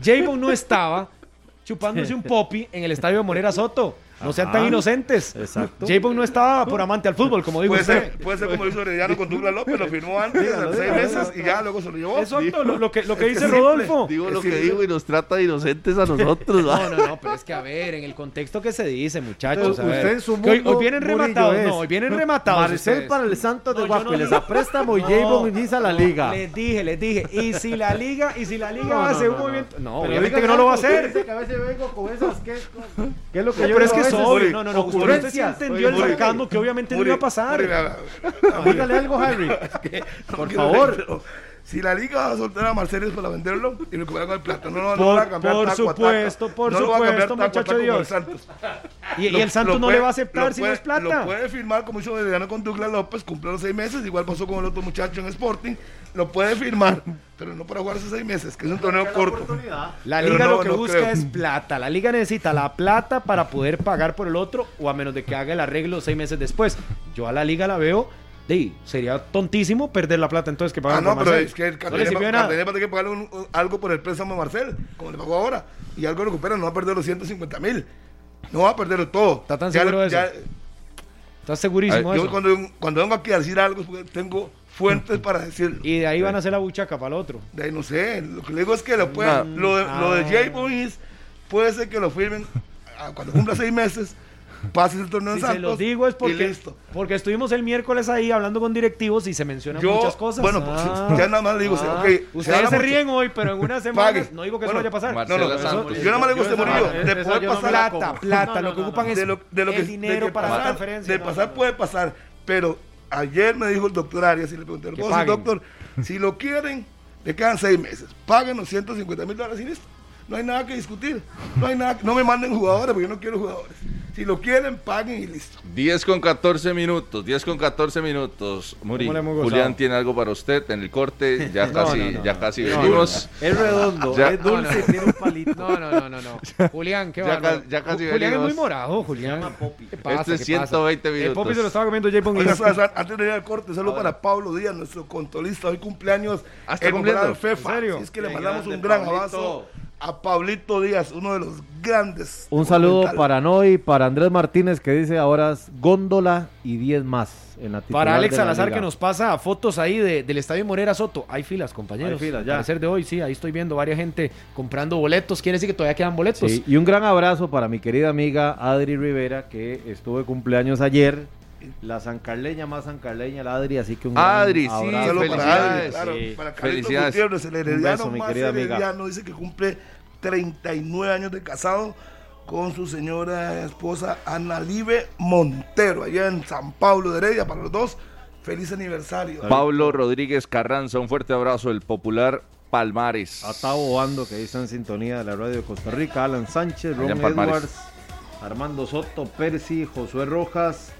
Javon no estaba chupándose un popi en el estadio de Morera Soto. No sean tan Ajá. inocentes. Ah. Exacto. Javon no Ah, estaba por amante al fútbol, como digo Puede usted. ser, puede ser como hizo Herediano con Douglas López, lo firmó antes, Dígalo, a seis dígalo, meses dígalo. y ya luego se lo llevó. Exacto, lo, lo que, lo que Es dice simple. Rodolfo. Digo lo Es que que- digo y nos trata de inocentes a nosotros. No, no, no, pero es que a ver, en el contexto que se dice, muchachos. a Usted ver. en su Que hoy, hoy mundo, vienen Murillo, rematados, es no, hoy vienen rematados. Marcel ustedes. para el Santos de No, yo no Guapiles digo- a préstamo y No, Javon inicia la no, liga. Les dije, les dije. Y si la liga, y si la liga No, va a no, hacer no, un no. movimiento. No, Pero obviamente diga que no lo va a algo, hacer. dice que a veces vengo con esas que, que es lo que No, yo pero es veo que a es veces, obvio. No, no, no. ocurrencias. Usted sí entendió el Oye, sarcasmo que obviamente no Muri, iba a pasar. Muri, Dígale algo, Harry. Por quiero favor. decirlo. Si la liga va a soltar a Marcelo para venderlo y lo comprar con el plata, no, no, Por- va a cambiar por taco a taco. supuesto, por no lo va a cambiar supuesto, taco a taco muchacho con el Dios. Santos. Y, y Lo- el Santos lo no puede- le va a aceptar lo si no puede- es plata. Lo puede firmar como hizo Herediano con Douglas López, cumplió los seis meses, igual pasó con el otro muchacho en Sporting. Lo puede firmar, pero no para jugar esos seis meses, que es un torneo corto. La Pero liga no, lo que no busca creo. es plata. La liga necesita la plata para poder pagar por el otro o a menos de que haga el arreglo seis meses después. Yo a la liga la veo. De, sería tontísimo perder la plata entonces que pagan Ah, no, por pero Marcel. es que el no le Cardenal sirvió de va nada. Cardenal va a tener que pagarle un- un- algo por el préstamo a Marcel, como le pagó ahora. Y algo recupera, no va a perder los 150 mil. No va a perderlo todo. ¿Está tan Ya seguro le- de eso? ¿Estás segurísimo ya- de yo eso? cuando, cuando vengo aquí a decir algo es porque tengo fuentes para decirlo. Y de ahí van a hacer la buchaca para el otro. De ahí no sé, lo que le digo es que lo, puede, No. lo, de- lo de Ah. Jay Boys puede ser que lo firmen a- cuando cumpla seis meses pases el torneo Si en se los Santos. digo es y porque, listo. porque estuvimos el miércoles ahí hablando con directivos y se mencionan Yo, muchas cosas. bueno, pues, ya nada más le digo, ah, ok, se ustedes se, habla mucho. ríen hoy, pero en unas semanas, Pague. no digo que Bueno, eso vaya a pasar. Marcelo No, no, eso- Santos. eso- Yo nada más le gusta yo- Murillo, ah, de esa poder yo no me pasar la la- como. plata, No, no, lo que no, ocupan no. es de lo, de lo el que, dinero de que para pasar, la transferencia, De no, pasar no, no. puede pasar, pero ayer me dijo el doctor Arias y le pregunté al Que boss, "Sí, paguen". doctor, si lo quieren, le quedan seis meses, paguen los 150 mil dólares y listo. No hay nada que discutir, no hay nada, no me manden jugadores porque yo no quiero jugadores. Si lo quieren, paguen y listo. 10 con 14 minutos, 10 con 14 minutos. Muri, ¿Cómo le hemos gozado? Julián tiene algo para usted en el corte, ya No, casi, no, no, ya no. casi No, venimos. Es redondo, Ya. es dulce, tiene un palito. No, no, no, no, no. Julián, qué Ya bárbaro. ca- ya casi Ju- Julián es venimos. muy morado, Julián. ¿Qué pasa, Este es qué pasa? 120 El minutos. Popi se lo estaba comiendo J. Pong. Oiga, Suárez, antes de ir al corte, saludo para Pablo Díaz, nuestro contolista, hoy cumpleaños Ah, está en cumpliendo. homenaje al FEFA. ¿En serio? Así es que Qué le mandamos grande, un gran Pablito. abrazo a Pablito Díaz, uno de los grandes. Un saludo fundamentales. para Noy, para Andrés Martínez, que dice ahora es góndola y 10 más en la titular Para Alex de la Salazar liga. que nos pasa fotos ahí de- del Estadio Morera Soto. Hay filas, compañeros. Hay filas, ya. Al parecer de hoy, sí, ahí estoy viendo varias gente comprando boletos. Quiere decir que todavía quedan boletos. Sí, y un gran abrazo para mi querida amiga Adri Rivera, que estuvo de cumpleaños ayer. La sancarleña más sancarleña, la Adri, así que un gran Adri, sí, Un abrazo. saludo para Adri, felicidades. claro, Sí. para Carlitos Felicidades. Gutiérrez, el herediano beso, mi más querida amiga. herediano, dice que cumple 39 años de casado con su señora esposa Ana Live Montero, allá en San Pablo de Heredia, para los dos. Feliz aniversario. Pablo Rodríguez Carranza, un fuerte abrazo del popular Palmares. A Tavo Bando, que ahí está en sintonía de la radio de Costa Rica, Alan Sánchez, Allá en Ron Palmares. Edwards, Armando Soto, Percy, Josué Rojas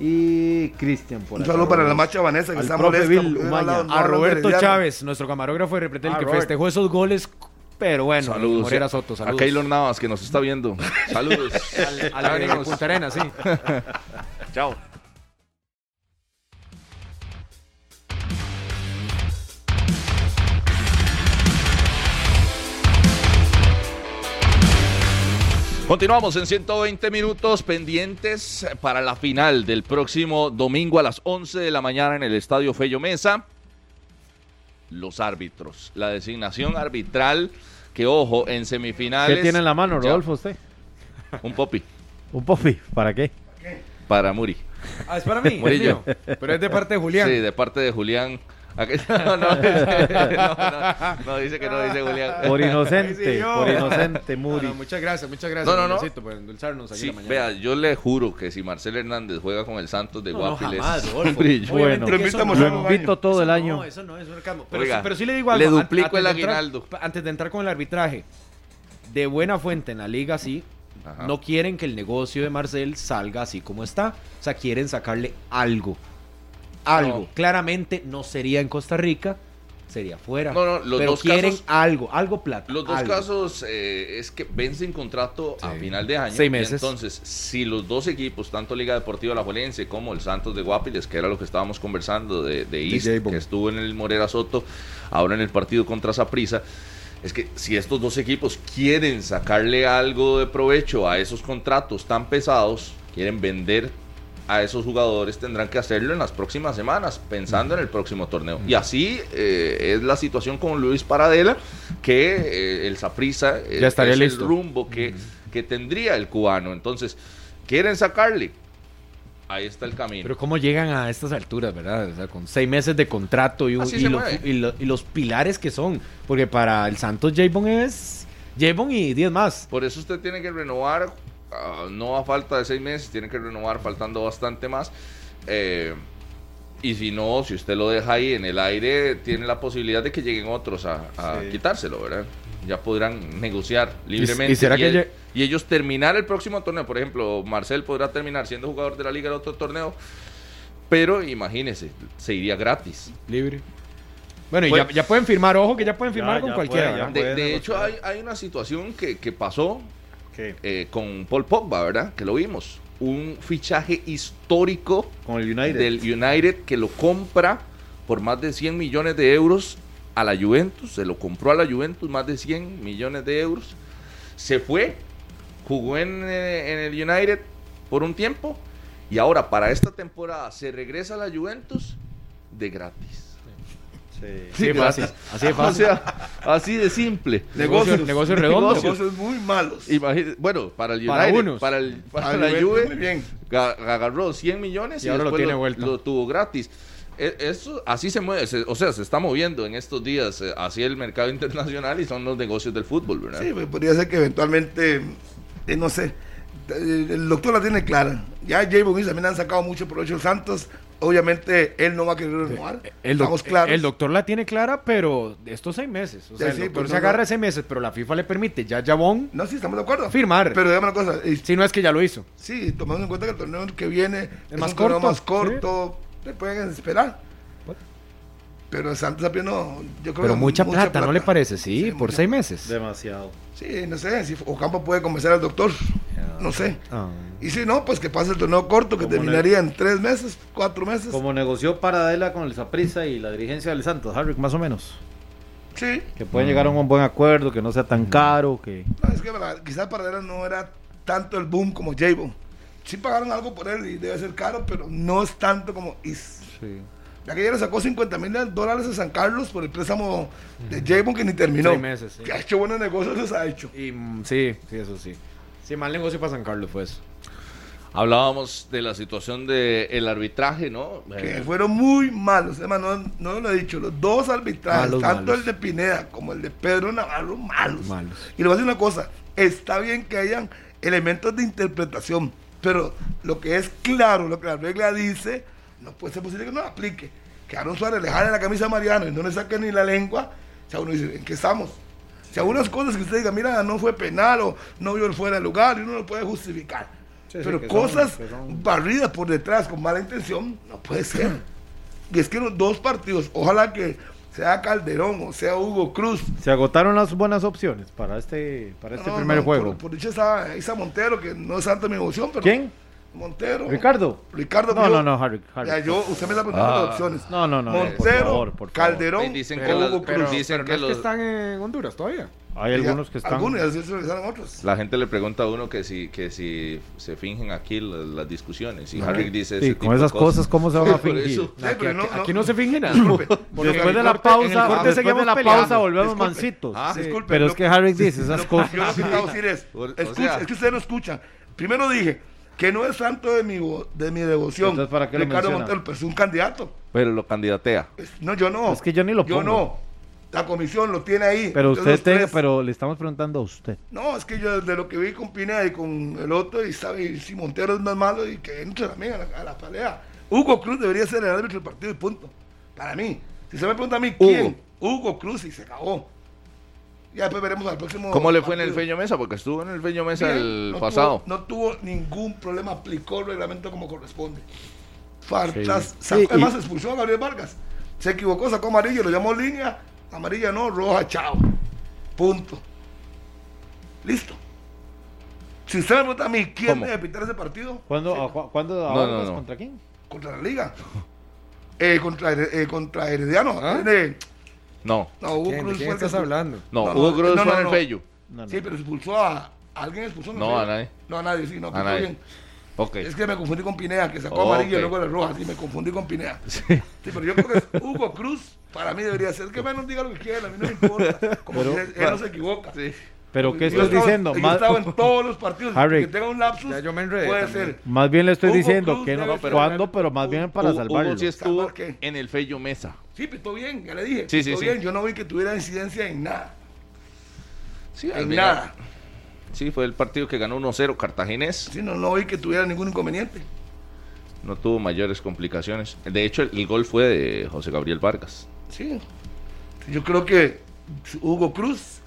y Cristian por Un acá. saludo para la macha Vanessa, que Al está profe molesta. Bill porque era al lado Umaña. del a Marlon Roberto Herediano. Chávez, nuestro camarógrafo y repretel, Ah, que Robert. festejó esos goles. Pero bueno, Morera Soto, a saludos. Keylor Navas que nos está viendo. Saludos. a Ya la venimos. Punta Arenas, sí. Chao. Continuamos en 120 minutos pendientes para la final del próximo domingo a las 11 de la mañana en el Estadio Fello Mesa. Los árbitros, la designación arbitral que ojo en ¿Qué semifinales. tiene en la mano, Ya, Rodolfo, usted? Un popi Un popi, ¿para qué? para Muri. Ah, es para mí. es Murillo. mío. Pero es de parte de Julián. Sí, de parte de Julián. Aquí- No, no, dice- no, no, no, dice que no, dice Por Julián. Ahí inocente, sí yo. por inocente, Muri. No, no, muchas gracias, muchas gracias, No, no, no. Juliancito, por endulzarnos ahí Sí, en la mañana. vea, yo le juro que si Marcelo Hernández juega con el Santos de No, no, Guapiles, jamás, es un Rodolfo. brillo. Obviamente Bueno, que Lo eso invitamos no- a Lo un invito año. todo el Eso año. No, eso no es sarcasmo. Pero, Oiga, sí- pero sí le digo algo. le an- duplico el de entrar- aguinaldo. antes de entrar con el arbitraje, de buena fuente en la liga, sí. Ajá. No quieren que el negocio de Marcel salga así como está. O sea, quieren sacarle algo. Algo. No. Claramente no sería en Costa Rica, sería fuera. No, no, los pero dos quieren casos- algo, algo plata. Los dos algo. casos eh, es que vencen contrato a Sí. final de año. Seis y meses. entonces, si los dos equipos, tanto Liga Deportiva La como el Santos de Guapiles, que era lo que estábamos conversando de, de East, J-Bone. que estuvo en el Morera Soto, ahora en el partido contra Saprisa, es que si estos dos equipos quieren sacarle algo de provecho a esos contratos tan pesados, quieren vender a esos jugadores tendrán que hacerlo en las próximas semanas, pensando en el próximo torneo. Mm. Y así eh, es la situación con Luis Paradela, que eh, el Saprisa Ya estaría es listo. el rumbo que, que tendría el cubano. Entonces, quieren sacarle. Ahí está el camino. Pero cómo llegan a estas alturas, ¿verdad? O sea, con seis meses de contrato y, un- Así y se lo- mueve. y lo- y los pilares que son. Porque para el Santos Javon es Javon y 10 más. Por eso usted tiene que renovar, ah, no a falta de seis meses, tiene que renovar faltando bastante más. Eh, y si no, si usted lo deja ahí en el aire, tiene la posibilidad de que lleguen otros a, a quitárselo, ¿verdad? Ya podrán negociar libremente. y será que el- lle- y ellos terminar el próximo torneo, por ejemplo, Marcel podrá terminar siendo jugador de la liga del otro torneo, pero imagínese, se iría gratis. Libre. Bueno, y Pues- ya, ya pueden firmar, ojo que ya pueden firmar Ya, con ya cualquiera. puede, ya. ¿verdad? De, Pueden de hecho, hay, negociar. hay una situación que, que pasó ¿Qué? eh, con Paul Pogba, ¿verdad? Que lo vimos. Un fichaje histórico Con el United. del United que lo compra por más de 100 millones de euros a la Juventus. Se lo compró a la Juventus más de 100 millones de euros. Se fue, jugó en, eh, en el United por un tiempo y ahora para esta temporada se regresa a la Juventus de gratis. Sí, gracias. Así de fácil. O sea, así de simple. Negocios, negocios redondos. Negocios muy malos. Imagínate- bueno, para el United, Para para, unos. el, para Para la Juventus, Juve, muy bien. ga- agarró 100 millones y, Y ahora lo después tiene vuelto. lo tuvo gratis. E- Eso, así se mueve, se- o sea, se está moviendo en estos días eh, hacia el mercado internacional y son los negocios del fútbol, ¿verdad? Sí, pues, podría ser que eventualmente, eh, no sé, eh, el doctor la tiene clara. Ya Javon Wilson también le han sacado mucho provecho al Santos. Obviamente él no va a querer renovar. El, doc- Estamos claros. el doctor la tiene clara, pero estos seis meses. O sea, Sí, el sí, doctor pues se no, agarra no. seis meses, pero la FIFA le permite ya Jabón, No, sí, estamos de acuerdo. Firmar. Pero dígame una cosa. eh, si no es que ya lo hizo. Sí, tomando en cuenta que el torneo que viene es, más un torneo corto, más corto, te pueden esperar. Pero el Santos Apio no, yo creo Pero que mucha, plata, ¿no le parece? Sí, por mucha. seis meses. Demasiado. Sí, no sé, si Ocampo puede convencer al doctor, no sé. Ah. Y si no, pues que pase el torneo corto, que Como en el- terminaría en tres meses, cuatro meses. Como negoció Paradela con el Saprissa y la dirigencia del Santos, Harvick, más o menos. Sí, Que pueden llegar a un buen acuerdo, que no sea tan caro, que... no, Ah, es que para- quizás para Herrera no era tanto el boom como Jabo. Sí pagaron algo por él y debe ser caro, pero no es tanto como... Is. Sí. Ya que ya le sacó 50 mil dólares a San Carlos por el préstamo de Javon que ni terminó. Seis meses, sí. Que ha hecho buenos negocios, los ha hecho. Y, mm, sí, sí, eso sí. Sí, mal negocio para San Carlos pues. fue eso. Hablábamos de la situación del el arbitraje, ¿no? Que Eh, fueron muy malos. Además, no, no lo he dicho. Los dos arbitrajes, Malos, tanto malos. el de Pineda como el de Pedro Navarro, malos. Malos. Y le voy a decir una cosa. Está bien que hayan elementos de interpretación, pero lo que es claro, lo que la regla dice, no puede ser posible que no lo aplique. Que Aaron Suárez le jale la camisa a Mariano y no le saque ni la lengua. O sea, uno dice, ¿en qué estamos? Si algunas cosas que usted diga, mira, no fue penal o no vio el fuera de lugar, y uno lo puede justificar. Pero cosas barridas por detrás con mala intención, no puede ser. Y es que los dos partidos, ojalá que sea Calderón o sea Hugo Cruz. Se agotaron las buenas opciones para este, para este No, primer no, juego. Por, por dicho está Isa Montero, que no es santa mi emoción, pero. ¿Quién? Montero. ¿Ricardo? Ricardo. No, yo- no, no, Harry, Harry. Ya, yo, usted me está preguntando Ah. las opciones. No, no, no, no, por Montero, favor, por favor. Calderón, dicen que, o la- eh, Hugo Cruz. dicen Pero que no es que los- están en Honduras todavía. Hay Ya, algunos que están... Algunos, y así se regresaron otros. la gente le pregunta a uno que si, que si se fingen aquí la- las, discusiones. Y Harry dice Sí, ese tipo con de esas cosas, ¿cómo se van a Por fingir? eso- Sí, pero no- no- Aquí no se finge Ah, nada. Porque Después de en el la corte- en el pausa, corte después seguimos de la peleando. pausa volvemos Disculpe. mancitos. Ah, Sí. disculpe, Pero no- es que Harry dice esas cosas. Yo lo que quiero decir es, O- o escucha, sea- es que ustedes no escuchan. Primero dije que no es santo de mi, vo- de mi devoción. Entonces, ¿para qué lo Ricardo menciona? Montero, pero es un candidato. Pero lo candidatea. Es- No, yo no. Es que yo ni lo Yo pongo. no. La comisión lo tiene ahí. Pero Entonces, usted, los te- tres- pero le estamos preguntando a usted. No, es que yo desde lo que vi con Pineda y con el otro, y sabe, y si Montero es más malo, y que entre también a la, a la pelea. Hugo Cruz debería ser el árbitro del partido y punto. Para mí. Si se me pregunta a mí, ¿quién? Hugo Cruz y se acabó. Ya después veremos al próximo. ¿Cómo le fue en el partido. Feño Mesa? Porque estuvo en el Feño Mesa Bien, el no tuvo- pasado. no tuvo ningún problema, aplicó el reglamento como corresponde. Faltas, Sí, sacó- y- además expulsó a Gabriel Vargas. Se equivocó, sacó amarillo, lo llamó línea, amarilla no, roja, chao. Punto. Listo. Si usted me pregunta a mí quién ¿Cómo? debe pitar ese partido, ¿Cuándo, a Ju- ¿cuándo No, a no, Vargas no. contra quién? contra la liga. Eh, contra, Her- eh, contra Herediano. ¿Ah? Eh, No, no, Hugo ¿Quién, Cruz ¿De quién fue el que estás expul- hablando? no, No, Hugo Cruz no, fue no, en el no. Feño. No, no. Sí, pero expulsó a. ¿a ¿Alguien expulsó? No, sé. a nadie. No, a nadie, sí, no. A pues, nadie. bien. Ok. Es que me confundí con Pineda, que sacó Oh, amarillo ok. y luego la roja, sí, me confundí con Pineda. Sí. pero yo creo que es Hugo Cruz, para mí debería ser que menos diga lo que quiera, a mí no me importa. Como Pero- si él, él no se equivoca. Sí. ¿Pero qué Yo estás estaba- diciendo? Yo Más- estaba en todos los partidos. Harry. Que tenga un lapsus. Ya yo me enredé Puede también. ser. Más bien le estoy Hugo diciendo Cruz que no, debe ser- cuándo, pero más bien para Hugo- salvarlo. Hugo sí estuvo ¿Salvar qué? en el Feño Mesa. Sí, pues todo bien, ya le dije. Sí, sí, todo sí. bien, yo no vi que tuviera incidencia en nada. Sí, al En final. nada. Sí, fue el partido que ganó 1-0 Cartaginés. Sí, no, no vi que tuviera ningún inconveniente. No tuvo mayores complicaciones. De hecho, el, el gol fue de José Gabriel Vargas. Sí. Yo creo que Hugo Cruz,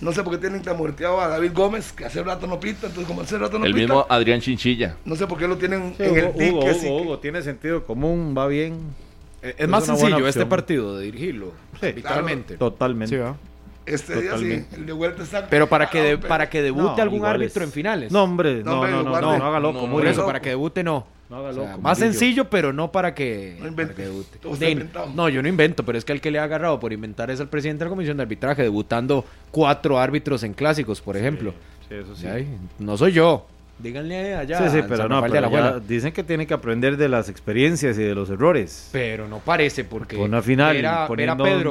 no sé por qué tienen tan muerteado a David Gómez, que hace rato no pita, entonces como hace rato no el pita. mismo Adrián Chinchilla. No sé por qué lo tienen Sí, en Hugo, el tique Hugo, así. Hugo, Hugo, tiene sentido común, va bien. Es, Es más una buena sencillo este opción. partido de dirigirlo. Sí, Totalmente. Totalmente. Este día Totalmente. sí, el de vuelta está. Pero para que, de- Ah, para que debute No, algún igual árbitro es- en finales. No, hombre, No, no, hombre, no, no, guarde. no, no haga loco, No, por Murillo. eso, para que debute no. No haga O sea, loco, más Murillo. sencillo, pero no para que, No inventes. para que debute. Todo está Sí, inventado. no, yo no invento, pero es que el que le ha agarrado por inventar es el presidente de la comisión de arbitraje, debutando cuatro árbitros en clásicos, por ejemplo. Sí, eso sí. Ay, no soy yo. Díganle allá. sí, sí, al pero San no, Rafael de pero ya Alajuela. dicen que tiene que aprender de las experiencias y de los errores. Pero no parece porque Con una final, ver a- ver a poniendo a un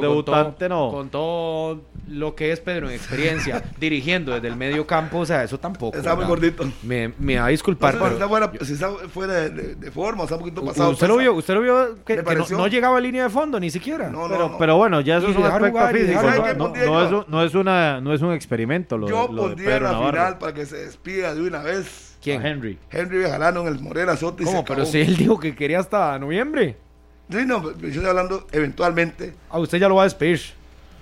con, debutante, todo, no. con todo lo que es Pedro en experiencia, dirigiendo desde el medio campo, o sea, eso tampoco. Está muy ¿verdad? gordito. Me, me va a disculpar. Entonces, pero está fuera, si está fuera de, de- de forma, está un poquito pasado. usted lo vio, usted lo vio que, Me que no, pareció. no llegaba a línea de fondo ni siquiera. No, no, pero, no. pero bueno, ya eso Y es un dejar aspecto jugar, y físico. dejar No, jugar. no- no es un, no es una, no es un experimento. Lo, Yo lo de pondría en Pedro la Navarro. final para que se despida de una vez. ¿Quién? A Henry. Henry Bejalano en el Morera Soto. y se ¿Cómo? Pero acabó. si él dijo que quería hasta noviembre. Sí, no, yo estoy hablando eventualmente. A usted ya lo va a despedir.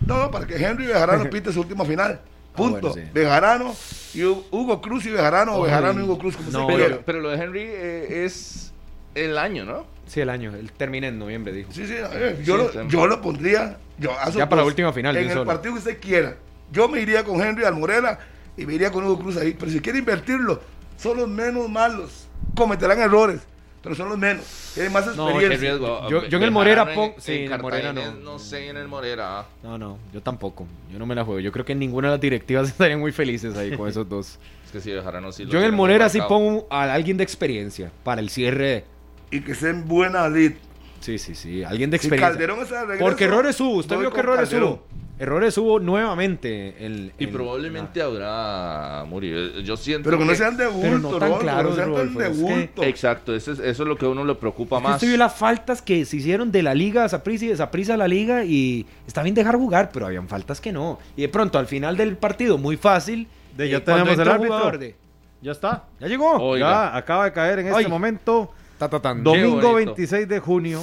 No, para que Henry Bejarano pinte su última final. Punto. Ah, bueno, sí. Bejarano y Hu- Hugo Cruz y Bejarano, o Bejarano y Hugo Cruz, como No, se Pero, quiera. pero lo de Henry eh, es el año, ¿no? Sí, el año. Él termina en noviembre, dijo. Sí, sí, eh, yo, Sí, lo, está- yo lo pondría. Yo, a su Ya para la pos- última final, de En un el solo. partido que usted quiera. Yo me iría con Henry al Morera y me iría con Hugo Cruz ahí. Pero si quiere invertirlo, son los menos malos. Cometerán errores, pero son los menos. Tienen más No, experiencia. qué riesgo. Yo- yo en el Morera Bejarano pon- sí, en el Morera Cartagena, no. sé, en el Morera. ah. No, no, yo tampoco. Yo no me la juego. Yo creo que ninguna de las directivas estarían muy felices ahí con esos dos. Es que si Bejarano sí lo Yo en el tiene Morera sí marcado. pongo a alguien de experiencia para el cierre. Y que estén buena lid. Sí, sí, sí. Alguien de Si experiencia. Calderón está de regreso, Porque errores hubo. Usted voy vio que con errores Calderón. hubo. Errores hubo nuevamente. en- Y en- probablemente habrá Muri. eh, Yo siento Pero que no que- sean de no bulto, tan Rodolfo, claros, que no sean Rodolfo, tan de es que- bulto. Exacto, eso es, eso es lo que a uno le preocupa Yo más. Usted vio las faltas que se hicieron de la liga a Saprissa y de Saprissa a la liga y está bien dejar jugar, pero habían faltas que no. Y de pronto al final del partido, muy fácil. De eh, ya cuando tenemos entra el un árbitro. jugador de- Ya está. ya llegó. Oiga. Ya acaba de caer en este Ay. momento. Ta, ta, tan. Domingo bonito. 26 de junio.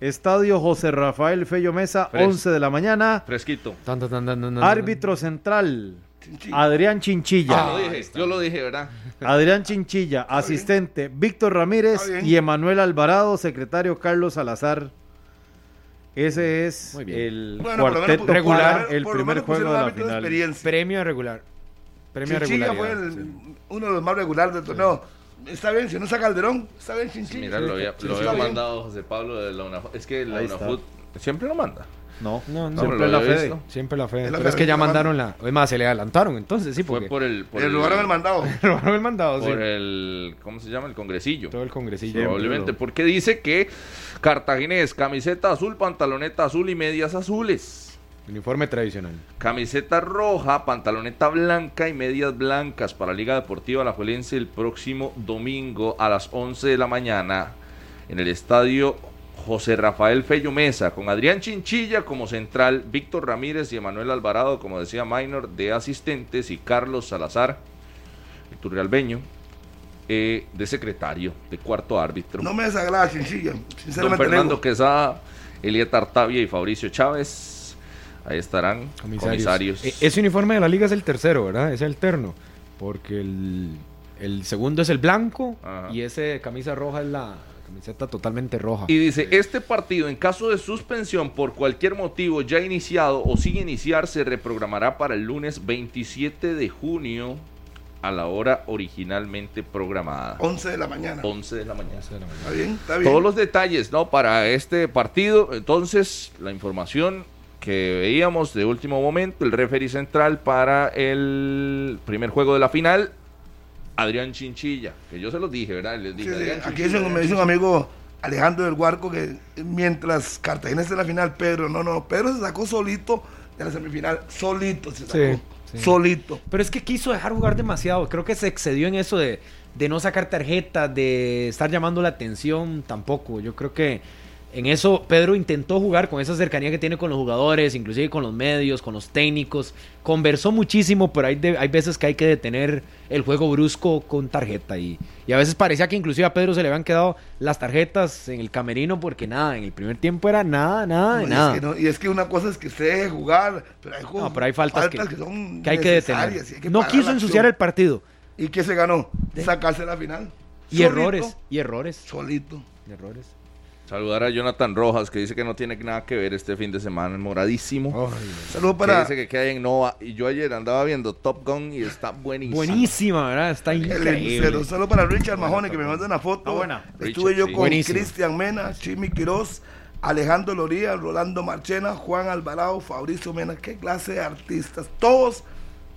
Estadio José Rafael Fello Mesa, Fres- 11 de la mañana. Fresquito. Tan, tan, tan, tan, tan, tan. Árbitro central, Chinchín. Adrián Ah, Ya Chinchilla. Ah, lo dije, yo lo dije, ¿verdad? Adrián Chinchilla, asistente Víctor Ramírez Está bien. y Emanuel Alvarado, secretario Carlos Salazar. Ese es Muy bien. el Bueno, por lo menos cuarteto pu- regular, por lo menos- el por lo primer menos juego pusieron de la árbitro final. experiencia. Premio regular. Premio Chinchilla regular. fue el- uno de los más regulares del torneo. Está bien, si no está Calderón, está bien Chinchilla. Mira, lo había, lo Sí, había está bien. mandado José Pablo de la UNAFUT. Es que la Ahí está. UNAFUT siempre lo manda. No, No, no. siempre Pero lo la había Fede. visto. Siempre la fe. Es la Pero es que ya fe- la mandaron la. Es más, se le adelantaron entonces, sí, Fue porque. por el. Por Le Eh, robaron el mandado. robaron el mandado, sí. Por el. ¿Cómo se llama? El congresillo. Todo el congresillo. Probablemente, porque dice que Cartaginés, camiseta azul, pantaloneta azul y medias azules. Uniforme tradicional. Camiseta roja, pantaloneta blanca y medias blancas para Liga Deportiva La el próximo domingo a las 11 de la mañana en el estadio José Rafael Fello Mesa con Adrián Chinchilla como central, Víctor Ramírez y Emanuel Alvarado, como decía Minor, de asistentes y Carlos Salazar, el turrialbeño, eh, de secretario, de cuarto árbitro. No me desagrada Chinchilla. Don Sinceramente, Fernando Lego. Quesada, Elieta Artavia y Fabricio Chávez. Ahí estarán comisarios. E- ese uniforme de la liga es el tercero, ¿verdad? Es alterno. Porque el, el segundo es el blanco Ajá. y ese de camisa roja es la camiseta totalmente Ah. roja. Y dice, este partido en caso de suspensión por cualquier motivo ya iniciado o sin iniciar se reprogramará para el lunes 27 de junio a la hora originalmente programada. 11 de la mañana. 11 de la mañana. Está bien, Oh, está bien. Todos los detalles, ¿no? Para este partido, entonces la información que veíamos de último momento, el referee central para el primer juego de la final, Adrián Chinchilla, que yo se los dije, ¿verdad? Les Sí, dije, sí, Adrián Aquí Chinchilla, dice- me dice un amigo Alejandro del Guarco que mientras Cartagena está en la final, Pedro, no, no, Pedro se sacó solito de la semifinal. Solito se sacó. Sí, sí. Solito. Pero es que quiso dejar jugar demasiado. Creo que se excedió en eso de, de no sacar tarjeta, de estar llamando la atención tampoco. Yo creo que en eso Pedro intentó jugar con esa cercanía que tiene con los jugadores, inclusive con los medios, con los técnicos. Conversó muchísimo, pero hay, de- hay veces que hay que detener el juego brusco con tarjeta. Y, y a veces parecía que inclusive a Pedro se le habían quedado las tarjetas en el camerino porque nada, en el primer tiempo era nada, nada, de Y es nada. que no- y es que una cosa es que se deje jugar, pero hay, juegos- No, pero hay faltas, que, son que hay que detener. necesarias y hay que no parar quiso la ensuciar el acción. partido. ¿Y qué se ganó? Sacarse la final. Y Solito, errores, y errores, Solito. y errores. Saludar a Jonathan Rojas, que dice que no tiene nada que ver este fin de semana, moradísimo. Saludos que para dice que queda en Nova. Y yo ayer andaba viendo Top Gun y está buenísimo. Buenísima, ¿verdad? Está el increíble. saludos para Richard Mahone que me mandó una foto. Está buena. Estuve Ah, Richard, yo sí. con Buenísimo. Cristian Mena, Chimi Quiroz, Alejandro Loría, Rolando Marchena, Juan Alvarado, Fabricio Mena. Qué clase de artistas. Todos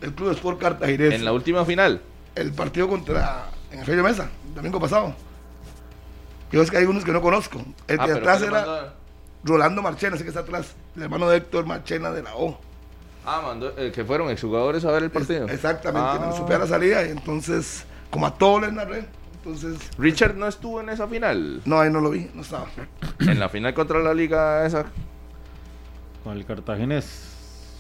el Club Sport Cartaginés. En la última final. El partido contra en el Ferio Mesa, el domingo pasado. Yo es que hay unos que no conozco. El Ah, de pero atrás ¿qué le era mandó? Rolando Marchena, ese que está atrás, el hermano de Héctor Marchena de la O. Ah, mandó, eh, que fueron exjugadores a ver el partido. Exactamente, Ah. me supe a la salida y entonces, como a todos les narré, entonces, Richard no estuvo en esa final. no, ahí no lo vi, no estaba. en la final contra la liga esa. Con el cartaginés.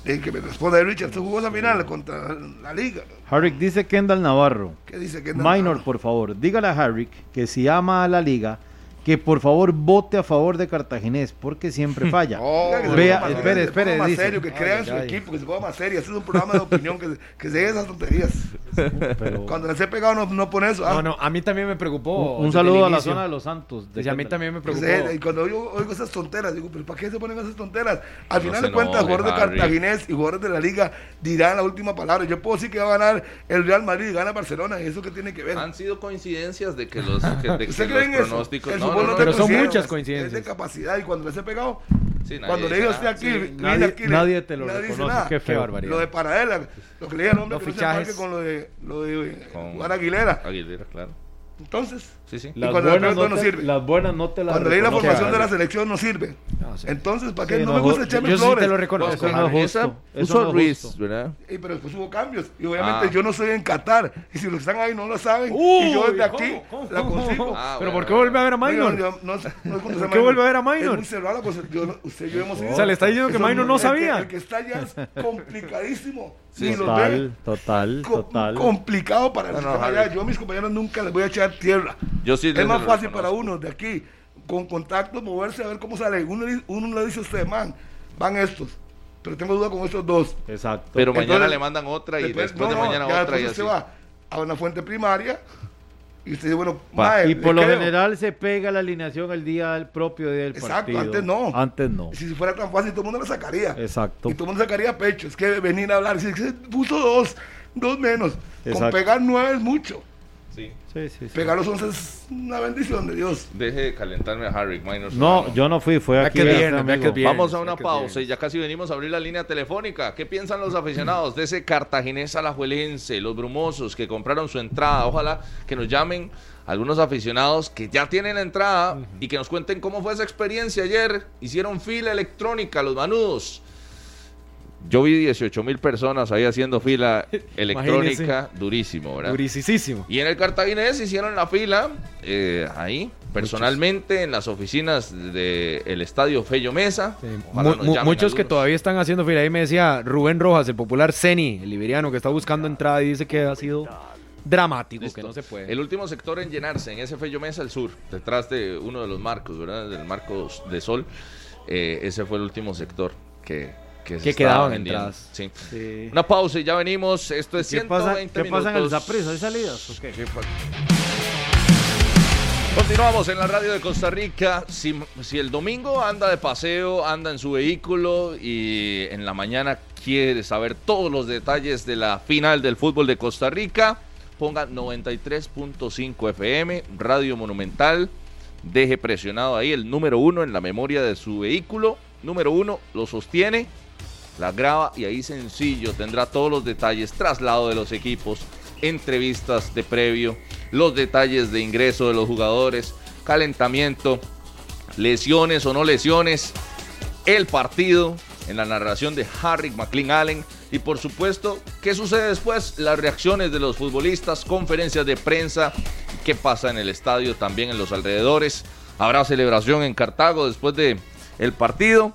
Y que me responde Richard, tú jugó esa final contra la liga. Harrick dice Kendall Navarro. ¿Qué dice que Minor, por favor, dígale a Harrick que si ama a la liga, que por favor vote a favor de Cartaginés, porque siempre falla. Diga que se Vea, ponga más- que espere, se ponga espere, Más dice. serio, que crean su equipo, que se ponga más serio. Este es un programa de opinión, que, que se deje esas tonterías. Pero- Cuando les he pegado, no, no pone eso. ah. No, no, a mí también me preocupó. un, un saludo a la zona de los Santos. de Pues, Y a mí Kendall. también me Que preocupó. se- y cuando yo oigo esas tonteras, digo, pero ¿para qué se ponen esas tonteras? Al No final se de cuentas, enoje, jugadores de Harry. Cartaginés y jugadores de la liga dirán la última palabra. Yo puedo decir que va a ganar el Real Madrid y gana Barcelona, y eso que tiene que ver. Han sido coincidencias de que los, que- de que Ah, ¿Usted los cree en eso? pronósticos. El no, fútbol no, no no, te pero son considera, muchas es- Es coincidencias. de capacidad y cuando les he pegado, Sí, nadie cuando le digo estoy dice nada. aquí, viene nadie- aquí, nadie te lo nadie dice reconoce, nada. qué feo. Qué barbaridad. Lo de Paradela, lo que le dije al hombre Los que no se fichajes. marque con lo de, lo de eh, Con- Juan Aguilera. Aguilera, claro. Entonces, Sí, sí. Las cuando la buenas, pelota no no te, sirve. las buenas no te las cuando leí la reconoce, formación de la Harry. selección no sirve. No, sí. Entonces, ¿para qué Sí, no, no, me gusta yo- echarme yo sí flores? te lo reconozco. Eso no es Pues, Esa justo, eso puso no es Ruiz, justo. ¿verdad? Y, pero después hubo cambios. Y obviamente Ah. yo no soy en Qatar. Y si los que están ahí no lo saben. Uy, y yo desde ¿cómo? aquí ¿Cómo? la consigo. ¿Cómo? Ah, Pero bueno, ¿por qué bueno. vuelve a ver a Oigan, Minor? yo no sé- no es cuando sea ¿Por qué vuelve a ver a Minor? Es muy cerrada, pues, yo no- usted y yo hemos ido. O sea, le está diciendo que Eso Minor no el que- sabía. el que está allá es complicadísimo. Sí, y los ve Total, total, co- total. complicado para el No, no, sistema Harry. allá. Yo a mis compañeros nunca les voy a echar tierra. Yo sí les Es más lo fácil reconozco. para uno de aquí, con contacto, moverse a ver cómo sale. Uno, di- uno le dice a usted, man, van estos. Pero tengo duda con estos dos. Exacto. Pero Entonces, mañana le mandan otra y después, no, de no, mañana ya otra después y así. usted va a una fuente primaria y usted dice, bueno, Va. mae, y le por lo creo. general se pega la alineación el día del propio día del Exacto, partido. antes no. Antes no. Si fuera tan fácil, todo el mundo la sacaría. Exacto. Y todo el mundo sacaría pecho. Es que venir a hablar, si se puso dos, dos menos. Con Exacto. pegar nueve es mucho. Sí. Sí, sí, sí. Pegar los once es una bendición de Dios. Deje de calentarme a Harry, Minor. No, Solano. yo no fui, fue Vea aquí. que es este viernes, vea que es amigo. viernes. Vamos a una Creo que pausa bien. y ya casi venimos a abrir la línea telefónica. ¿Qué piensan los aficionados de ese cartaginés alajuelense, los brumosos que compraron su entrada? Ojalá que nos llamen algunos aficionados que ya tienen la entrada y que nos cuenten cómo fue esa experiencia ayer. Hicieron fila electrónica, los manudos. Yo vi 18 mil personas ahí haciendo fila electrónica, durísimo, ¿verdad? Durisísimo. Y en el Cartaginés hicieron la fila eh, ahí, personalmente, en las oficinas del estadio Fello Mesa. Ojalá Mu- nos mu- llamen muchos que algunos. todavía están haciendo fila. Ahí me decía Rubén Rojas, el popular Ceni, el liberiano, que está buscando entrada y dice que ha sido dramático, Listo. que no se puede. El último sector en llenarse, en ese Fello Mesa, el sur, detrás de uno de los marcos, ¿verdad? Del marco de sol. eh, ese fue el último sector que, que, se Que estaba quedaban vendiendo. entradas. Sí. Sí. Una pausa y ya venimos. Esto es ¿Qué pasa, 120 ¿qué pasa en el minutos. pues. Zaprisa? ¿Hay salidas? ¿O qué? Continuamos en la radio de Costa Rica. Si, si el domingo anda de paseo, anda en su vehículo y en la mañana quiere saber todos los detalles de la final del fútbol de Costa Rica, ponga 93.5 FM, Radio Monumental. Deje presionado ahí el número uno en la memoria de su vehículo. Número uno lo sostiene la graba y ahí sencillo tendrá todos los detalles, traslado de los equipos, entrevistas de previo, los detalles de ingreso de los jugadores, calentamiento, lesiones o no lesiones, el partido en la narración de Harry McLean Allen y por supuesto, ¿qué sucede después? Las reacciones de los futbolistas, conferencias de prensa, qué pasa en el estadio, también en los alrededores. Habrá celebración en Cartago después de el partido.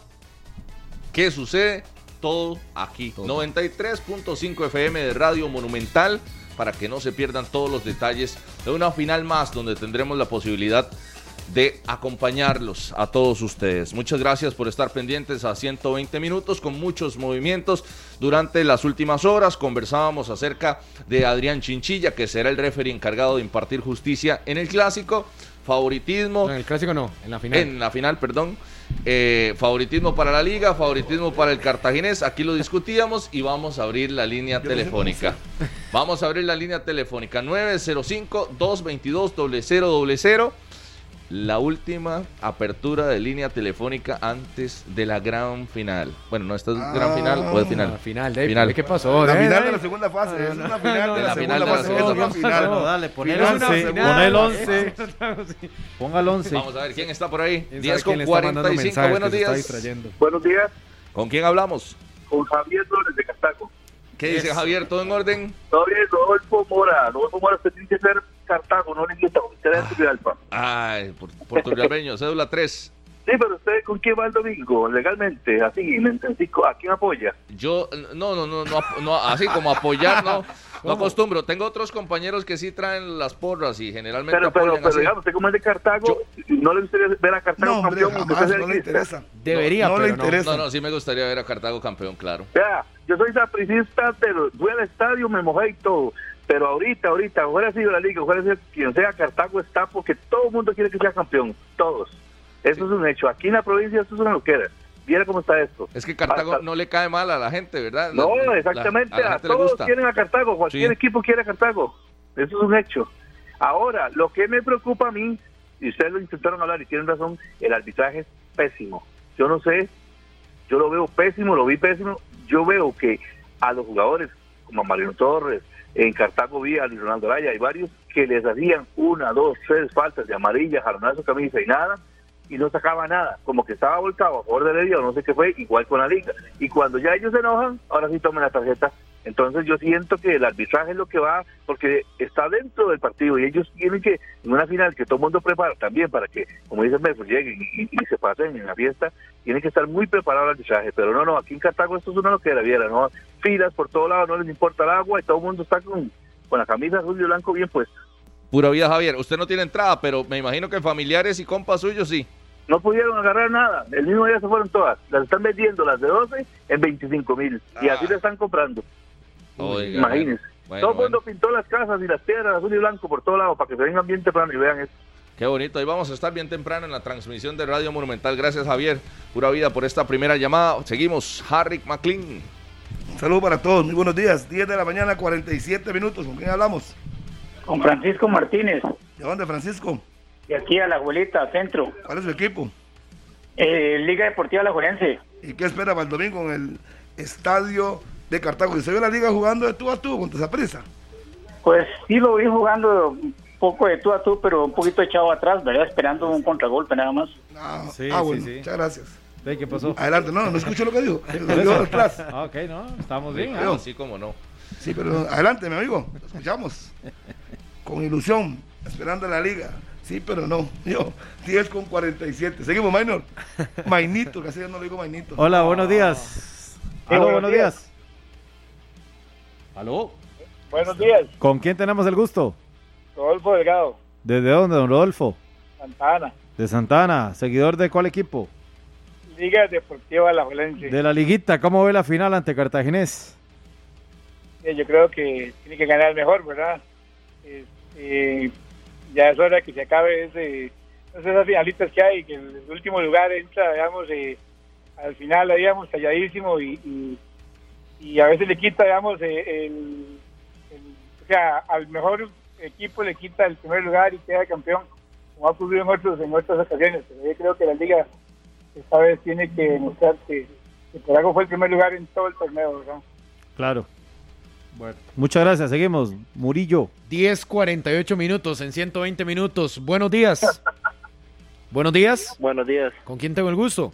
¿Qué sucede? Todo aquí. 93.5 FM de Radio Monumental para que no se pierdan todos los detalles de una final más donde tendremos la posibilidad de acompañarlos a todos ustedes. Muchas gracias por estar pendientes a 120 minutos con muchos movimientos. Durante las últimas horas conversábamos acerca de Adrián Chinchilla, que será el referee encargado de impartir justicia en el clásico, favoritismo, No, en el clásico no, en la final. en la final, perdón. Eh, favoritismo para la liga, favoritismo para el cartaginés. Aquí lo discutíamos y vamos a abrir la línea telefónica. Vamos a abrir la línea telefónica 905-222-0000. la última apertura de línea telefónica antes de la gran final. Bueno, no, esta es gran final o es final. Final, Ah, final, Dave, Final. ¿qué pasó? Ah. La Dave, final de Dave? la segunda fase, Ah, es una final no, de la la segunda final de la fase, es segunda una fase. final. No, dale, pon el Final, 11, segunda pon el fase. 11, ponga el 11. Vamos a ver quién está por ahí. ¿Quién 10 sabe quién con le está mandando 45. mensajes Buenos que se está días. distrayendo? Buenos días, ¿Con quién hablamos? con Javier Flores de Cartago. ¿Qué dice Javier? ¿Todo en orden? Todo bien, Rodolfo Mora. Rodolfo Mora, usted tiene que ser Cartago, no le gusta, usted es de Alfa. Ah. Ay, por- puertorriabeño, cédula 3. Sí, pero usted, ¿con quién va el domingo? Legalmente, así, me entendí, ¿a quién apoya? Yo, no, no, no, no, ap- no, así como apoyar, no, no acostumbro. Tengo otros compañeros que sí traen las porras y generalmente Pero, pero, apoyan pero, así. digamos, usted como es de Cartago, no le gustaría ver a Cartago No, hombre, campeón. jamás, usted es no le legalista. interesa. Debería, no le pero no. interesa. No, no, sí me gustaría ver a Cartago campeón, claro. Vea, yo soy sapricista, pero voy al estadio, me mojé y todo. Pero ahorita, ahorita, fuera sido la liga, fuera sido quien sea, Cartago está porque todo el mundo quiere que sea campeón. Todos. Eso es un hecho. Aquí en la provincia eso es una loquera. Mira cómo está esto. Es que Cartago Hasta- no le cae mal a la gente, ¿verdad? No, La- la- exactamente. a la a gente le todos gusta. quieren a Cartago. Cualquier Sí. equipo quiere a Cartago. Eso es un hecho. Ahora, lo que me preocupa a mí, y ustedes lo intentaron hablar y tienen razón, el arbitraje es pésimo. Yo no sé, yo lo veo pésimo, lo vi pésimo. Yo veo que a los jugadores, como a Mariano Torres, en Cartago Vía, a Luis Ronaldo Araya, hay varios que les hacían una, dos, tres faltas de amarilla, jalonar su camisa y nada, y no sacaba nada, como que estaba volcado a favor de Heredia o no sé qué fue, igual con la liga. Y cuando ya ellos se enojan, ahora sí toman la tarjeta. Entonces yo siento que el arbitraje es lo que va, porque está dentro del partido y ellos tienen que, en una final que todo el mundo prepara también para que, como dicen, pues, lleguen y, y se pasen en la fiesta, tienen que estar muy preparados al arbitraje. Pero no, no, aquí en Cartago esto es una loquera, viera, ¿no? Filas por todos lados, no les importa el agua y todo el mundo está con, con la camisa azul y blanco bien puesta. Pura vida, Javier. Usted no tiene entrada, pero me imagino que familiares y compas suyos sí. No pudieron agarrar nada. El mismo día se fueron todas. Las están vendiendo las de 12 en 25 mil. Y así Ah. las están comprando. Oiga, Imagínense. bueno, Todo el bueno. mundo pintó las casas y las piedras azul y blanco por todos lados para que se vengan bien temprano y vean esto. Qué bonito. Ahí vamos a estar bien temprano en la transmisión de Radio Monumental. Gracias, Javier. Pura vida por esta primera llamada. Seguimos. Harry McLean. Saludos para todos, muy buenos días. 10 de la mañana, 47 minutos. ¿Con quién hablamos? Con Francisco Martínez, ¿De dónde, Francisco? de aquí a la abuelita, centro. ¿Cuál es su equipo? Eh, Liga Deportiva La Juelense. ¿Y qué espera para el domingo en el estadio de Cartago? Que se vio la liga jugando de tú a tú contra esa prisa. Pues sí lo vi jugando un poco de tú a tú, pero un poquito echado atrás, ¿verdad? Esperando un contragolpe nada más. Ah, Sí, ah, sí, bueno, sí. muchas gracias. Ve, ¿Qué pasó? Adelante, no, no escucho lo que dijo. Lo dijo atrás. Ah, ok, no, estamos bien. Ah, sí, como no. Sí, pero ah, adelante, mi amigo. Lo escuchamos. Con ilusión, esperando la liga. Sí, pero no. Yo, 10 con 47. Seguimos, Minor. Mainito, que así yo no le digo Mainito. Hola, buenos días. Sí, Aló, buenos buenos días. días. Aló. Buenos días, ¿Con quién tenemos el gusto? Rodolfo Delgado, ¿Desde dónde, don Rodolfo? Santana, De Santana, seguidor de cuál equipo? Liga Deportiva La Juelense. De la liguita, ¿cómo ve la final ante Cartaginés? Eh, Yo creo que tiene que ganar mejor, ¿verdad? Este, ya es hora que se acabe ese, esas finalistas que hay, que el último lugar entra, digamos, eh, al final, digamos, talladísimo y, y, y a veces le quita, digamos, eh, el, el- o sea, al mejor equipo le quita el primer lugar y queda campeón, como ha ocurrido en, otros, en otras ocasiones. Pero yo creo que la liga esta vez tiene que demostrar que, que por algo fue el primer lugar en todo el torneo, ¿verdad? Claro. Muchas gracias, seguimos. Murillo. 10.48 minutos en 120 minutos. Buenos días. Buenos días. Buenos días, ¿Con quién tengo el gusto?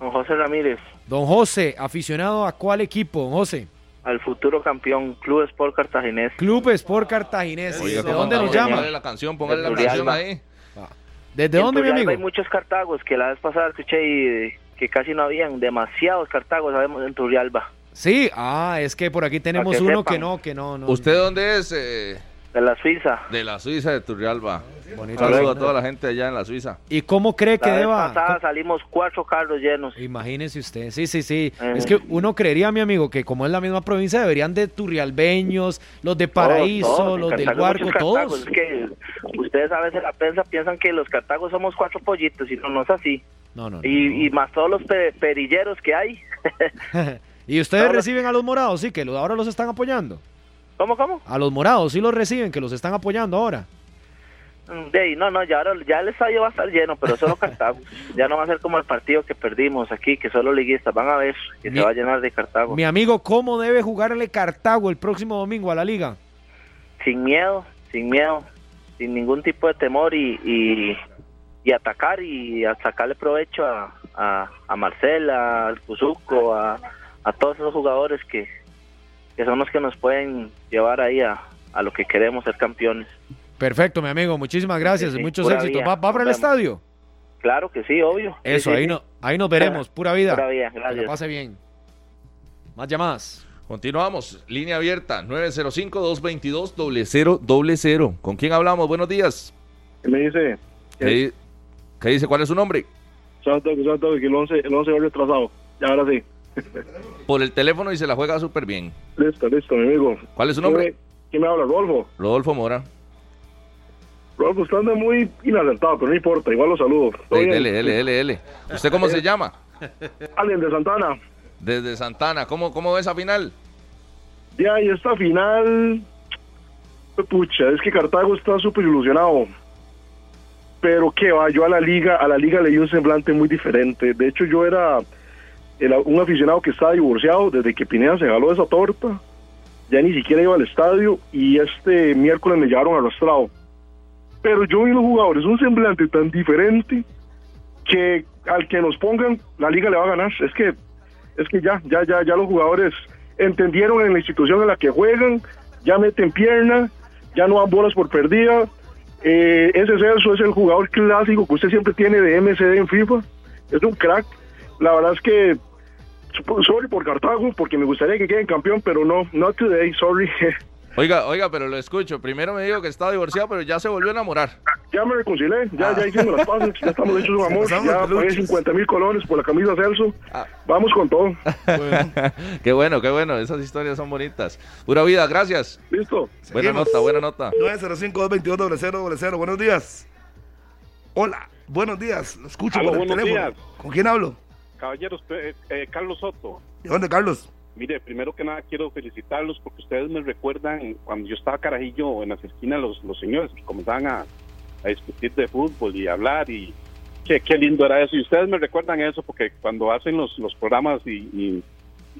don José Ramírez, Don José, aficionado a cuál equipo, don José. al futuro campeón, Club Sport Cartaginés. Club Sport Cartaginés. Oiga, ¿De ¿cómo dónde nos andamos? llama? Póngale la canción, póngale la Desde canción Urialba. ahí. ¿Desde En dónde, mi Turrialba amigo? Hay muchos cartagos que la vez pasada escuché y eh, que casi no habían, demasiados cartagos sabemos en Turrialba, Sí, ah, es que por aquí tenemos que uno sepan. que no, que no, no. ¿Usted dónde es? Eh, de la Suiza. de la Suiza de Turrialba. Bonito. Saludo a toda la gente allá en la Suiza. ¿Y cómo cree que La vez deba? pasada salimos cuatro carros llenos. Imagínese usted, sí, sí, sí. Eh. Es que uno creería, mi amigo, que como es la misma provincia, deberían de Turrialbeños, los de Paraíso, Todos, todos, los en del Cartago Huarco, muchos cartagos. todos. Es que ustedes a veces la prensa piensan que los cartagos somos cuatro pollitos y no, no es así. No, Ah, no, no. Y, y más todos los pe- perilleros que hay. Y ustedes Ahora- reciben a los morados, sí, que lo- ahora los están apoyando. ¿Cómo, cómo? A los morados sí los reciben, que los están apoyando ahora. De ahí, no, no, ya, ahora, ya el estadio va a estar lleno, pero solo Cartago. ya no va a ser como el partido que perdimos aquí, que solo liguistas van a ver que Mi- se va a llenar de Oh. Cartago. Mi amigo, ¿cómo debe jugarle Cartago el próximo domingo a la liga? Sin miedo, sin miedo, sin ningún tipo de temor y, y, y atacar y a sacarle provecho a, Ah, a, a Marcela, al Cuzuco, a, a todos esos jugadores que, que son los que nos pueden llevar ahí a, a lo que queremos ser campeones. Perfecto, mi amigo, muchísimas gracias, Sí, sí, muchos pura éxitos. vida. ¿Va, va para el Nos vemos. estadio? Claro que sí, obvio. Sí, Eso, sí, ahí, sí. No, ahí nos veremos, pura vida. Pura vida, Que la gracias. pase bien. Más llamadas. Continuamos, línea abierta 905-222-0000. ¿Con quién hablamos? Buenos días. Él me dice, ¿Qué, di- qué dice? ¿Cuál es su nombre? santo que santo que el 11, el 11 va retrasado. Ya ahora sí. Por el teléfono y se la juega súper bien. Listo, listo, mi amigo. ¿Cuál es su nombre? ¿Quién me, quién me habla? Rodolfo. Rodolfo Mora. Rodolfo, usted anda muy inalertado, pero no importa. Igual lo saludo. ¿Todo Ey, bien? Dele, dele, dele, dele. ¿Usted cómo se llama? Allen de Santana. Desde Santana. ¿Cómo, cómo ve esa final? Ya, y esta final. Pucha, es que Cartago está súper ilusionado. Pero que va, yo a la liga, a la liga le di un semblante muy diferente. De hecho, yo era el- un aficionado que estaba divorciado desde que Pineda se jaló esa torta. Ya ni siquiera iba al estadio y este miércoles me llevaron arrastrado. Pero yo vi los jugadores un semblante tan diferente que al que nos pongan la liga le va a ganar. Es que es que ya, ya, ya, ya los jugadores entendieron en la institución en la que juegan, ya meten pierna, ya no dan bolas por perdida. Eh, ese Celso es el jugador clásico que usted siempre tiene de MCD en FIFA, es un crack. La verdad es que, sup- sorry por Cartago, porque me gustaría que queden campeón, pero no, not today, sorry. Oiga, oiga, pero lo escucho. Primero me dijo que estaba divorciado, pero ya se volvió a enamorar. ya me reconcilé, ya, Ah. ya hicimos las pases, ya estamos hechos un amor, ya pagué 50 mil colores por la camisa Celso, vamos con todo. qué bueno, qué bueno. Esas historias son bonitas. Pura vida, gracias. Listo. Buena Seguimos. nota, buena nota. 905-222-0000. Buenos días. Hola, buenos días. Lo escucho Aló, por el buenos teléfono. días. ¿Con quién hablo? Caballeros, eh, eh, Carlos Soto, ¿De dónde, Carlos? mire, primero que nada quiero felicitarlos porque ustedes me recuerdan cuando yo estaba carajillo en las esquinas, los, los señores que comenzaban a, a discutir de fútbol y hablar y qué, qué lindo era eso. Y ustedes me recuerdan eso porque cuando hacen los, los programas y, y-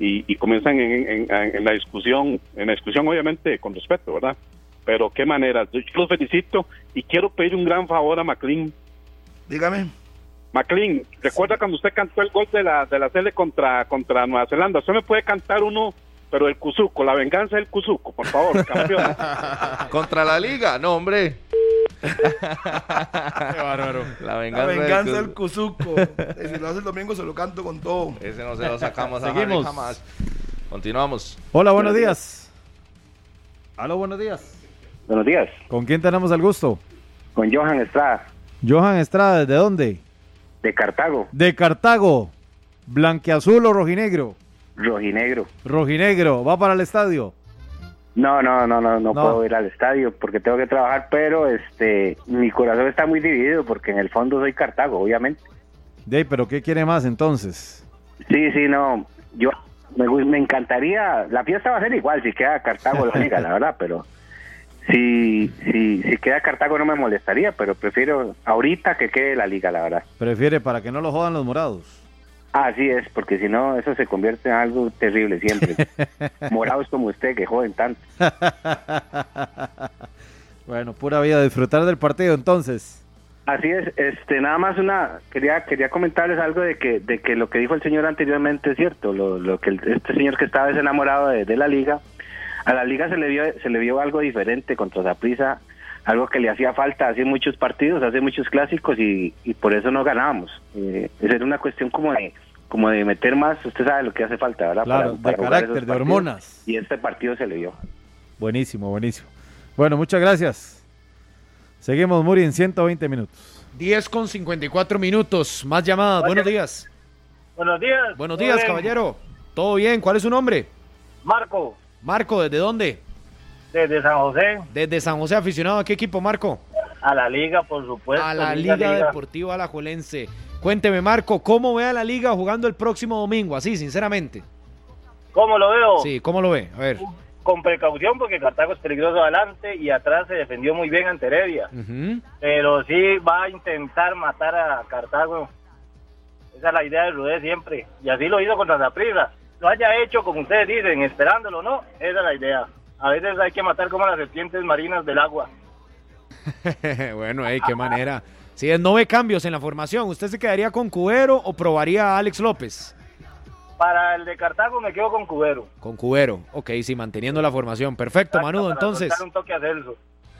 y- y comienzan en, en- en- en la discusión, en la discusión obviamente con respeto, ¿verdad? Pero qué manera. Yo los felicito y quiero pedir un gran favor a McLean. Dígame. McLean, recuerda cuando usted cantó el gol de la de la Sele contra contra Nueva Zelanda. Usted me puede cantar uno, pero el Cuzuco, la venganza del Cuzuco, por favor, campeón. Contra la liga, no, hombre. La La venganza, venganza del del Cus- Cuzuco. Eh, si lo hace el domingo, se lo canto con todo. Ese no se lo sacamos a Seguimos. Harry jamás. Continuamos. Hola, buenos días. Hola, buenos días. Buenos días, ¿Con quién tenemos el gusto? con Johan Estrada, Johan Estrada, ¿de dónde? de Cartago, De Cartago. Blanqueazul o rojinegro. rojinegro. Rojinegro, va para el estadio. No, no, no, no, No. no puedo ir al estadio porque tengo que trabajar, pero este, mi corazón está muy dividido porque en el fondo soy Cartago, obviamente. De ahí, pero ¿qué quiere más entonces? Sí, sí, no, yo me, gu- me encantaría, la fiesta va a ser igual si queda Cartago la liga, la verdad, pero si, si, si queda Cartago no me molestaría, pero prefiero ahorita que quede la liga, la verdad. Prefiere para que no lo jodan los morados. Así es, porque si no, eso se convierte en algo terrible siempre. Morados como usted que joden tanto. Bueno, pura vida, disfrutar del partido entonces. Así es, este, nada más una, quería, quería comentarles algo de que, de que lo que dijo el señor anteriormente es cierto, lo, lo que el- este señor que estaba desenamorado de, de la liga, a la liga se le vio, se le vio algo diferente contra Zaprisa, algo que le hacía falta hace muchos partidos, hace muchos clásicos y, y por eso no ganábamos. Eh, esa era una cuestión como de, como de meter más, usted sabe lo que hace falta, ¿verdad? Claro, de jugar carácter, esos de partidos. hormonas. Y este partido se le vio. Buenísimo, buenísimo. Bueno, muchas gracias. Seguimos, Muri, en 120 minutos. 10 con 54 minutos. Más llamadas. Buenos días. Buenos días. Buenos ¿todo días, bien? caballero. ¿Todo bien? ¿Cuál es su nombre? Marco, Marco, ¿desde dónde? desde San José, Desde San José, aficionado. ¿A qué equipo, Marco? a la liga, por supuesto. a la Liga, Deportiva Alajuelense. Cuénteme, Marco, ¿cómo ve a la liga jugando el próximo domingo? Así, sinceramente. ¿Cómo lo veo? Sí, ¿cómo lo ve? A ver. con precaución porque Cartago es peligroso adelante y atrás se defendió muy bien ante Heredia. Pero sí va a intentar matar a Cartago. Esa es la idea de Rudé siempre. Y así lo hizo contra Zaprisa. Lo haya hecho, como ustedes dicen, esperándolo, ¿no? Esa es la idea. A veces hay que matar como a las serpientes marinas del agua. bueno, ey, qué manera. Si es nueve cambios en la formación, ¿usted se quedaría con Cubero o probaría a Alex López? Para el de Cartago me quedo con Cubero. Con Cubero. Ok, sí, manteniendo la formación. Perfecto, Manudo, Para entonces. soltar un toque a Celso.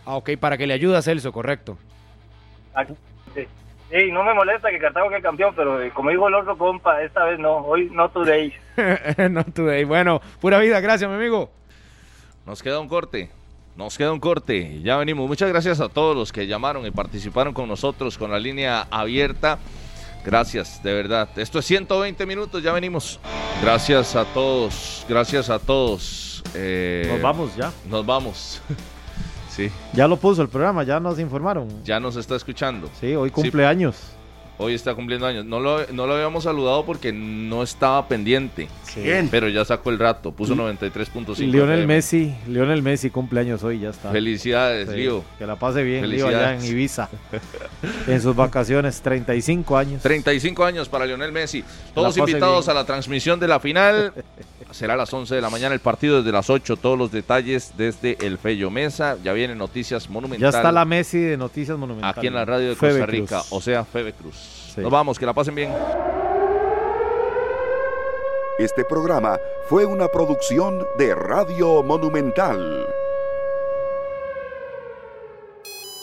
Ah, ok, para que le ayude a Celso, correcto. Aquí. Sí. Sí, no me molesta que Cartago que campeón, pero eh, como dijo el otro compa, esta vez no, hoy no today. no today. Bueno, pura vida, gracias, mi amigo. Nos queda un corte. Nos queda un corte. Ya venimos. Muchas gracias a todos los que llamaron y participaron con nosotros con la línea abierta. Gracias, de verdad. Esto es 120 minutos, ya venimos. Gracias a todos, gracias a todos. Eh, Nos vamos ya. Nos vamos. sí, Ya lo puso el programa, ya nos informaron. ya nos está escuchando. Sí, hoy cumpleaños. Hoy está cumpliendo años. No lo, no lo habíamos saludado porque no estaba pendiente. ¿Quién? Pero ya sacó el rato, puso 93.5. Lionel FM. Messi, Lionel Messi cumpleaños hoy, ya está. Felicidades, Sí, Lío. Que la pase bien, Lío, allá en Ibiza. En sus vacaciones, 35 años. 35 años para Lionel Messi. Todos La pase invitados a la transmisión de la final. Será a las 11 de la mañana el partido desde las 8. Todos los detalles desde el Fello Mesa. Ya vienen noticias Ya monumentales. está la Messi de Noticias Monumentales. Aquí en la radio de Costa Rica, o sea, Febe Cruz. Sí. Nos vamos, que la pasen bien. Este programa fue una producción de Radio Monumental.